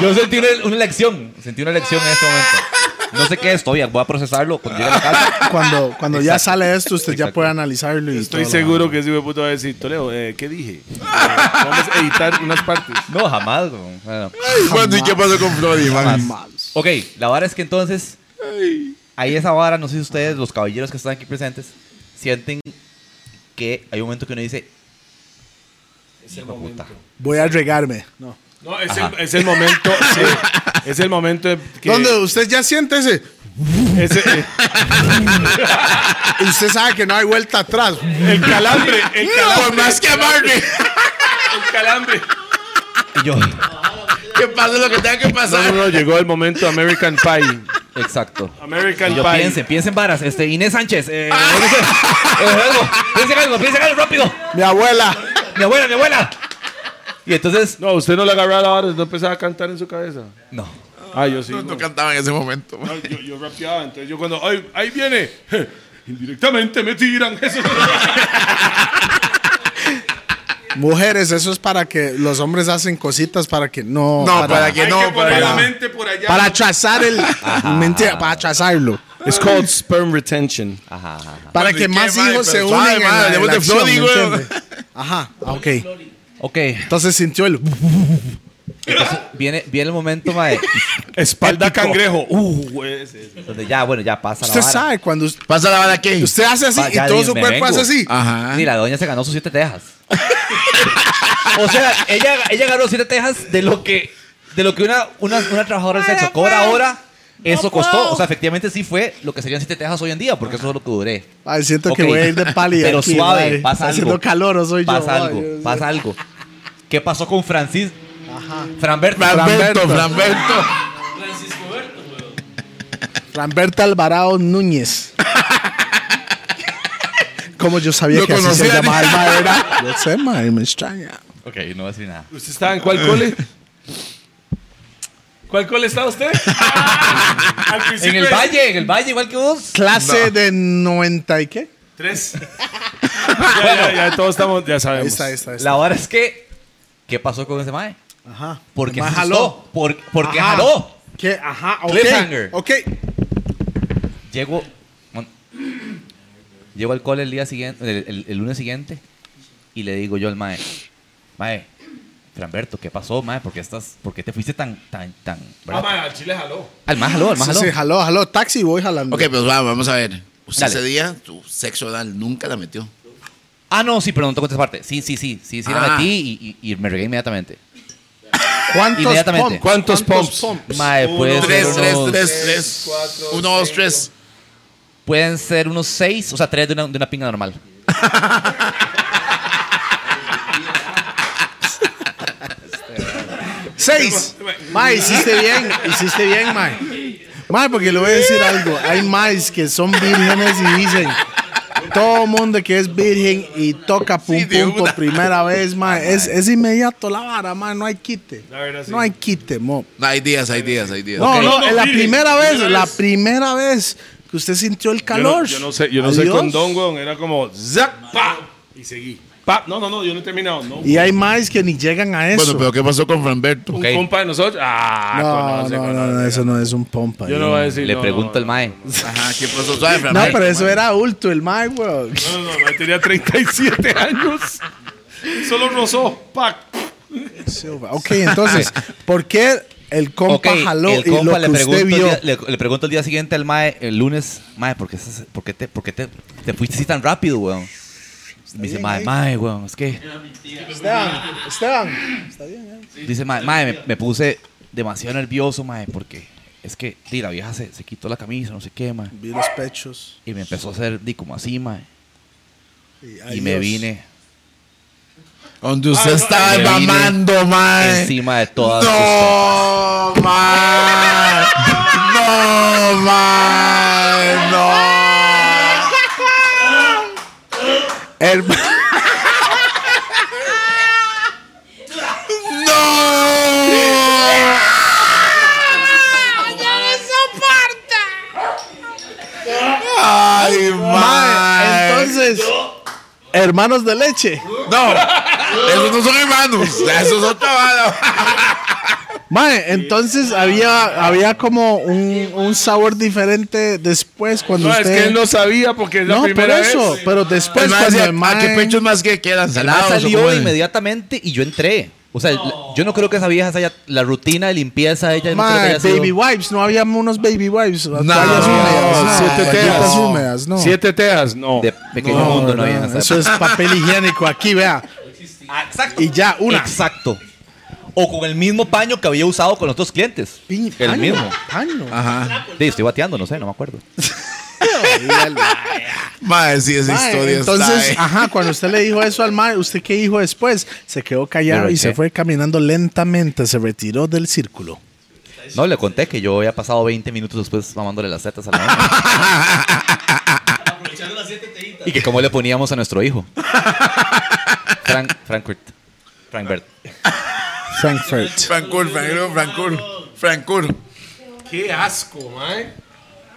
Yo sentí una, una elección. Sentí una elección en este momento. No sé qué es todavía. Voy a procesarlo cuando llegue a la casa.
Cuando, cuando ya
Exacto.
sale esto, usted ya
Exacto.
puede analizarlo. Y
Estoy
todo lo
seguro que ese hijo de puta va a decir, Toledo, eh, ¿qué dije? Eh, Vamos a editar unas partes.
No, jamás. güey. Bueno.
Bueno, ¿y qué pasó con Flori, man?
demás.
Ok, la vara es que entonces. Ahí esa vara, no sé si ustedes, los caballeros que están aquí presentes, sienten que hay un momento que uno dice. "Hijo de puta".
Voy a regarme.
No, es, el, es el momento. sí, es el momento de que.
¿Dónde usted ya siente ese?
ese- eh,
Y usted sabe que no hay vuelta atrás.
el calambre. El calambre.
Por más que amarme.
El calambre.
Y yo.
Que pase lo que tenga que
No,
pasar.
no, no, llegó el momento American Pie.
Exacto.
American
Y yo
Pie.
piensen, piensen varas. Este, Inés Sánchez. Eh,
Ah.
no sé, eh, algo. Piensen algo, piensen algo rápido.
Mi abuela.
Mi abuela, mi abuela. Y entonces.
No, usted no le agarraba la hora, no empezaba a cantar en su cabeza.
No.
Ah, yo sí.
No,
no.
no cantaba en ese momento.
No, yo, yo rapeaba, entonces yo cuando, "Ay, ahí viene, indirectamente me tiran. Eso.
Mujeres, eso es para que los hombres hacen cositas para que no.
No, para que
Hay
no,
que poner
para
la
que no.
mente por allá.
Para chazar el. mentira, para chazarlo.
It's called sperm retention.
Ajá, ajá. ajá.
Para
Ah, ¿y
que
qué,
más
mae?
hijos se
Pero
unen.
suave,
en
mae,
la- en
hablemos
la
de
acción,
Flori,
¿me
güey.
entiende? Ajá, ok.
Ok.
Entonces sintió el.
Entonces, viene, viene el momento, mae,
Espalda cangrejo. Uh, güey, ese, ese.
donde ya, bueno, ya pasa la
Usted
vara.
sabe cuando
Pasa la bala aquí.
usted hace así
Va,
y
ya
todo
dije,
su
me
cuerpo
vengo. Ah.
hace así.
Ajá.
Ni la doña se ganó sus siete tejas. o sea, ella, ella ganó siete tejas de lo que, de lo que una, una, una trabajadora del sexo cobra ahora. Eso costó. O sea, efectivamente sí fue lo que serían siete tejas hoy en día, porque eso es lo que duré.
Ay, siento
Ok.
que voy a ir de pálida.
Pero
aquí,
suave,
mae.
pasa algo.
Haciendo calor, o soy yo.
Pasa
mae.
algo, pasa algo. ¿Qué pasó con Francis? Franberto.
Flamberto,
Flamberto.
Flamberto.
Ramberta Alvarado Núñez. Como yo sabía
Lo
que así se
conocía.
llamaba el mae, ¿verdad? Yo sé, mae, me extraña.
Ok, no voy a decir nada.
¿Usted estaba en cuál cole? ¿Cuál cole estaba usted?
Al principio
En el
es-
valle, en el valle, igual que vos.
Clase de 90 y qué?
Tres. ya, ya, ya, todos estamos, ya sabemos.
Ahí está, ahí está. ahí está.
La hora es que, ¿qué pasó con ese mae?
Ajá.
Porque
El mae
jaló. ¿Por, porque
Ajá.
jaló.
¿Qué? Ajá, ok.
Cliffhanger.
Ok.
Llego, mon- llego al cole el día siguiente, el, el- el lunes siguiente, y le digo yo al mae, mae, Franberto, ¿qué pasó, mae? ¿Por qué, estás, por qué te fuiste tan, tan, tan?
Ah,
¿verdad?
mae, al chile jaló.
Al mae jaló, al mae
Sí,
jaló.
sí, jaló, jaló. Taxi, voy jalando.
Ok, pues va, vamos a ver. Usted
Dale.
ese día, tu sexo oral nunca la metió.
Ah, no, sí, pero no tengo esta parte. Sí, sí, sí, sí, sí,
Ah.
la metí y, y- y me regué inmediatamente.
¿Cuántos
Inmediatamente.
pumps?
¿Cuántos pumps?
Mae, puede ser
Tres, tres,
unos-
tres, tres. Uno, dos, tres.
pueden ser unos seis, o sea, tres de una, de una pinga normal.
Seis. Mae, hiciste bien. Hiciste bien, Mae. Mae, porque le voy a decir algo. Hay Maes que son vírgenes y dicen. Todo mundo que es virgen y toca pum
Sí, de
pum por
una.
primera vez, mae. Es, es inmediato la vara, mae. No hay quite.
verdad, sí.
No hay quite, mo.
No, hay días, hay días, hay días.
No,
No,
no,
no,
la
virgen,
primera vez,
primera
la
vez.
primera vez que usted sintió el
Yo no,
calor.
yo no sé, yo no sé
Adiós.
con Don, weón. Era como, zap, pa, y seguí. Pa, no, no, no, yo no he terminado. No,
Y hay maes que ni llegan a eso.
Bueno, pero ¿qué pasó con Flamberto?
un compa de nosotros. Ah,
no,
conoce,
no, no,
conoce.
no, eso no es un pompa.
Yo no
no,
voy a decir.
le
no,
pregunto
no,
al mae.
Ajá, ¿qué pasó? Suave, Flamberto.
pero eso era adulto, el mae, weón.
No, no, no, tenía 37 años. Solo rozó, pa.
Silva. Ok, entonces, ¿por qué el compa
Ok,
jaló
el
y
compa
lo que
le, pregunto
usted
el
vio?
día- le, le pregunto el día siguiente al mae, el lunes, mae, ¿por qué, estás- por qué te, por qué te, te fuiste así tan rápido, weón? Me dice, mae, mae, weón, es que...
Esteban, Esteban. Está bien, eh?
Dice, mae, mae, me, me puse demasiado nervioso, mae, porque es que, di, la vieja se, se quitó la camisa, no sé qué, mae.
Vi los pechos.
Y me empezó a hacer, di, como así, mae.
adiós.
Y me vine
Donde usted estaba
me vine
mamando, mae.
encima de todas sus tetas.
No, mae. No, mae. No.
El,
No. Ay, mae.
entonces, hermanos de leche.
No, esos no son hermanos. Esos son tabalas.
Mae, entonces había, había como un, un sabor diferente después cuando
No, es que
usted.
él no sabía porque es la
No, por
primera
eso,
vez.
pero después
Además,
cuando
¿a-
el
¿A qué
mae-
pechos más que quedan?
Mae
¿Salados? o cómo
salió
es?
inmediatamente y yo entré. O sea, la- yo no creo que esa vieja se haya... La rutina de limpieza de ella... no creo que
Mae,
haya sido-
baby wipes, no había unos baby wipes. No,
no,
húmedas,
siete
toallitas
teas.
húmedas, no.
Siete teas, no.
De pequeño
No,
mundo no,
no,
había en esa
eso es papel higiénico aquí, vea.
Ah, Exacto.
Y ya, una.
Exacto. O con el mismo paño que había usado con los dos clientes.
Piña,
el
paño,
mismo.
paño.
Ajá.
Sí, estoy bateando, no sé, no me acuerdo.
Mae, ah. sí, esa
Mae,
historia
entonces,
está.
ajá, cuando usted le dijo eso al mae, ¿usted qué dijo después? Se quedó callado
Me
y se
retiré.
fue caminando lentamente, se retiró del círculo.
No, le conté que yo había pasado 20 minutos después mamándole las tetas a la mamá. Y que cómo le poníamos a nuestro hijo. Frank, Frankfurt. Frankbert.
Frankfurt.
Francur, Francur, Francur, Francur.
Qué asco, mae.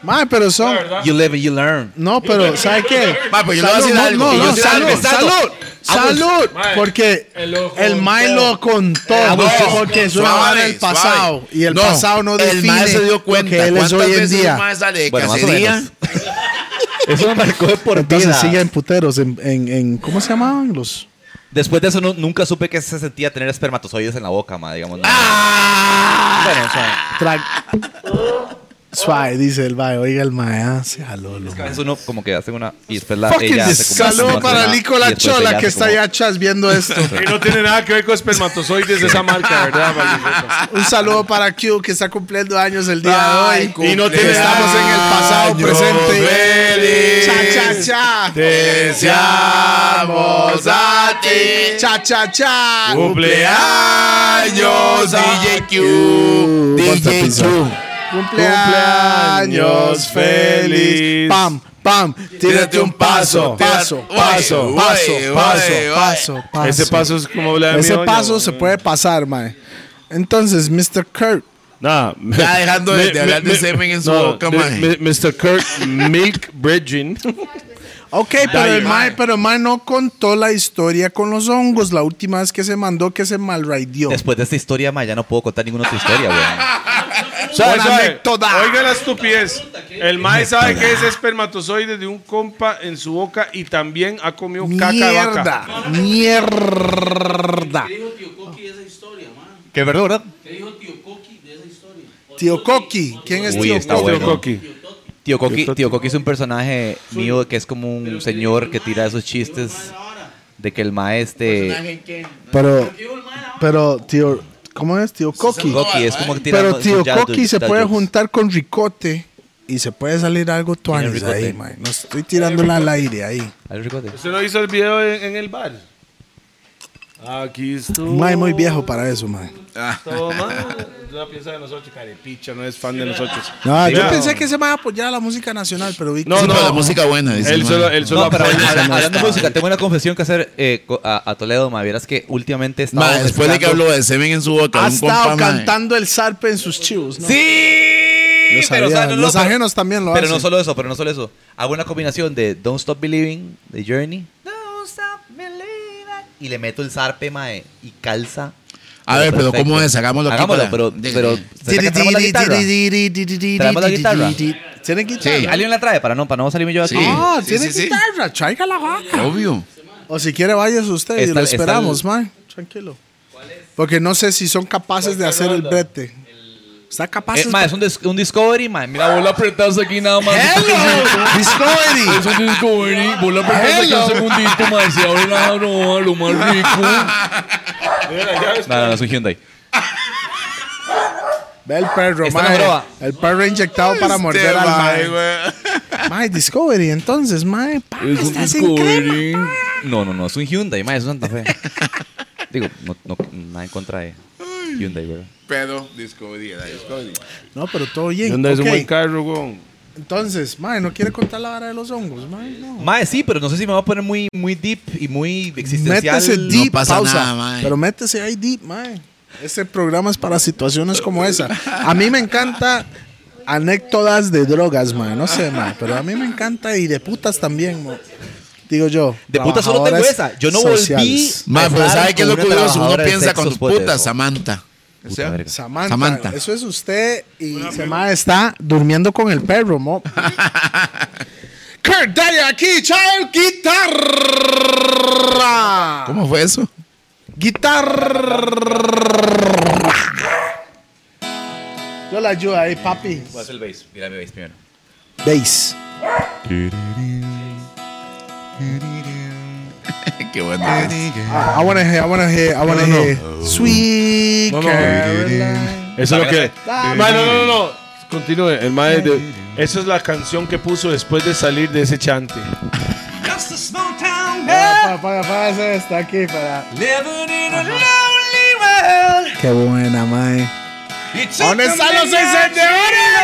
Mae, pero son.
You live and you learn.
No, pero ¿sabe qué?
Mae, pues yo le voy a decir
Salud,
algo.
No,
Yo
no,
soy
salud,
algo. Ah,
salud,
pues,
salud,
Mae,
porque
el ojo
el mae
todo.
lo contó,
Aguas,
porque es una
Ah, suave,
vara del
suave.
pasado y el
No,
pasado no define
El mae se dio cuenta.
lo que él es
¿Cuántas
hoy en
veces el
día.
mae sale de
Bueno, más o
cacería?
menos. Eso me marcó de por
Entonces
vida.
siguen puteros en, en, en- ¿cómo se llamaban los?
Después de eso no- nunca supe que se sentía tener espermatozoides en la boca, ma, digamos. no.
Ah.
Bueno, o sea,
Tra- Suave, dice el mae. Oiga, el mae ah, se jaló. Lo, mae.
Eso uno como que hace una... Y después la,
Fucking
ella hace como-
saludo
hace
para
una- y
Nicola
después
Chola
ella
que
hace
está
como-
allá atrás viendo esto.
Y no tiene nada que ver con espermatozoides de esa marca, ¿verdad? maldito?
Un saludo para Q que está cumpliendo años el día
Ay,
de hoy. Y no
cumpleaños
tiene estamos en el pasado, presente.
feliz.
Cha cha cha.
Deseamos a ti.
Cha cha cha.
Cumpleaños DJ Q. DJ Q.
Cumpleaños feliz. Pam, pam. Tírate un paso. Paso, paso,
Uy,
paso,
uy,
paso,
uy.
paso, paso.
Ese paso es como hablar de mi
Ah, Ese
doña,
paso
güey.
se puede pasar, mae. Entonces, Mr. Kurt.
Nah,
Ya dejando de- de hablar de semen en su boca,
de-
mae.
mi- Mr. Kirk Milk Bridging.
Ok, pero el, mae, pero el mae no contó la historia con los hongos la última vez que se mandó que se malraidió.
Después de esta historia, ma, ya no puedo contar ninguna otra historia, güey.
Suave,
Una
suave.
anécdota.
Oiga la estupidez. El mae sabe que es espermatozoide de un compa en su boca y también ha comido caca de vaca.
Mierda, mierda.
Qué verdad, ¿verdad?
Tío Coqui, ¿quién es
Uy,
Tío
está
Coqui?
bueno.
Coqui.
Tío Coqui, tío Coqui es un personaje mío que es como un señor que tira esos chistes de que el maestro
Pero, pero tío, ¿cómo es Tío Coqui?
Coqui es como que tira
Pero
esos
Tío
dad
Coqui
jokes,
se
dad
puede
jokes.
juntar con Ricote y se puede salir algo tuanis
Ricote?
ahí, mae. No estoy tirándola al aire ahí.
Al ricote.
¿Usted no hizo el video en, en el bar? Aquí estuvo.
Mae muy viejo para eso, mae.
Toma. Es una pieza de nosotros, carepicha, no es fan de nosotros.
No, yo
Vea.
pensé que se me iba a apoyar a la música nacional, pero vi que
No,
Sí,
no.
pero la música buena, dice.
Él
el
solo,
man.
él solo
No, pero
apoya.
habla- hablando de música, tengo una confesión que hacer eh, co- a, a Toledo, ma. Vieras que últimamente estaba.
Ma, después de que habló de semen en su boca,
ha
un compa,
estado
ma,
cantando el zarpe en sus chivos, ¿no?
¡Sí!
Yo
Pero, o sea,
sabía,
no, no,
los
pero-
ajenos también lo
Pero
hacen.
no solo eso, pero no solo eso. Hago una combinación de Don't Stop Believing, de Journey. Y le meto el zarpe, mae, y calza.
A ver, pero
perfecto.
¿cómo es? Hagámoslo aquí
Hagámoslo,
para-
pero...
de-
pero ¿será que traemos la guitarra? ¿Traemos la guitarra?
¿Tiene guitarra?
Sí, ¿Alguien la trae? Para no, para no salirme yo aquí.
Sí.
Ah,
Sí,
tiene
sí, sí.
guitarra, tráigala vaca.
Obvio.
O si quiere, váyase usted y
Está-
lo
está
esperamos,
el-
man. Tranquilo. Porque no sé si son capaces de hacer el brete. ¿Está
Eh,
capaces?
mae, es un, dis- un Discovery, mae. Mira, vos la apretás aquí nada más.
¡Discovery!
eso es Discovery. Vos la apretás aquí un segundito, mae. Se abre la joroba, lo más rico.
No, no, no, es un Hyundai.
Ve el perro,
Está
mae.
la broma.
El perro
Este
inyectado
Este
para morder al mae. Mae, Discovery, entonces, mae. pa, Estás en crema.
No, no, no, es un Hyundai, mae, es un Santa Fe. Digo, no, no, nada en contra de Hyundai, ¿verdad?
Pero, Discovery, era Discovery.
No, pero todo bien.
¿Dónde es un
ok.
buen carro, güey?
Entonces, mae, no quiere contar la vara de los hongos, mae. No.
Mae, sí, pero no sé si me va a poner muy, muy deep y muy existencial.
Métese deep,
pasa
pausa.
nada, mae.
Pero métese ahí deep, mae. Este programa es para situaciones como esa. A mí me encanta anécdotas de drogas, mae. No sé, mae. Pero a mí me encanta y de putas también, mae. Digo yo.
De putas solo tengo
trabajadoras
esa. Yo no volví
sociales.
Ma, pero
Estar
¿sabe qué es lo
con una
curioso? Uno
trabajadora de
piensa con
sexos, pues,
puta,
eso.
Samantha. O
Puta
sea,
verga.
Samantha,
Samantha.
eso es usted y ese mae está durmiendo con el perro, mo. Kurt Dyer aquí, chao, guitarra.
¿Cómo fue eso?
Guitarra. Yo la ayudo ahí, papi.
Voy a hacer el bass. Mira mi bass primero.
Bass.
qué bueno. que es.
Ah, I, I wanna hear, I wanna hear, I wanna hear. Sweet Caroline.
Eso es lo que.
Ah,
Ma, no, no, no, no. Continúe. El mae de- Esa es la canción que puso después de salir de ese chante.
Para, para, para, esa está aquí para. Qué buena, mae. ¿Dónde están los encendedores?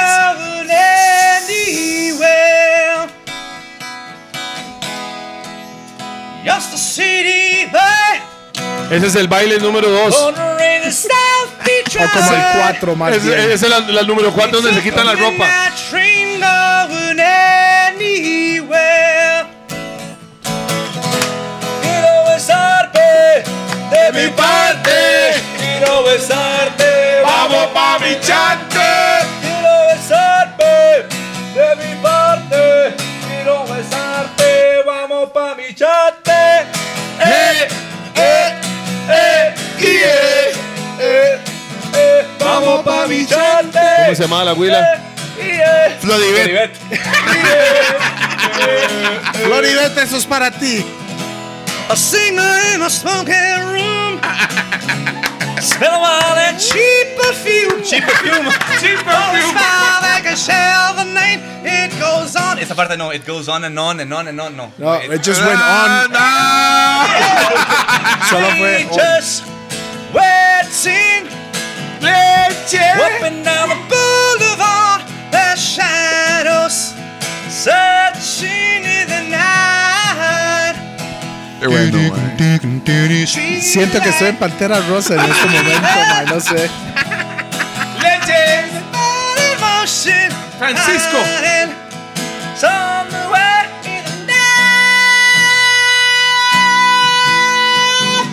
Ese es el baile número 2.
O como el 4 más bien.
Esa es la, la número 4 donde se quitan la ropa.
mi parte. Quiero besarte, vamos pa' mi chante. Quiero besarte, de mi parte. Quiero besarte, vamos pa' mi chante. Eh, eh,
¿Cómo se llamaba la huila?
Floribet.
Floribeta, eso es para ti.
A singer in a smoking room. Smell all that cheap perfume. Cheap perfume. cheap perfume. smile like a shell the night it goes on.
Esa parte no, it goes on and on and on and on, no.
No, it just went on. Solo fue.
just waiting, waiting. Up and down the boulevard, the shadows searching in the night.
Siento que estoy en Pantera Rosa en este momento, ma, no sé.
Legends all emotion.
Francisco.
hiding somewhere in the night.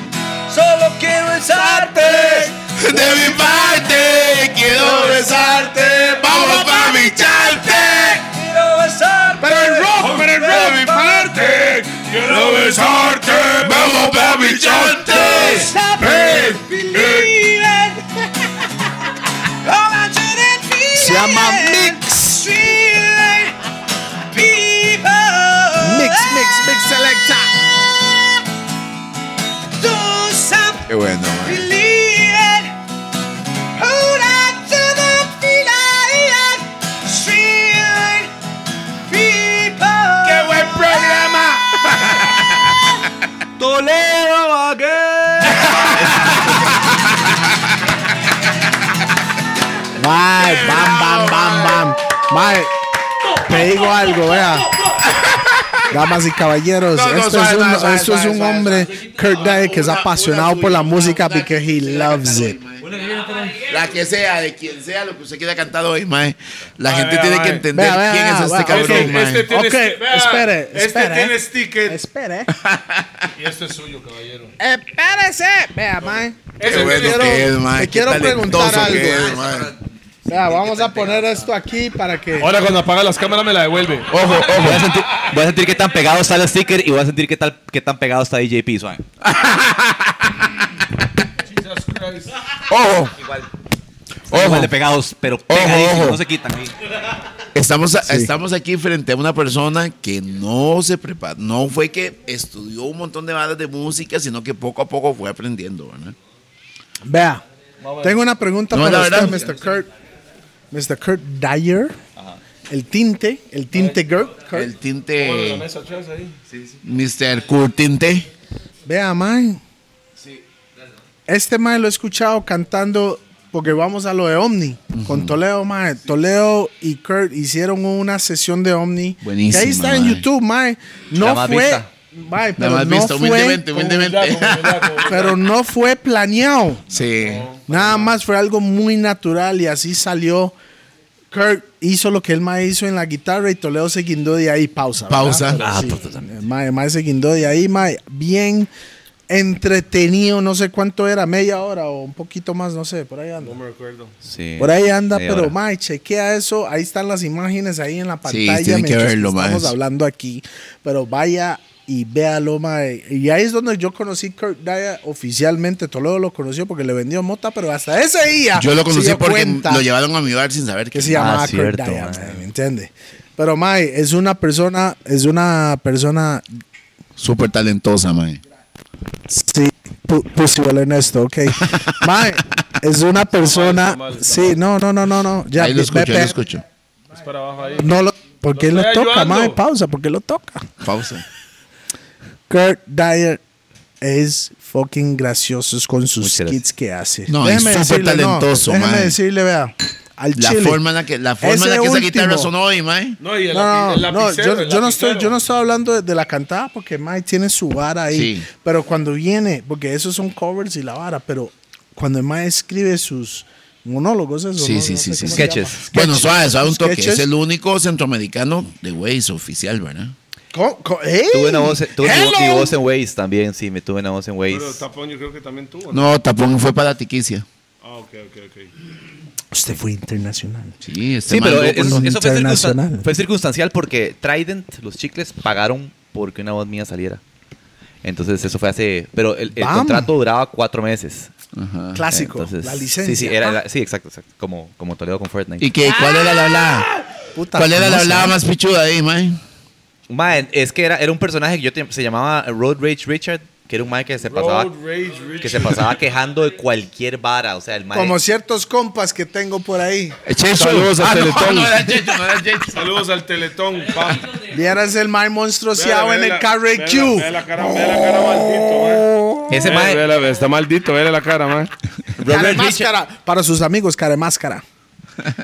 Solo quiero besarte.
De mi parte, quiero besarte. Vamos pa' mi charte.
Quiero besarte.
rock, pero el rock. De mi parte, quiero besarte. Vamos pa' mi charte.
Stop
Hey,
believing. Come out to that feeling.
Se llama Mix.
Feeling. People.
Mix, mix, mix selecta.
Do something.
Qué bueno, man.
Qué buen
Mae, bam, bam, bam, bam. Mae, te digo algo, vea. Damas y caballeros,
No, no,
esto
suave,
es un,
suave, suave,
esto es
suave,
un
suave,
hombre, Kurt Dye, que es apasionado por la música because he loves it.
La que sea, de quien sea, lo que usted quiera cantar hoy, mae. La gente tiene que entender
Vea, vea,
quién
vea,
es
vea.
este cabrón,
Este-
mae.
este tiene
Ok,
sti- vea,
espere,
este
espere. eh.
tiene sticker.
Espere.
Y esto es suyo, caballero.
Espérese. Vea, mae.
Qué
Ese
bueno
quiero-
que es, mae.
te
Qué
quiero preguntar
talentoso que
algo.
es, mae.
Vea, vamos a poner esto aquí para que...
Ahora cuando apaga las cámaras me la devuelve.
Ojo, ojo. Voy a sentir, voy a sentir qué tan pegado está el sticker y voy a sentir qué, tal, qué tan pegado está DJP, suave.
Ojo,
Igual de pegados, pero pegadísimos,
ojo.
no se quitan. ahí.
estamos, a- estamos aquí frente a una persona que no se prepara, no fue que estudió un montón de bandas de música, sino que poco a poco fue aprendiendo, ¿verdad?
Vea, tengo una pregunta
No,
para
la
usted,
verdad.
Mr. Kurt. Mr. Kurt Dyer. El tinte, el tinte Kurt. Kurt.
El tinte. Mr. Kurt Tinte.
Vea, mae. Este mae lo he escuchado cantando porque vamos a lo de Omni con Toledo, mae. Toledo y Kurt hicieron una sesión de Omni.
Buenísima,
Que ahí está en
mae.
YouTube, mae. No
La más
fue.
vista.
Mae,
Nada
pero
más
no
visto,
fue-
humildemente, humildemente.
pero no fue planeado.
Sí.
Nada más fue algo muy natural y así salió. Kurt hizo lo que el mae hizo en la guitarra y Toledo se guindó de ahí. Pausa. ¿verdad?
Pausa.
Pero sí, el mae, el mae se guindó de ahí, mae. Bien entretenido, no sé cuánto era, media hora o un poquito más, no sé, por ahí anda.
Sí.
Por ahí anda,
Sí,
pero
ahora.
mae, chequea eso. Ahí están las imágenes ahí en la pantalla.
tienen que
mientras
verlo, mae.
Estamos hablando aquí, pero vaya y véalo, mae. Y ahí es donde yo conocí Kurt Dyer oficialmente. Toledo lo conoció porque le vendió mota, pero hasta ese día.
Yo lo
se
conocí
dio
porque
cuenta
lo llevaron a mi bar sin saber
que
que
se llamaba
Ah, cierto,
Kurt Dyer,
mae.
mae, ¿me entiende? Pero mae, es una persona, es una persona.
Súper talentosa, mae.
Sí, pu- pusible en esto, ok. Mae, es una persona. Sí, no, no, no, no, no. Ya,
Ahí lo escucho, ahí
Pepe,
lo escucho.
No lo, ¿Por qué lo,
estoy
toca,
ayudando.
mae? Pausa, ¿por qué lo toca?
Pausa.
Kurt Dyer es fucking gracioso con sus
Muchas
skits que hace.
No, es súper
decirle, no,
talentoso,
Déjeme
mae.
decirle, vea, al
La
chile.
forma en la que, la forma en
Ese
la que esa guitarra
último.
sonó hoy, mae.
No, y el
No,
lapi- el
no, no,
lapicero,
yo,
el
yo no estoy,
lapicero.
yo no estoy hablando de, de la cantada porque Mike tiene su vara ahí.
Sí.
Pero cuando viene, porque esos son covers y la vara, pero cuando el Mike escribe sus monólogos, eso,
Sí,
no-
sí, sí,
no sé
sí,
cómo
sí.
se
Sketches.
llama.
Bueno, suave, suave un toque.
Sketches.
Es el único centroamericano de Waze oficial, ¿verdad?
¿Cómo? ¿Cómo? ¡Ey!
Tuve una voz, tuve mi, vo- mi
Hello.
voz en Waze también, sí, me tuve una voz en
Pero
Waze.
Tapón yo creo que también tuvo. ¿no?
No, Tapón fue para Tiquicia.
Ah, ok, ok, ok.
Usted fue internacional.
Sí, este
Sí,
man
pero
lo-
eso,
con
eso fue, circunstan-
internacional.
fue circunstancial porque Trident, los chicles, pagaron porque una voz mía saliera. Entonces eso fue hace... Pero el, el
Vamos.
contrato duraba cuatro meses.
Clásico.
Ah, Entonces,
la licencia.
Sí, eh, sí, era, era- sí, exacto, exacto. Como, como Toledo con Fortnite.
¿Y qué? ¿Cuál era la hablada?
Puta,
¿Cuál era la
no sé.
hablada más pichuda ahí, mae?
Mae, es que era, era un personaje que yo te- se llamaba Road Rage Richard, que era un mae que se pasaba, que se pasaba quejando de cualquier vara. O sea, el mae.
Como ciertos compas que tengo por ahí.
Checho.
Saludos a
Ah, no,
Teletón.
no era Checho, no era Checho.
Saludos al Teletón, pa.
Vieras el mal monstruoseado
Vea, vea
en ah, el
la-
carro
vea la-
Q.
Vea la cara, vea la cara maldito, mae.
ese
Vea,
mae.
vea la- Eh, está maldito, vele la cara, mae.
Cara de
Robert Richard,
máscara. Para sus amigos, cara de máscara.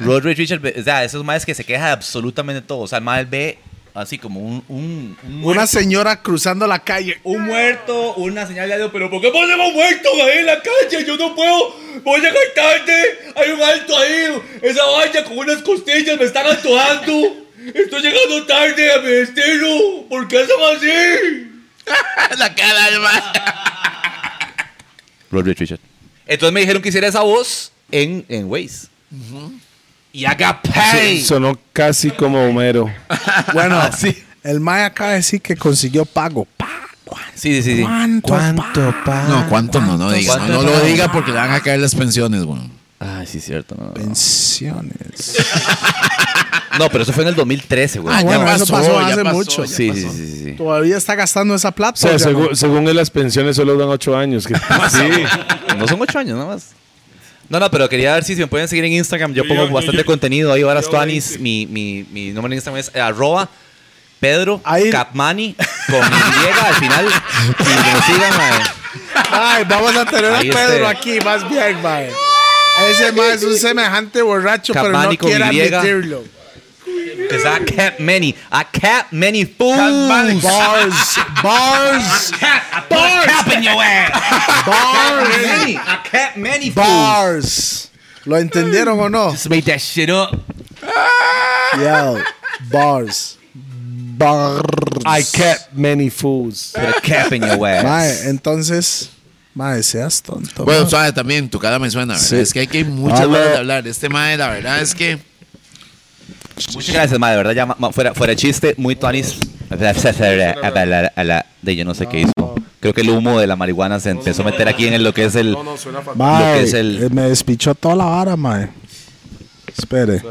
Road Rage Richard, o sea, esos maes que se queja de absolutamente todo. O sea, el mae ve así como un. un, un
Una señora cruzando la calle.
un muerto, una señal de adiós, pero ¿por qué ponemos muertos ahí en la calle? Yo no puedo, voy a llegar tarde, hay un alto ahí, esa valla con unas costillas me están atojando, estoy llegando tarde a mi destino, ¿por qué hacen así?
La cara del mae.
Entonces me dijeron que hiciera esa voz en, en Waze. Y haga pay.
Sonó casi como Homero.
Bueno, el Mae acaba de decir que consiguió pago. Pa,
Sí, sí, sí. sí.
¿Cuánto? pa?
No, ¿cuánto no? No diga. No,
¿Cuánto
no
no?
lo diga porque le van a caer las pensiones, weón.
Ah, sí, cierto. No, no.
Pensiones.
No, pero eso fue en el 2013, güey.
Ah, bueno,
ya
eso
pasó,
pasó
ya
hace
pasó,
mucho.
ya
sí, sí, sí, sí, sí.
Todavía está gastando esa plata.
O sea,
¿o ya no?
según, según él, las pensiones solo dan ocho años. que- sí.
No son ocho años, nada más. No, no, pero quería ver si me pueden seguir en Instagram. Yo pongo bastante contenido ahí, varas tuanis. Mi, mi, mi nombre en Instagram es eh, arroba Pedro
Ahí-
Capmani con llega al final. Y que me sigan, mae.
Ay, vamos a tener a
Ahí
Pedro
está.
aquí, más bien, Mae. Ese Mae es un semejante borracho, pero no
Capmani con
quiere
Y.
admitirlo.
Because I cap many. I cap many
Bars,
fools.
bars, bars,
Cap in your ass.
bars,
Many. I cap many fools.
bars. ¿Lo entendieron o no?
Just made that shit up.
Yeah, bars. Bars.
I kept many fools.
Put a cap in your ass.
Mae, entonces, Mae, seas tonto.
Bueno,
mae.
suave, también tu cara me suena, ¿verdad?
Sí.
Es que aquí hay muchas
Habla-
maneras de hablar. Este mae, la verdad es que.
Muchas gracias, madre, de verdad, ya ma- ma- fuera, fuera de chiste, muy tuanis. A la- De yo no sé qué hizo. Creo que el humo de la marihuana se empezó a meter aquí en el- lo que es el.
Mae,
lo que es el-
eh, me despichó toda la vara, Mae. Espere.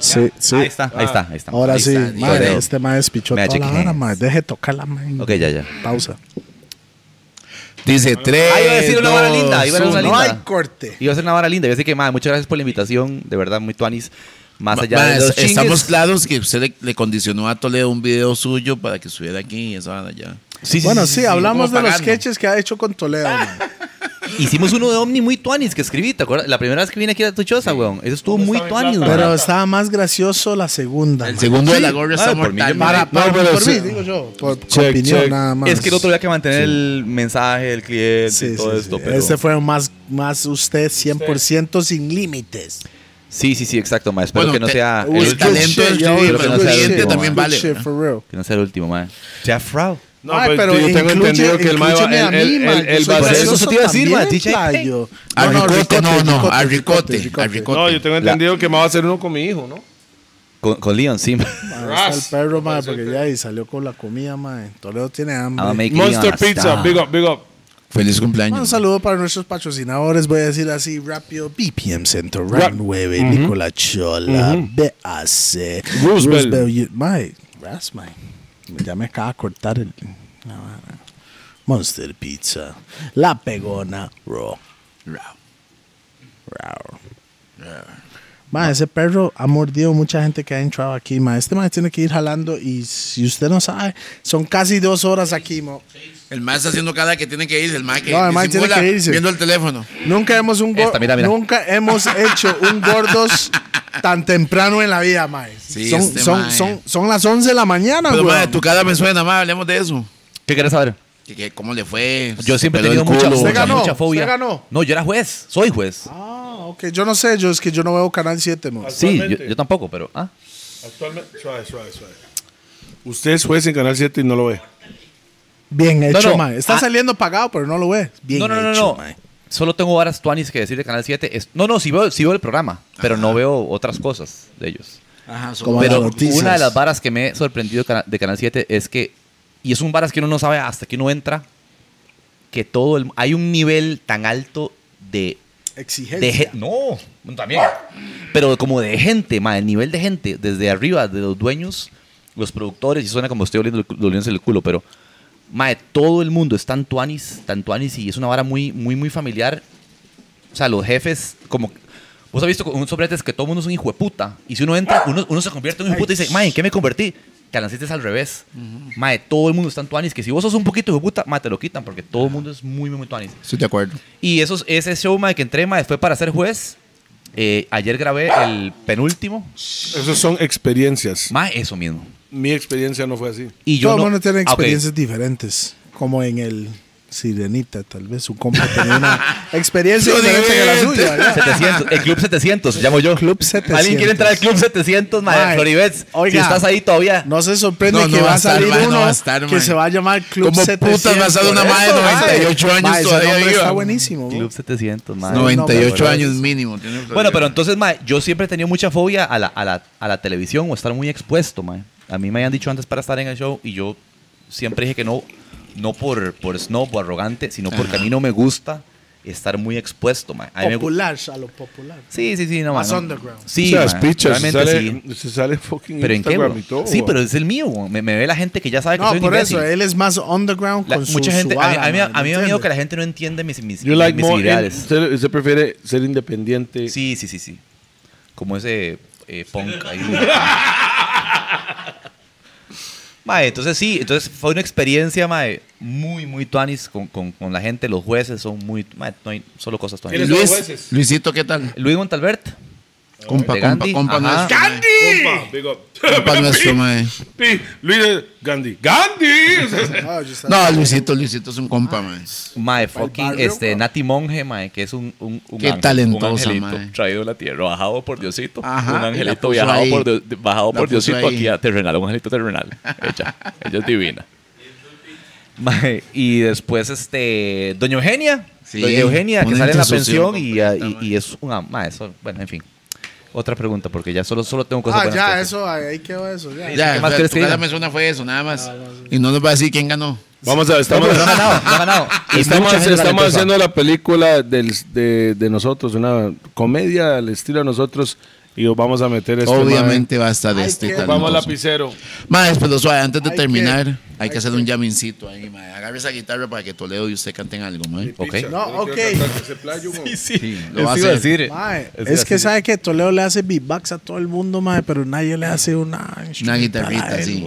Sí, sí.
Ahí está, ahí está, ahí está.
Ahora
Ahí
sí,
está, ahí
mae,
está.
este mae despichó
Magic
toda la vara,
hands.
mae. Deje tocarla, mae.
Ok, ya, ya.
Pausa.
Dice tres.
Ah, iba a decir una vara linda, iba a decir
No
una linda.
hay corte.
Iba a ser una vara linda. Yo sé que, madre, muchas gracias por la invitación, de verdad, muy tuanis. Más
Ma-
allá
ma,
de los chingues.
estamos claros que usted le, le condicionó a Toledo un video suyo para que estuviera aquí y esa vara ya.
bueno, sí, hablamos
como
de los
pagando.
sketches que ha hecho con Toledo, mae.
Hicimos uno de Omni muy tuanis que escribí, ¿te acuerdas? La primera vez que vine aquí a tu choza, weón. Eso estuvo muy tuanis,
Pero
weón.
estaba más gracioso la segunda.
El
mae.
segundo de
Sí,
la gorra
Ah,
está
por mí
mortal.
yo me-
ma.
Para, para,
No, pero
por mí,
se-
digo yo. Por, por
Check,
opinión,
check.
nada más.
Es que el otro había que mantener el mensaje del cliente
Sí,
y todo
sí,
esto,
sí.
pero...
Este fue más, más usted 100% sin límites.
Sí, sí, sí, exacto, ma. Espero
Bueno,
que no
te-
sea
Uy,
Ah, el
el talento
último.
del
yo,
cliente, pero
good
el
shit,
cliente también
good
vale,
shit,
¿no?
for real.
Que no sea el último, ma. Sea frau.
No,
Ay,
pero yo tengo
incluye-
entendido que el mae va-
inclúyeme a
él-
mí,
él-
ma,
él-
yo
él
soy
va a ser-
gracioso
Eso te iba a decir, ma,
también,
DJ.
playo.
A
No, no,
ricote, no, no, a
ricote,
ricote, a ricote.
No, yo tengo entendido que me va a hacer uno con mi hijo, ¿no?
Con, con Leon, sí. ma.
Ahí está el perro, ma, porque ya ahí salió con la comida, ma. Toledo tiene
I'ma
hambre.
make
Monster
Leon a
Pizza,
star.
big up, big up.
Feliz
Un
cumpleaños.
saludo para nuestros patrocinadores, voy a decir así rápido. BPM Centro, Rank 9, Nicola Chola, BAC,
Roosevelt.
U- Mae, Ras, mae. Ya me acaba de cortar el... la vara. Monster Pizza, La Pegona, Raw. Raw. Mae, ese perro ha mordido mucha gente que ha entrado aquí, mae. Este mae tiene que ir jalando y si usted no sabe, son casi dos horas aquí, mo.
El mae está haciendo cada que tiene que irse. El mae que
No, el mae tiene
disimula
que irse.
viendo el teléfono.
Nunca hemos, un gor-
Esta, mira, mira.
Nunca hemos hecho un gordos tan temprano en la vida, mae.
Sí,
son,
este
son,
mae.
son, son las 11 de la mañana,
Pero
güey.
mae, tu cara me suena, mae. Hablemos de eso.
¿Qué quieres saber?
Que- que ¿Cómo le fue?
Yo siempre he
Peló
tenido
el
mucha,
culo.
mucha,
ganó,
mucha fobia.
usted ganó.
No, yo era juez. Soy juez.
Ah, ok. Yo no sé, yo es que yo no veo Canal 7, mo.
sí, yo, yo tampoco, pero... Ah.
Actualmente, suave, suave, suave. Usted es juez en Canal 7 y no lo ve.
Bien hecho,
no.
mae. Está
Ah.
saliendo pagado, pero no lo ve. Bien
no, no, no,
hecho,
no.
mae.
Solo tengo varas tuanis que decir de Canal 7. Es- no, no, sí veo, sí veo el programa, pero no veo otras cosas de ellos.
Ajá, solo-
Como las
Pero
noticias.
una de las varas que me he sorprendido de Cana- de Canal 7 es que, y es un varas que uno no sabe hasta que uno entra, que todo el... Hay un nivel tan alto de... de
Exigencia.
gen- no, también. Pero como de gente, ma, el nivel de gente, desde arriba, de los dueños, los productores, y suena como estoy oliendo doliéndose el culo, pero... Mae, todo el mundo es tan tuanis, tan tuanis, y es una vara muy, muy, muy familiar. O sea, los jefes, como. Vos has visto con un sobretes que todo el mundo es un hijo de puta. Y si uno entra, uno, uno se convierte en un hijo de puta y dice, mae, ¿en qué me convertí? Te naciste al revés. Mae, todo el mundo es tan tuanis que si vos sos un poquito hijo de puta, mae, te lo quitan porque todo el mundo es muy, muy, muy tuanis.
Estoy de acuerdo.
Y esos, ese show, mae, que entré, mae, fue para ser juez. Eh, ayer grabé el penúltimo.
Esas son experiencias.
Mae, eso mismo.
Mi experiencia no fue así.
Y yo
Todo el
no-
mundo tiene
Ah, ok.
experiencias diferentes. Como en el Sirenita, tal vez su compa tenía una experiencia diferente que la suya. ¿verdad?
700, el Club 700, llamo yo.
Club
¿Alguien quiere
700?
entrar al Club 700, madre?
Mae,
Floribets, si
oiga.
estás ahí todavía.
No se sorprende
No, no
que
va
va
a
a
estar,
salir
mae, no
uno
va a estar,
que
mae.
se va a llamar Club
¿Cómo putas
700.
va a ser una
Por
mae de
eso,
98
mae.
años
Mae, ese
todavía
nombre
viva?
Está buenísimo. bro.
Club 700, madre.
No,
98
no,
años mínimo.
Bueno, pero entonces, madre, yo siempre he tenido mucha fobia a la, a la, a la televisión o estar muy expuesto, madre. A mí me habían dicho antes para estar en el show y yo siempre dije que no, no por, por snob o arrogante, sino porque a mí no me gusta estar muy expuesto, madre. A mí me gu-
Popular, a lo popular.
Sí, sí, sí, no, mae,
Más
no.
underground.
Sí,
o sea,
mae,
es picha, se
realmente
sale,
sí.
se sale fucking
Pero en qué,
Instagram
bro?
y todo.
Sí, pero es el mío, bro. me, me ve la gente que ya sabe que
No,
soy un
por
imbécil.
eso, eh, él es más underground
La-
con su
mucha
su
gente, a mí,
vara,
a mí-
mae,
a mí me da miedo
¿entiende?
que la gente no entiende mis, mis,
You like
mis
more in-
ideales.
usted, usted prefiere ser independiente.
Sí, sí, sí, sí. Como ese eh, punk ahí. Mae, entonces sí, entonces fue una experiencia, mae, muy, muy tuanis con, con, con la gente. Los jueces son muy, mae, no hay solo cosas tuanis.
¿Quiénes son los jueces?
Luis, Luisito, ¿qué tal?
Luis Montalbert,
Compa,
de
compa,
Gandhi,
compa
ajá.
nuestro. mae.
Compa, big up.
Compa nuestro, mae.
Pi, Luis eh, Gandhi. ¡Gandhi! O sea,
No, yo estaba-
No, Luisito, Luisito es un
Ah.
compa, mae.
mae, fucking,
barrio,
este, Nati Monge, mae, que es un, un, un
Ah. Qué
ángel, un
talentosa,
angelito
mae.
traído a la tierra, bajado por Diosito.
Ajá, y
un
la
angelito
puso
viajado
ahí.
por, Dios- bajado
La
por
puso
Diosito
ahí.
aquí a terrenal, un angelito terrenal. Ella, ella es divina. Mae, y después, este, Doña Eugenia.
Sí,
Doña Eugenia, que
una
sale en la
intersección
pensión y, ah, y,
completa,
y es una. mae, eso, bueno, en fin. Otra pregunta, porque ya solo, solo tengo cosas
Ah,
buenas que
ya,
decir.
eso, ahí quedó eso. ya.
Ya,
¿qué más
o sea,
crees que
tocar la
diga?
mesona fue eso, nada más. Y Ah, no nos va a decir quién ganó.
Vamos a ver,
No,
estamos,
pero no ha ganado, no ha ganado. Y
estamos,
mucha gente
estamos
talentosa.
haciendo la película del- de, de nosotros, una comedia al estilo de nosotros, y vamos a meter este
Obviamente va a estar
Ay,
este
qué-
mae. Vamos
talentoso.
lapicero.
Mae, pero suave, antes de
Ay,
terminar,
qué-
hay que hacer un jamincito ahí, mae. Agarre esa guitarra para que Toledo y usted canten algo, mae.
Ok.
No, ok.
Sí, lo va a hacer.
Mae, es que sabe que Toledo le hace beatbox a todo el mundo, mae, pero nadie le hace una,
Una guitarrita, sí.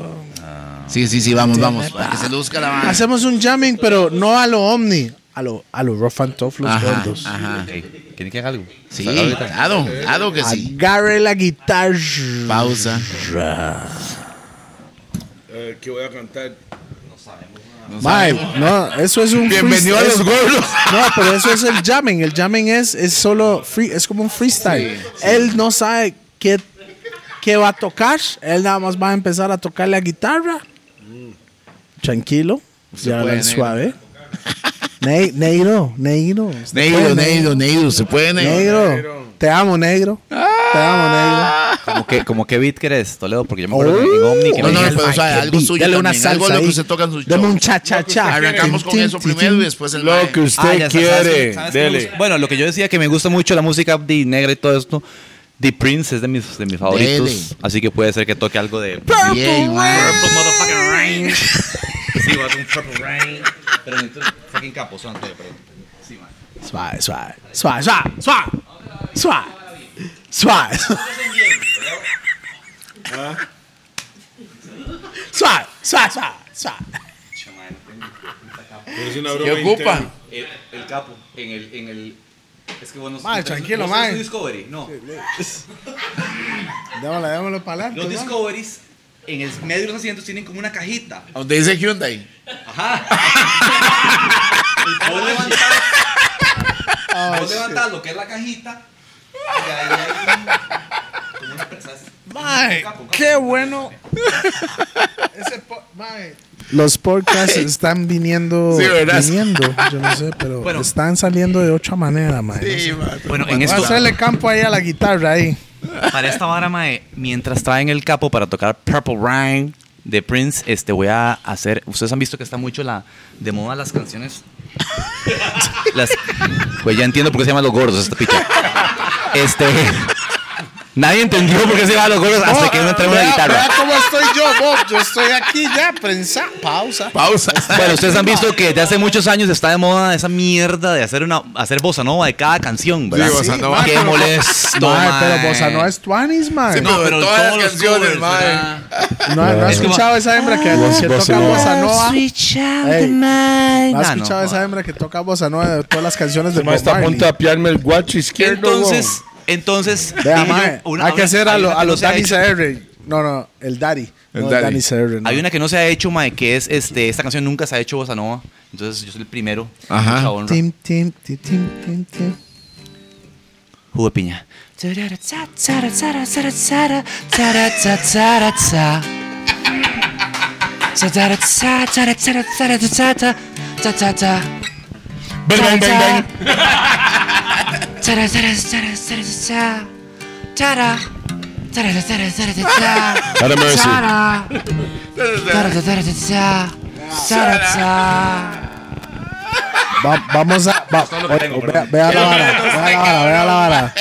Sí, sí, sí, vamos, vamos. Para que se luzca la banda.
Hacemos un jamming, pero no a lo Omni, a lo, a lo Rough and Tough, los
Ajá,
gordos.
ajá.
Ok, ¿Quieren que haga algo?
Sí, claro, claro que sí.
Agarre la guitarra.
Pausa.
que voy a cantar.
Mae, no, eso es un
Bienvenido a
freestyle.
los gordos.
No, pero eso es el jamming. El jamming es, es solo free, es como un freestyle. Él no sabe qué, qué va a tocar. Él nada más va a empezar a tocar la guitarra. Tranquilo. Ya
Mm. puede,
hablan
negro.
suave. Ne- negro, negro. Usted
Negro,
puede,
negro, negro. ¿Se puede, negro?
negro. Te amo, negro. Te amo,
Como que, como que beat querés, Toledo, porque yo me acuerdo que en Omni que
No,
me
no,
dije,
pero o sea, algo
negro.
suyo.
Dale
también,
una
algo
salsa
lo que
ahí.
usted toca en su
Dame
show.
un cha cha cha.
Arrancamos con eso primero y después el
Lo que
mae.
usted
ya, ¿sabes-
quiere.
sabes que me
Dele.
gusta? bueno, lo que yo decía que me gusta mucho la música de negra y todo esto. The Prince es de mis, de mis favoritos.
Dele.
Así que puede ser que toque algo de.
Bien, mae.
sí, va a ser un Purple Rain. Pero entonces, fucking capo, son antes, perdón.
Suave, suave, suave, suave, suave, suave, suave. Suave, suave, suave, suave.
¿Qué ocupa?
El, capo, en el. En el es que bueno.
Mae, tranquilo, mae.
Discovery, no.
Démoslo, démoslo para adelante.
Discoveries, en el medio de los asientos, tienen como una cajita.
Donde dice Hyundai.
Vos levantás,
Ah,
vos levantás lo que es la cajita. Y ahí hay un- como una presa, ¿sabes?
Mae, qué bueno. Los podcasts están viniendo,
Sí, ¿verdad?
viniendo, yo no sé, pero
Bueno.
están saliendo de otra manera, mae. No sé.
Bueno, en
Voy a
esto,
hacerle campo ahí a la guitarra ahí.
para esta vara, mae, mientras traen el capo para tocar Purple Rain, de Prince, este, voy a hacer. Ustedes han visto que está mucho la de moda las canciones. Las- pues ya entiendo por qué se llaman los gordos esta picha. Este. Nadie entendió por qué se llaman los gordos hasta que no trae una guitarra.
cómo estoy yo, Bob. Yo estoy aquí ya, prensa. Pausa.
Pausa.
Bueno, ustedes han visto que desde hace muchos años está de moda esa mierda de hacer una hacer bossa nova de cada canción, ¿verdad?
Sí, bossa nova.
Qué molesto,
Mae,
mae.
pero Bossa Nova es 20s, mae.
Sí,
no,
pero de todas las canciones, mae.
¿verdad?
no has
Es como-
escuchado esa hembra que, que toca Bossa Nova. Ey, ¿No has
Ah, no,
escuchado
mae.
esa hembra que toca Bossa Nova de todas las canciones de
Mae
Bob
está a
Marley?
punto de apiarme el guacho izquierdo.
Entonces, entonces.
Vea,
dije yo,
mae,
una-
hay que
una-
hacer a,
hay
lo-
una
a
que
los
no se ha
Danny
hecho.
Sayer. No, no, el Daddy.
El
no,
Daddy.
Danny Sayer. no.
Hay una que no se ha hecho, mae, que es este, esta canción nunca se ha hecho bossa nova. Entonces yo soy el primero.
Ajá.
Mucha honra.
Tim, tim, tim, tim, tim, tim.
Jugo de piña.
Ahora me decís.
Va- vamos a. va- oye, vea, vea la vara. Vea la vara. Vea la vara.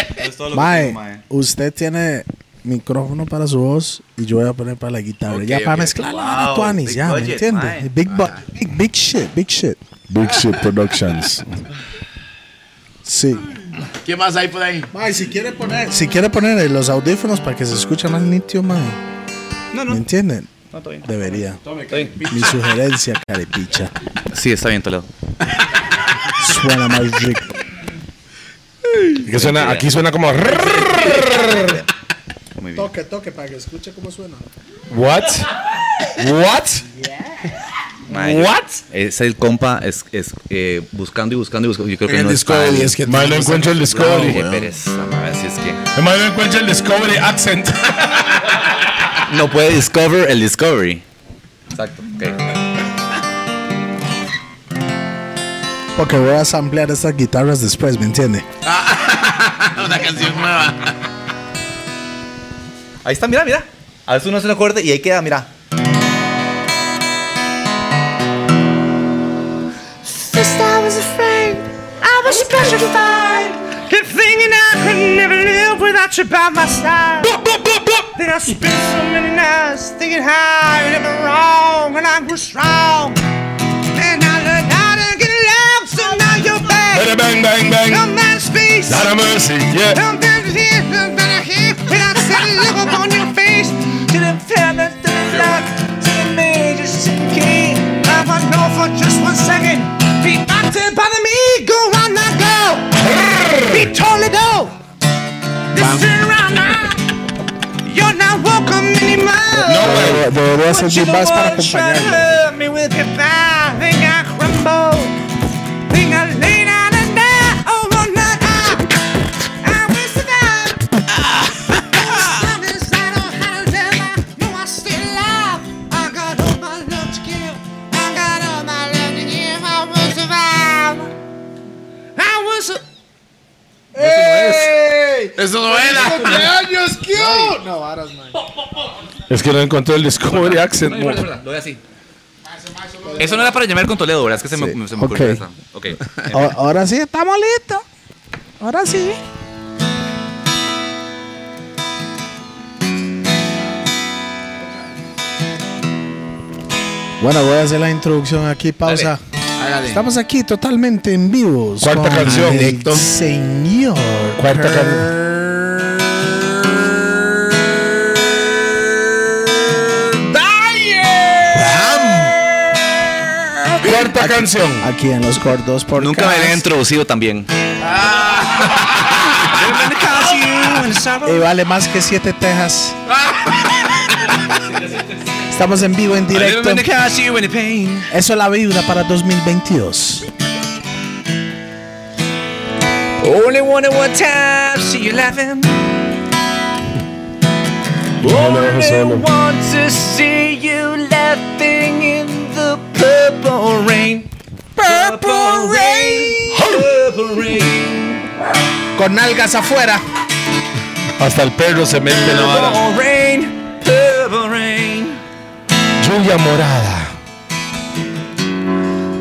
Mae, usted tiene micrófono para su voz y yo voy a poner para la guitarra. ya para mezclar la
Wow,
tuanis,
big
ya, ¿me
budget,
entiende?
mae. Ah.
Big, bu- big, big shit, big shit.
Big Shit Productions.
Sí.
¿Qué más hay por ahí?
Mae, si quiere poner. Si quiere poner eh, los audífonos para que se escuche más nítido, mae.
No,
¿Me
no.
entienden? Debería. Mi sugerencia, carepicha.
Sí, está bien, Toledo.
Suena más rico.
Que suena, aquí suena como.
Muy bien.
Toque, toque, para que escuche cómo suena.
What? What?
Mae, yo- Es el compa es, es, eh, buscando y buscando y buscando. Yo creo que
En el
no es
Discovery
fácil.
es que
Mae, no encuentro el
Qué
Discovery.
pereza, mae, si es que.
Mae, no encuentro el Discovery accent.
No puede Discover el Discovery. Exacto.
Porque voy a samplear estas guitarras después, ¿me entiende?
Una canción nueva.
Ahí está, mira, mira. A veces uno hace un acorde y ahí queda, mira.
First I was afraid, I was petrified.
Kept thinking I could never live without you by my side. Then I spent so many nights thinking how you did me wrong, and I was strong. And I learned how to get along, so now you're back.
Bang, bang, bang.
I'm out of space.
Lot of mercy, yeah.
I'm better here, I'm better here. When I said look upon your face, to the feathers, to the luck, to the major key. I want know for just one second. Be back to bother me, go on now, go. Be totally dope. This turn around now. You're not welcome anymore.
Debe- Debería ser
you
mi más para acompañarlo.
love me with goodbye. Think I crumble. Think I lay down and die. Oh, no, not I. I will survive. Some days I don't have to live. I know I'm still alive. I got all my love to give. I got all my love to give. I will survive. I will su-
Eso no era.
Es que no encontré el Discovery accent.
No,
mae.
lo voy así. Eso no era para llamar con Toledo, ¿verdad? Es que se me, se me ocurrió
Ok.
esa. Ok.
A- Ahora sí, estamos listos. Ahora sí. Bueno, voy a hacer la introducción aquí, pausa. Estamos aquí totalmente en vivo.
Cuarta
con
canción.
el
Directo.
Señor.
Cuarta canción. Cuarta canción.
Aquí en los Gordos por
Nunca me había introducido también. Eh,
Y Eh, vale más que siete Texas. Estamos en vivo, en directo. Eso es la vibra para 2022.
Only one at one time, see you laughing. Only want to see you laughing in the purple rain. Purple rain.
Con algas afuera.
Hasta el perro se mete en la vara.
Purple rain. Purple rain. tuya morada.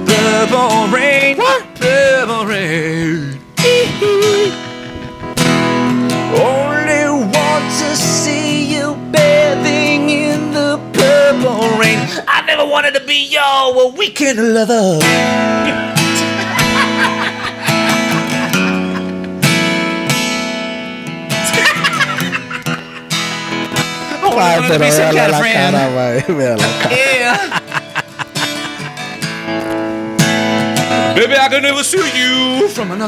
Purple rain. Purple rain. Only want to see you bathing in the purple rain. I never wanted to be your weekend lover.
Ay, pero véale la cara, mae. Véale la cara.
Baby, I can never sue you from
No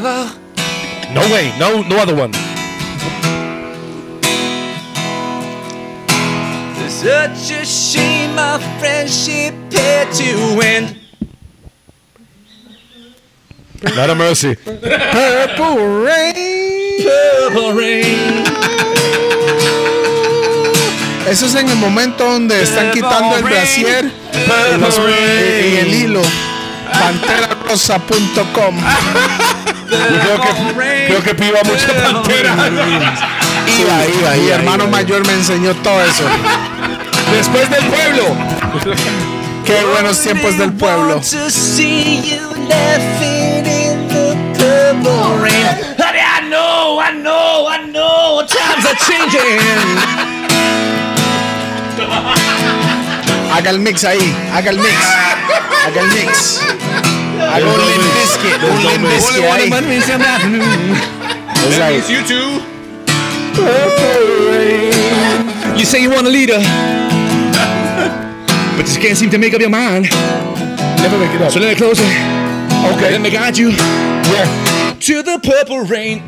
way, no, no other one.
Such a shame our friendship had to end.
Not a mercy.
Purple rain.
Eso es en el momento donde están quitando el brasier y, los- y el hilo. Panterarosa.com.
creo que, creo que piba mucha pantera.
Iba, iba, Mi hermano mayor me enseñó todo eso.
Después del pueblo.
Qué buenos tiempos del pueblo.
Want to see you laughing in the purple rain. Honey, I know, I know, I know times are changing.
Haga el mix ahí. Haga el mix. Haga el mix. Haga un Limp Bizkit, Un Limp Bizkit ahí. Es ahí.
you too.
You say you want a leader, but just can't seem to make up your mind. Never make it up. So let me closer. Okay. Let me guide you. Where? To the purple rain.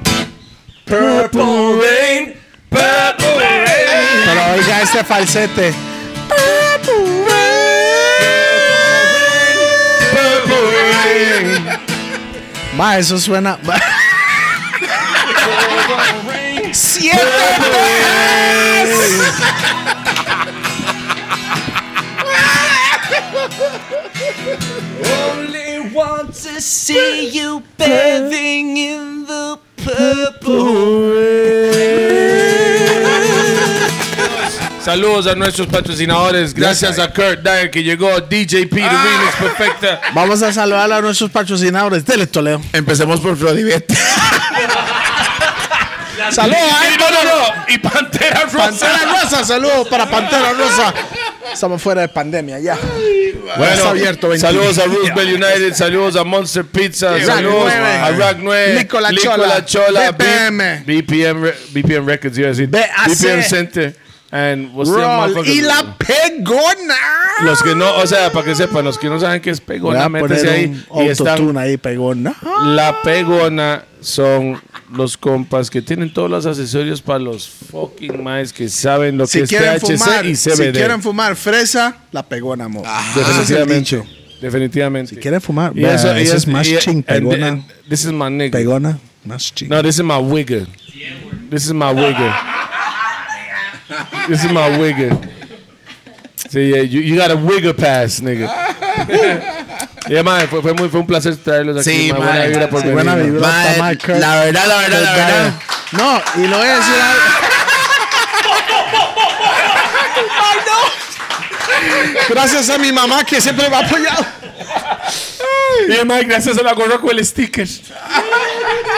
Purple rain. Purple rain.
Pero oiga este falsete.
Purple rain.
Ma, eso suena.
Only want to see you bathing in the purple.
Saludos a nuestros patrocinadores. Gracias a Kurt Dyer que llegó, DJ P, The
Ah.
Remix Perfecta.
Vamos a saludar a nuestros patrocinadores. Dele, Toledo.
Empecemos por Floribete.
Saludos.
Y no, no, no. Y Pantera Rosa.
Pantera Rosa, saludos para Pantera Rosa. Estamos fuera de pandemia ya.
Bueno,
está abierto, 20.
Saludos a Roosevelt United, saludos a Monster Pizza,
Rack
saludos
9,
a Rack 9,
Nicola Chola, BPM.
B- BPM, Re- BPM Records, iba a decir,
BAC.
BPM Center, and what's the
Roll
motherfucker-
y la pegona.
Los que no, o sea, para que sepan, los que no saben qué es
Voy
pegona,
a
métese
poner
ahí
un
y están
autotune ahí, pegona.
La pegona son los compas que tienen todos los accesorios para los fucking maes que saben lo
Si
que es
quieren
THC
fumar,
y CBD.
si quieren fumar fresa, la pegona, amor. Ese es el
definitivamente.
dicho.
definitivamente. eh,
Si quieren fumar, vea, eso es más ching,
and-
pegona.
and This is my nigga.
Pegona, más ching.
No, this is my wigger. This is my wigger. this is my wigger. So yeah, you, you got a wigger pass, nigga. yeah, mae, fue, fue, muy, fue un placer traerlos aquí.
Sí,
mae,
mae.
buena vibra por
Sí, buena
venir.
vibra. Está mal, Kurt.
la verdad, la verdad, la verdad.
No, y lo voy a decir algo. Gracias a mi mamá que siempre me ha apoyado.
Y Eh, mae, gracias a la gorra con el sticker.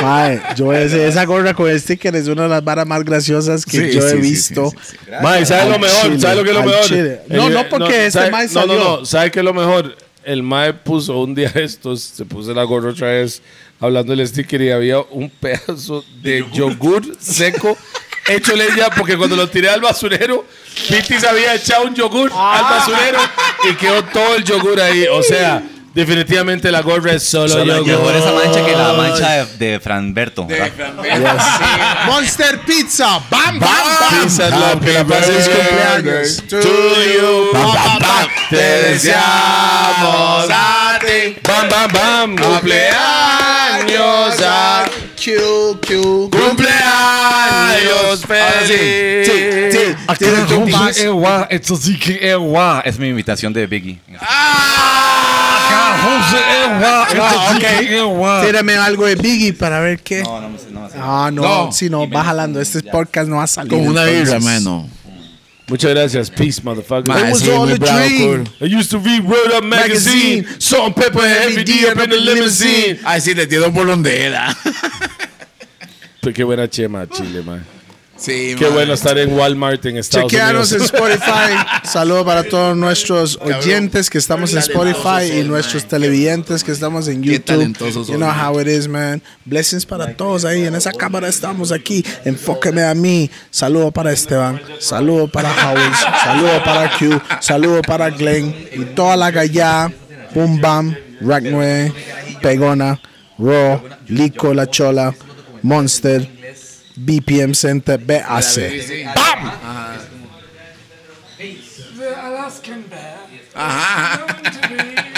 Mae, yo voy a decir, esa gorra con el sticker es una de las varas más graciosas que
Sí,
yo he
sí, sí,
visto.
sí, sí, sí.
Mae, ¿sabes lo
Al
mejor?
chile,
¿Sabes lo que es lo
al
mejor?
chile. No,
El-
no, porque este
¿sabe-
mae
No, no,
salió.
no. ¿Sabes qué es lo mejor? El mae puso un día estos, se puso la gorra otra vez, hablando del sticker y había un pedazo de yogur seco hecho leña porque cuando lo tiré al basurero, Piti se había echado un yogur al basurero y quedó todo el yogur ahí. O sea, definitivamente la gorra es solo,
Solo
yogur.
mejor esa mancha que la mancha de, de Franberto. ¿verdad?
Monster Pizza, bam, bam, bam.
Peace and love, que la pases
Feliz
cumpleaños.
cumpleaños.
To you, bam, bam, bam, te deseamos a ti. Bam, bam, bam, cumpleaños a
Q, Q.
Cumpleaños feliz.
Activa tu Max.
Es mi invitación de Biggie.
Ah.
Ah,
Ah, Tírame algo de Biggie para ver qué.
No, no, no, no, no.
Ah, no, si no, va jalando. Este podcast no va a salir.
Con una
entonces.
birra, mano.
Muchas gracias. Peace, motherfucker.
Ma, sí, muy bravo, cool.
I used to read Word Up magazine,
Magazine.
salt and pepper every day up in the limousine.
Ay, sí, le dieron por donde era.
Pero qué buena chema, Chile, man.
Sí,
Qué
ma.
bueno estar en Walmart en Estados
Chequeanos en
Unidos.
Spotify. Saludos para todos nuestros oyentes que estamos en Spotify y nuestros televidentes que estamos en YouTube.
talentosos
You know
son, eh.
how it is, man. Blessings para todos ahí. En esa cámara estamos aquí. Enfóqueme a mí. Saludos para Esteban. Saludos para Howard. Saludos para Q. Saludos para Glenn. Y toda la gallá. Boom Bam. Rack 9. Pegona. Raw. Lico La Chola. Monster. BPM Center. BAC.
The Alaskan bear.
Ajá.
known to be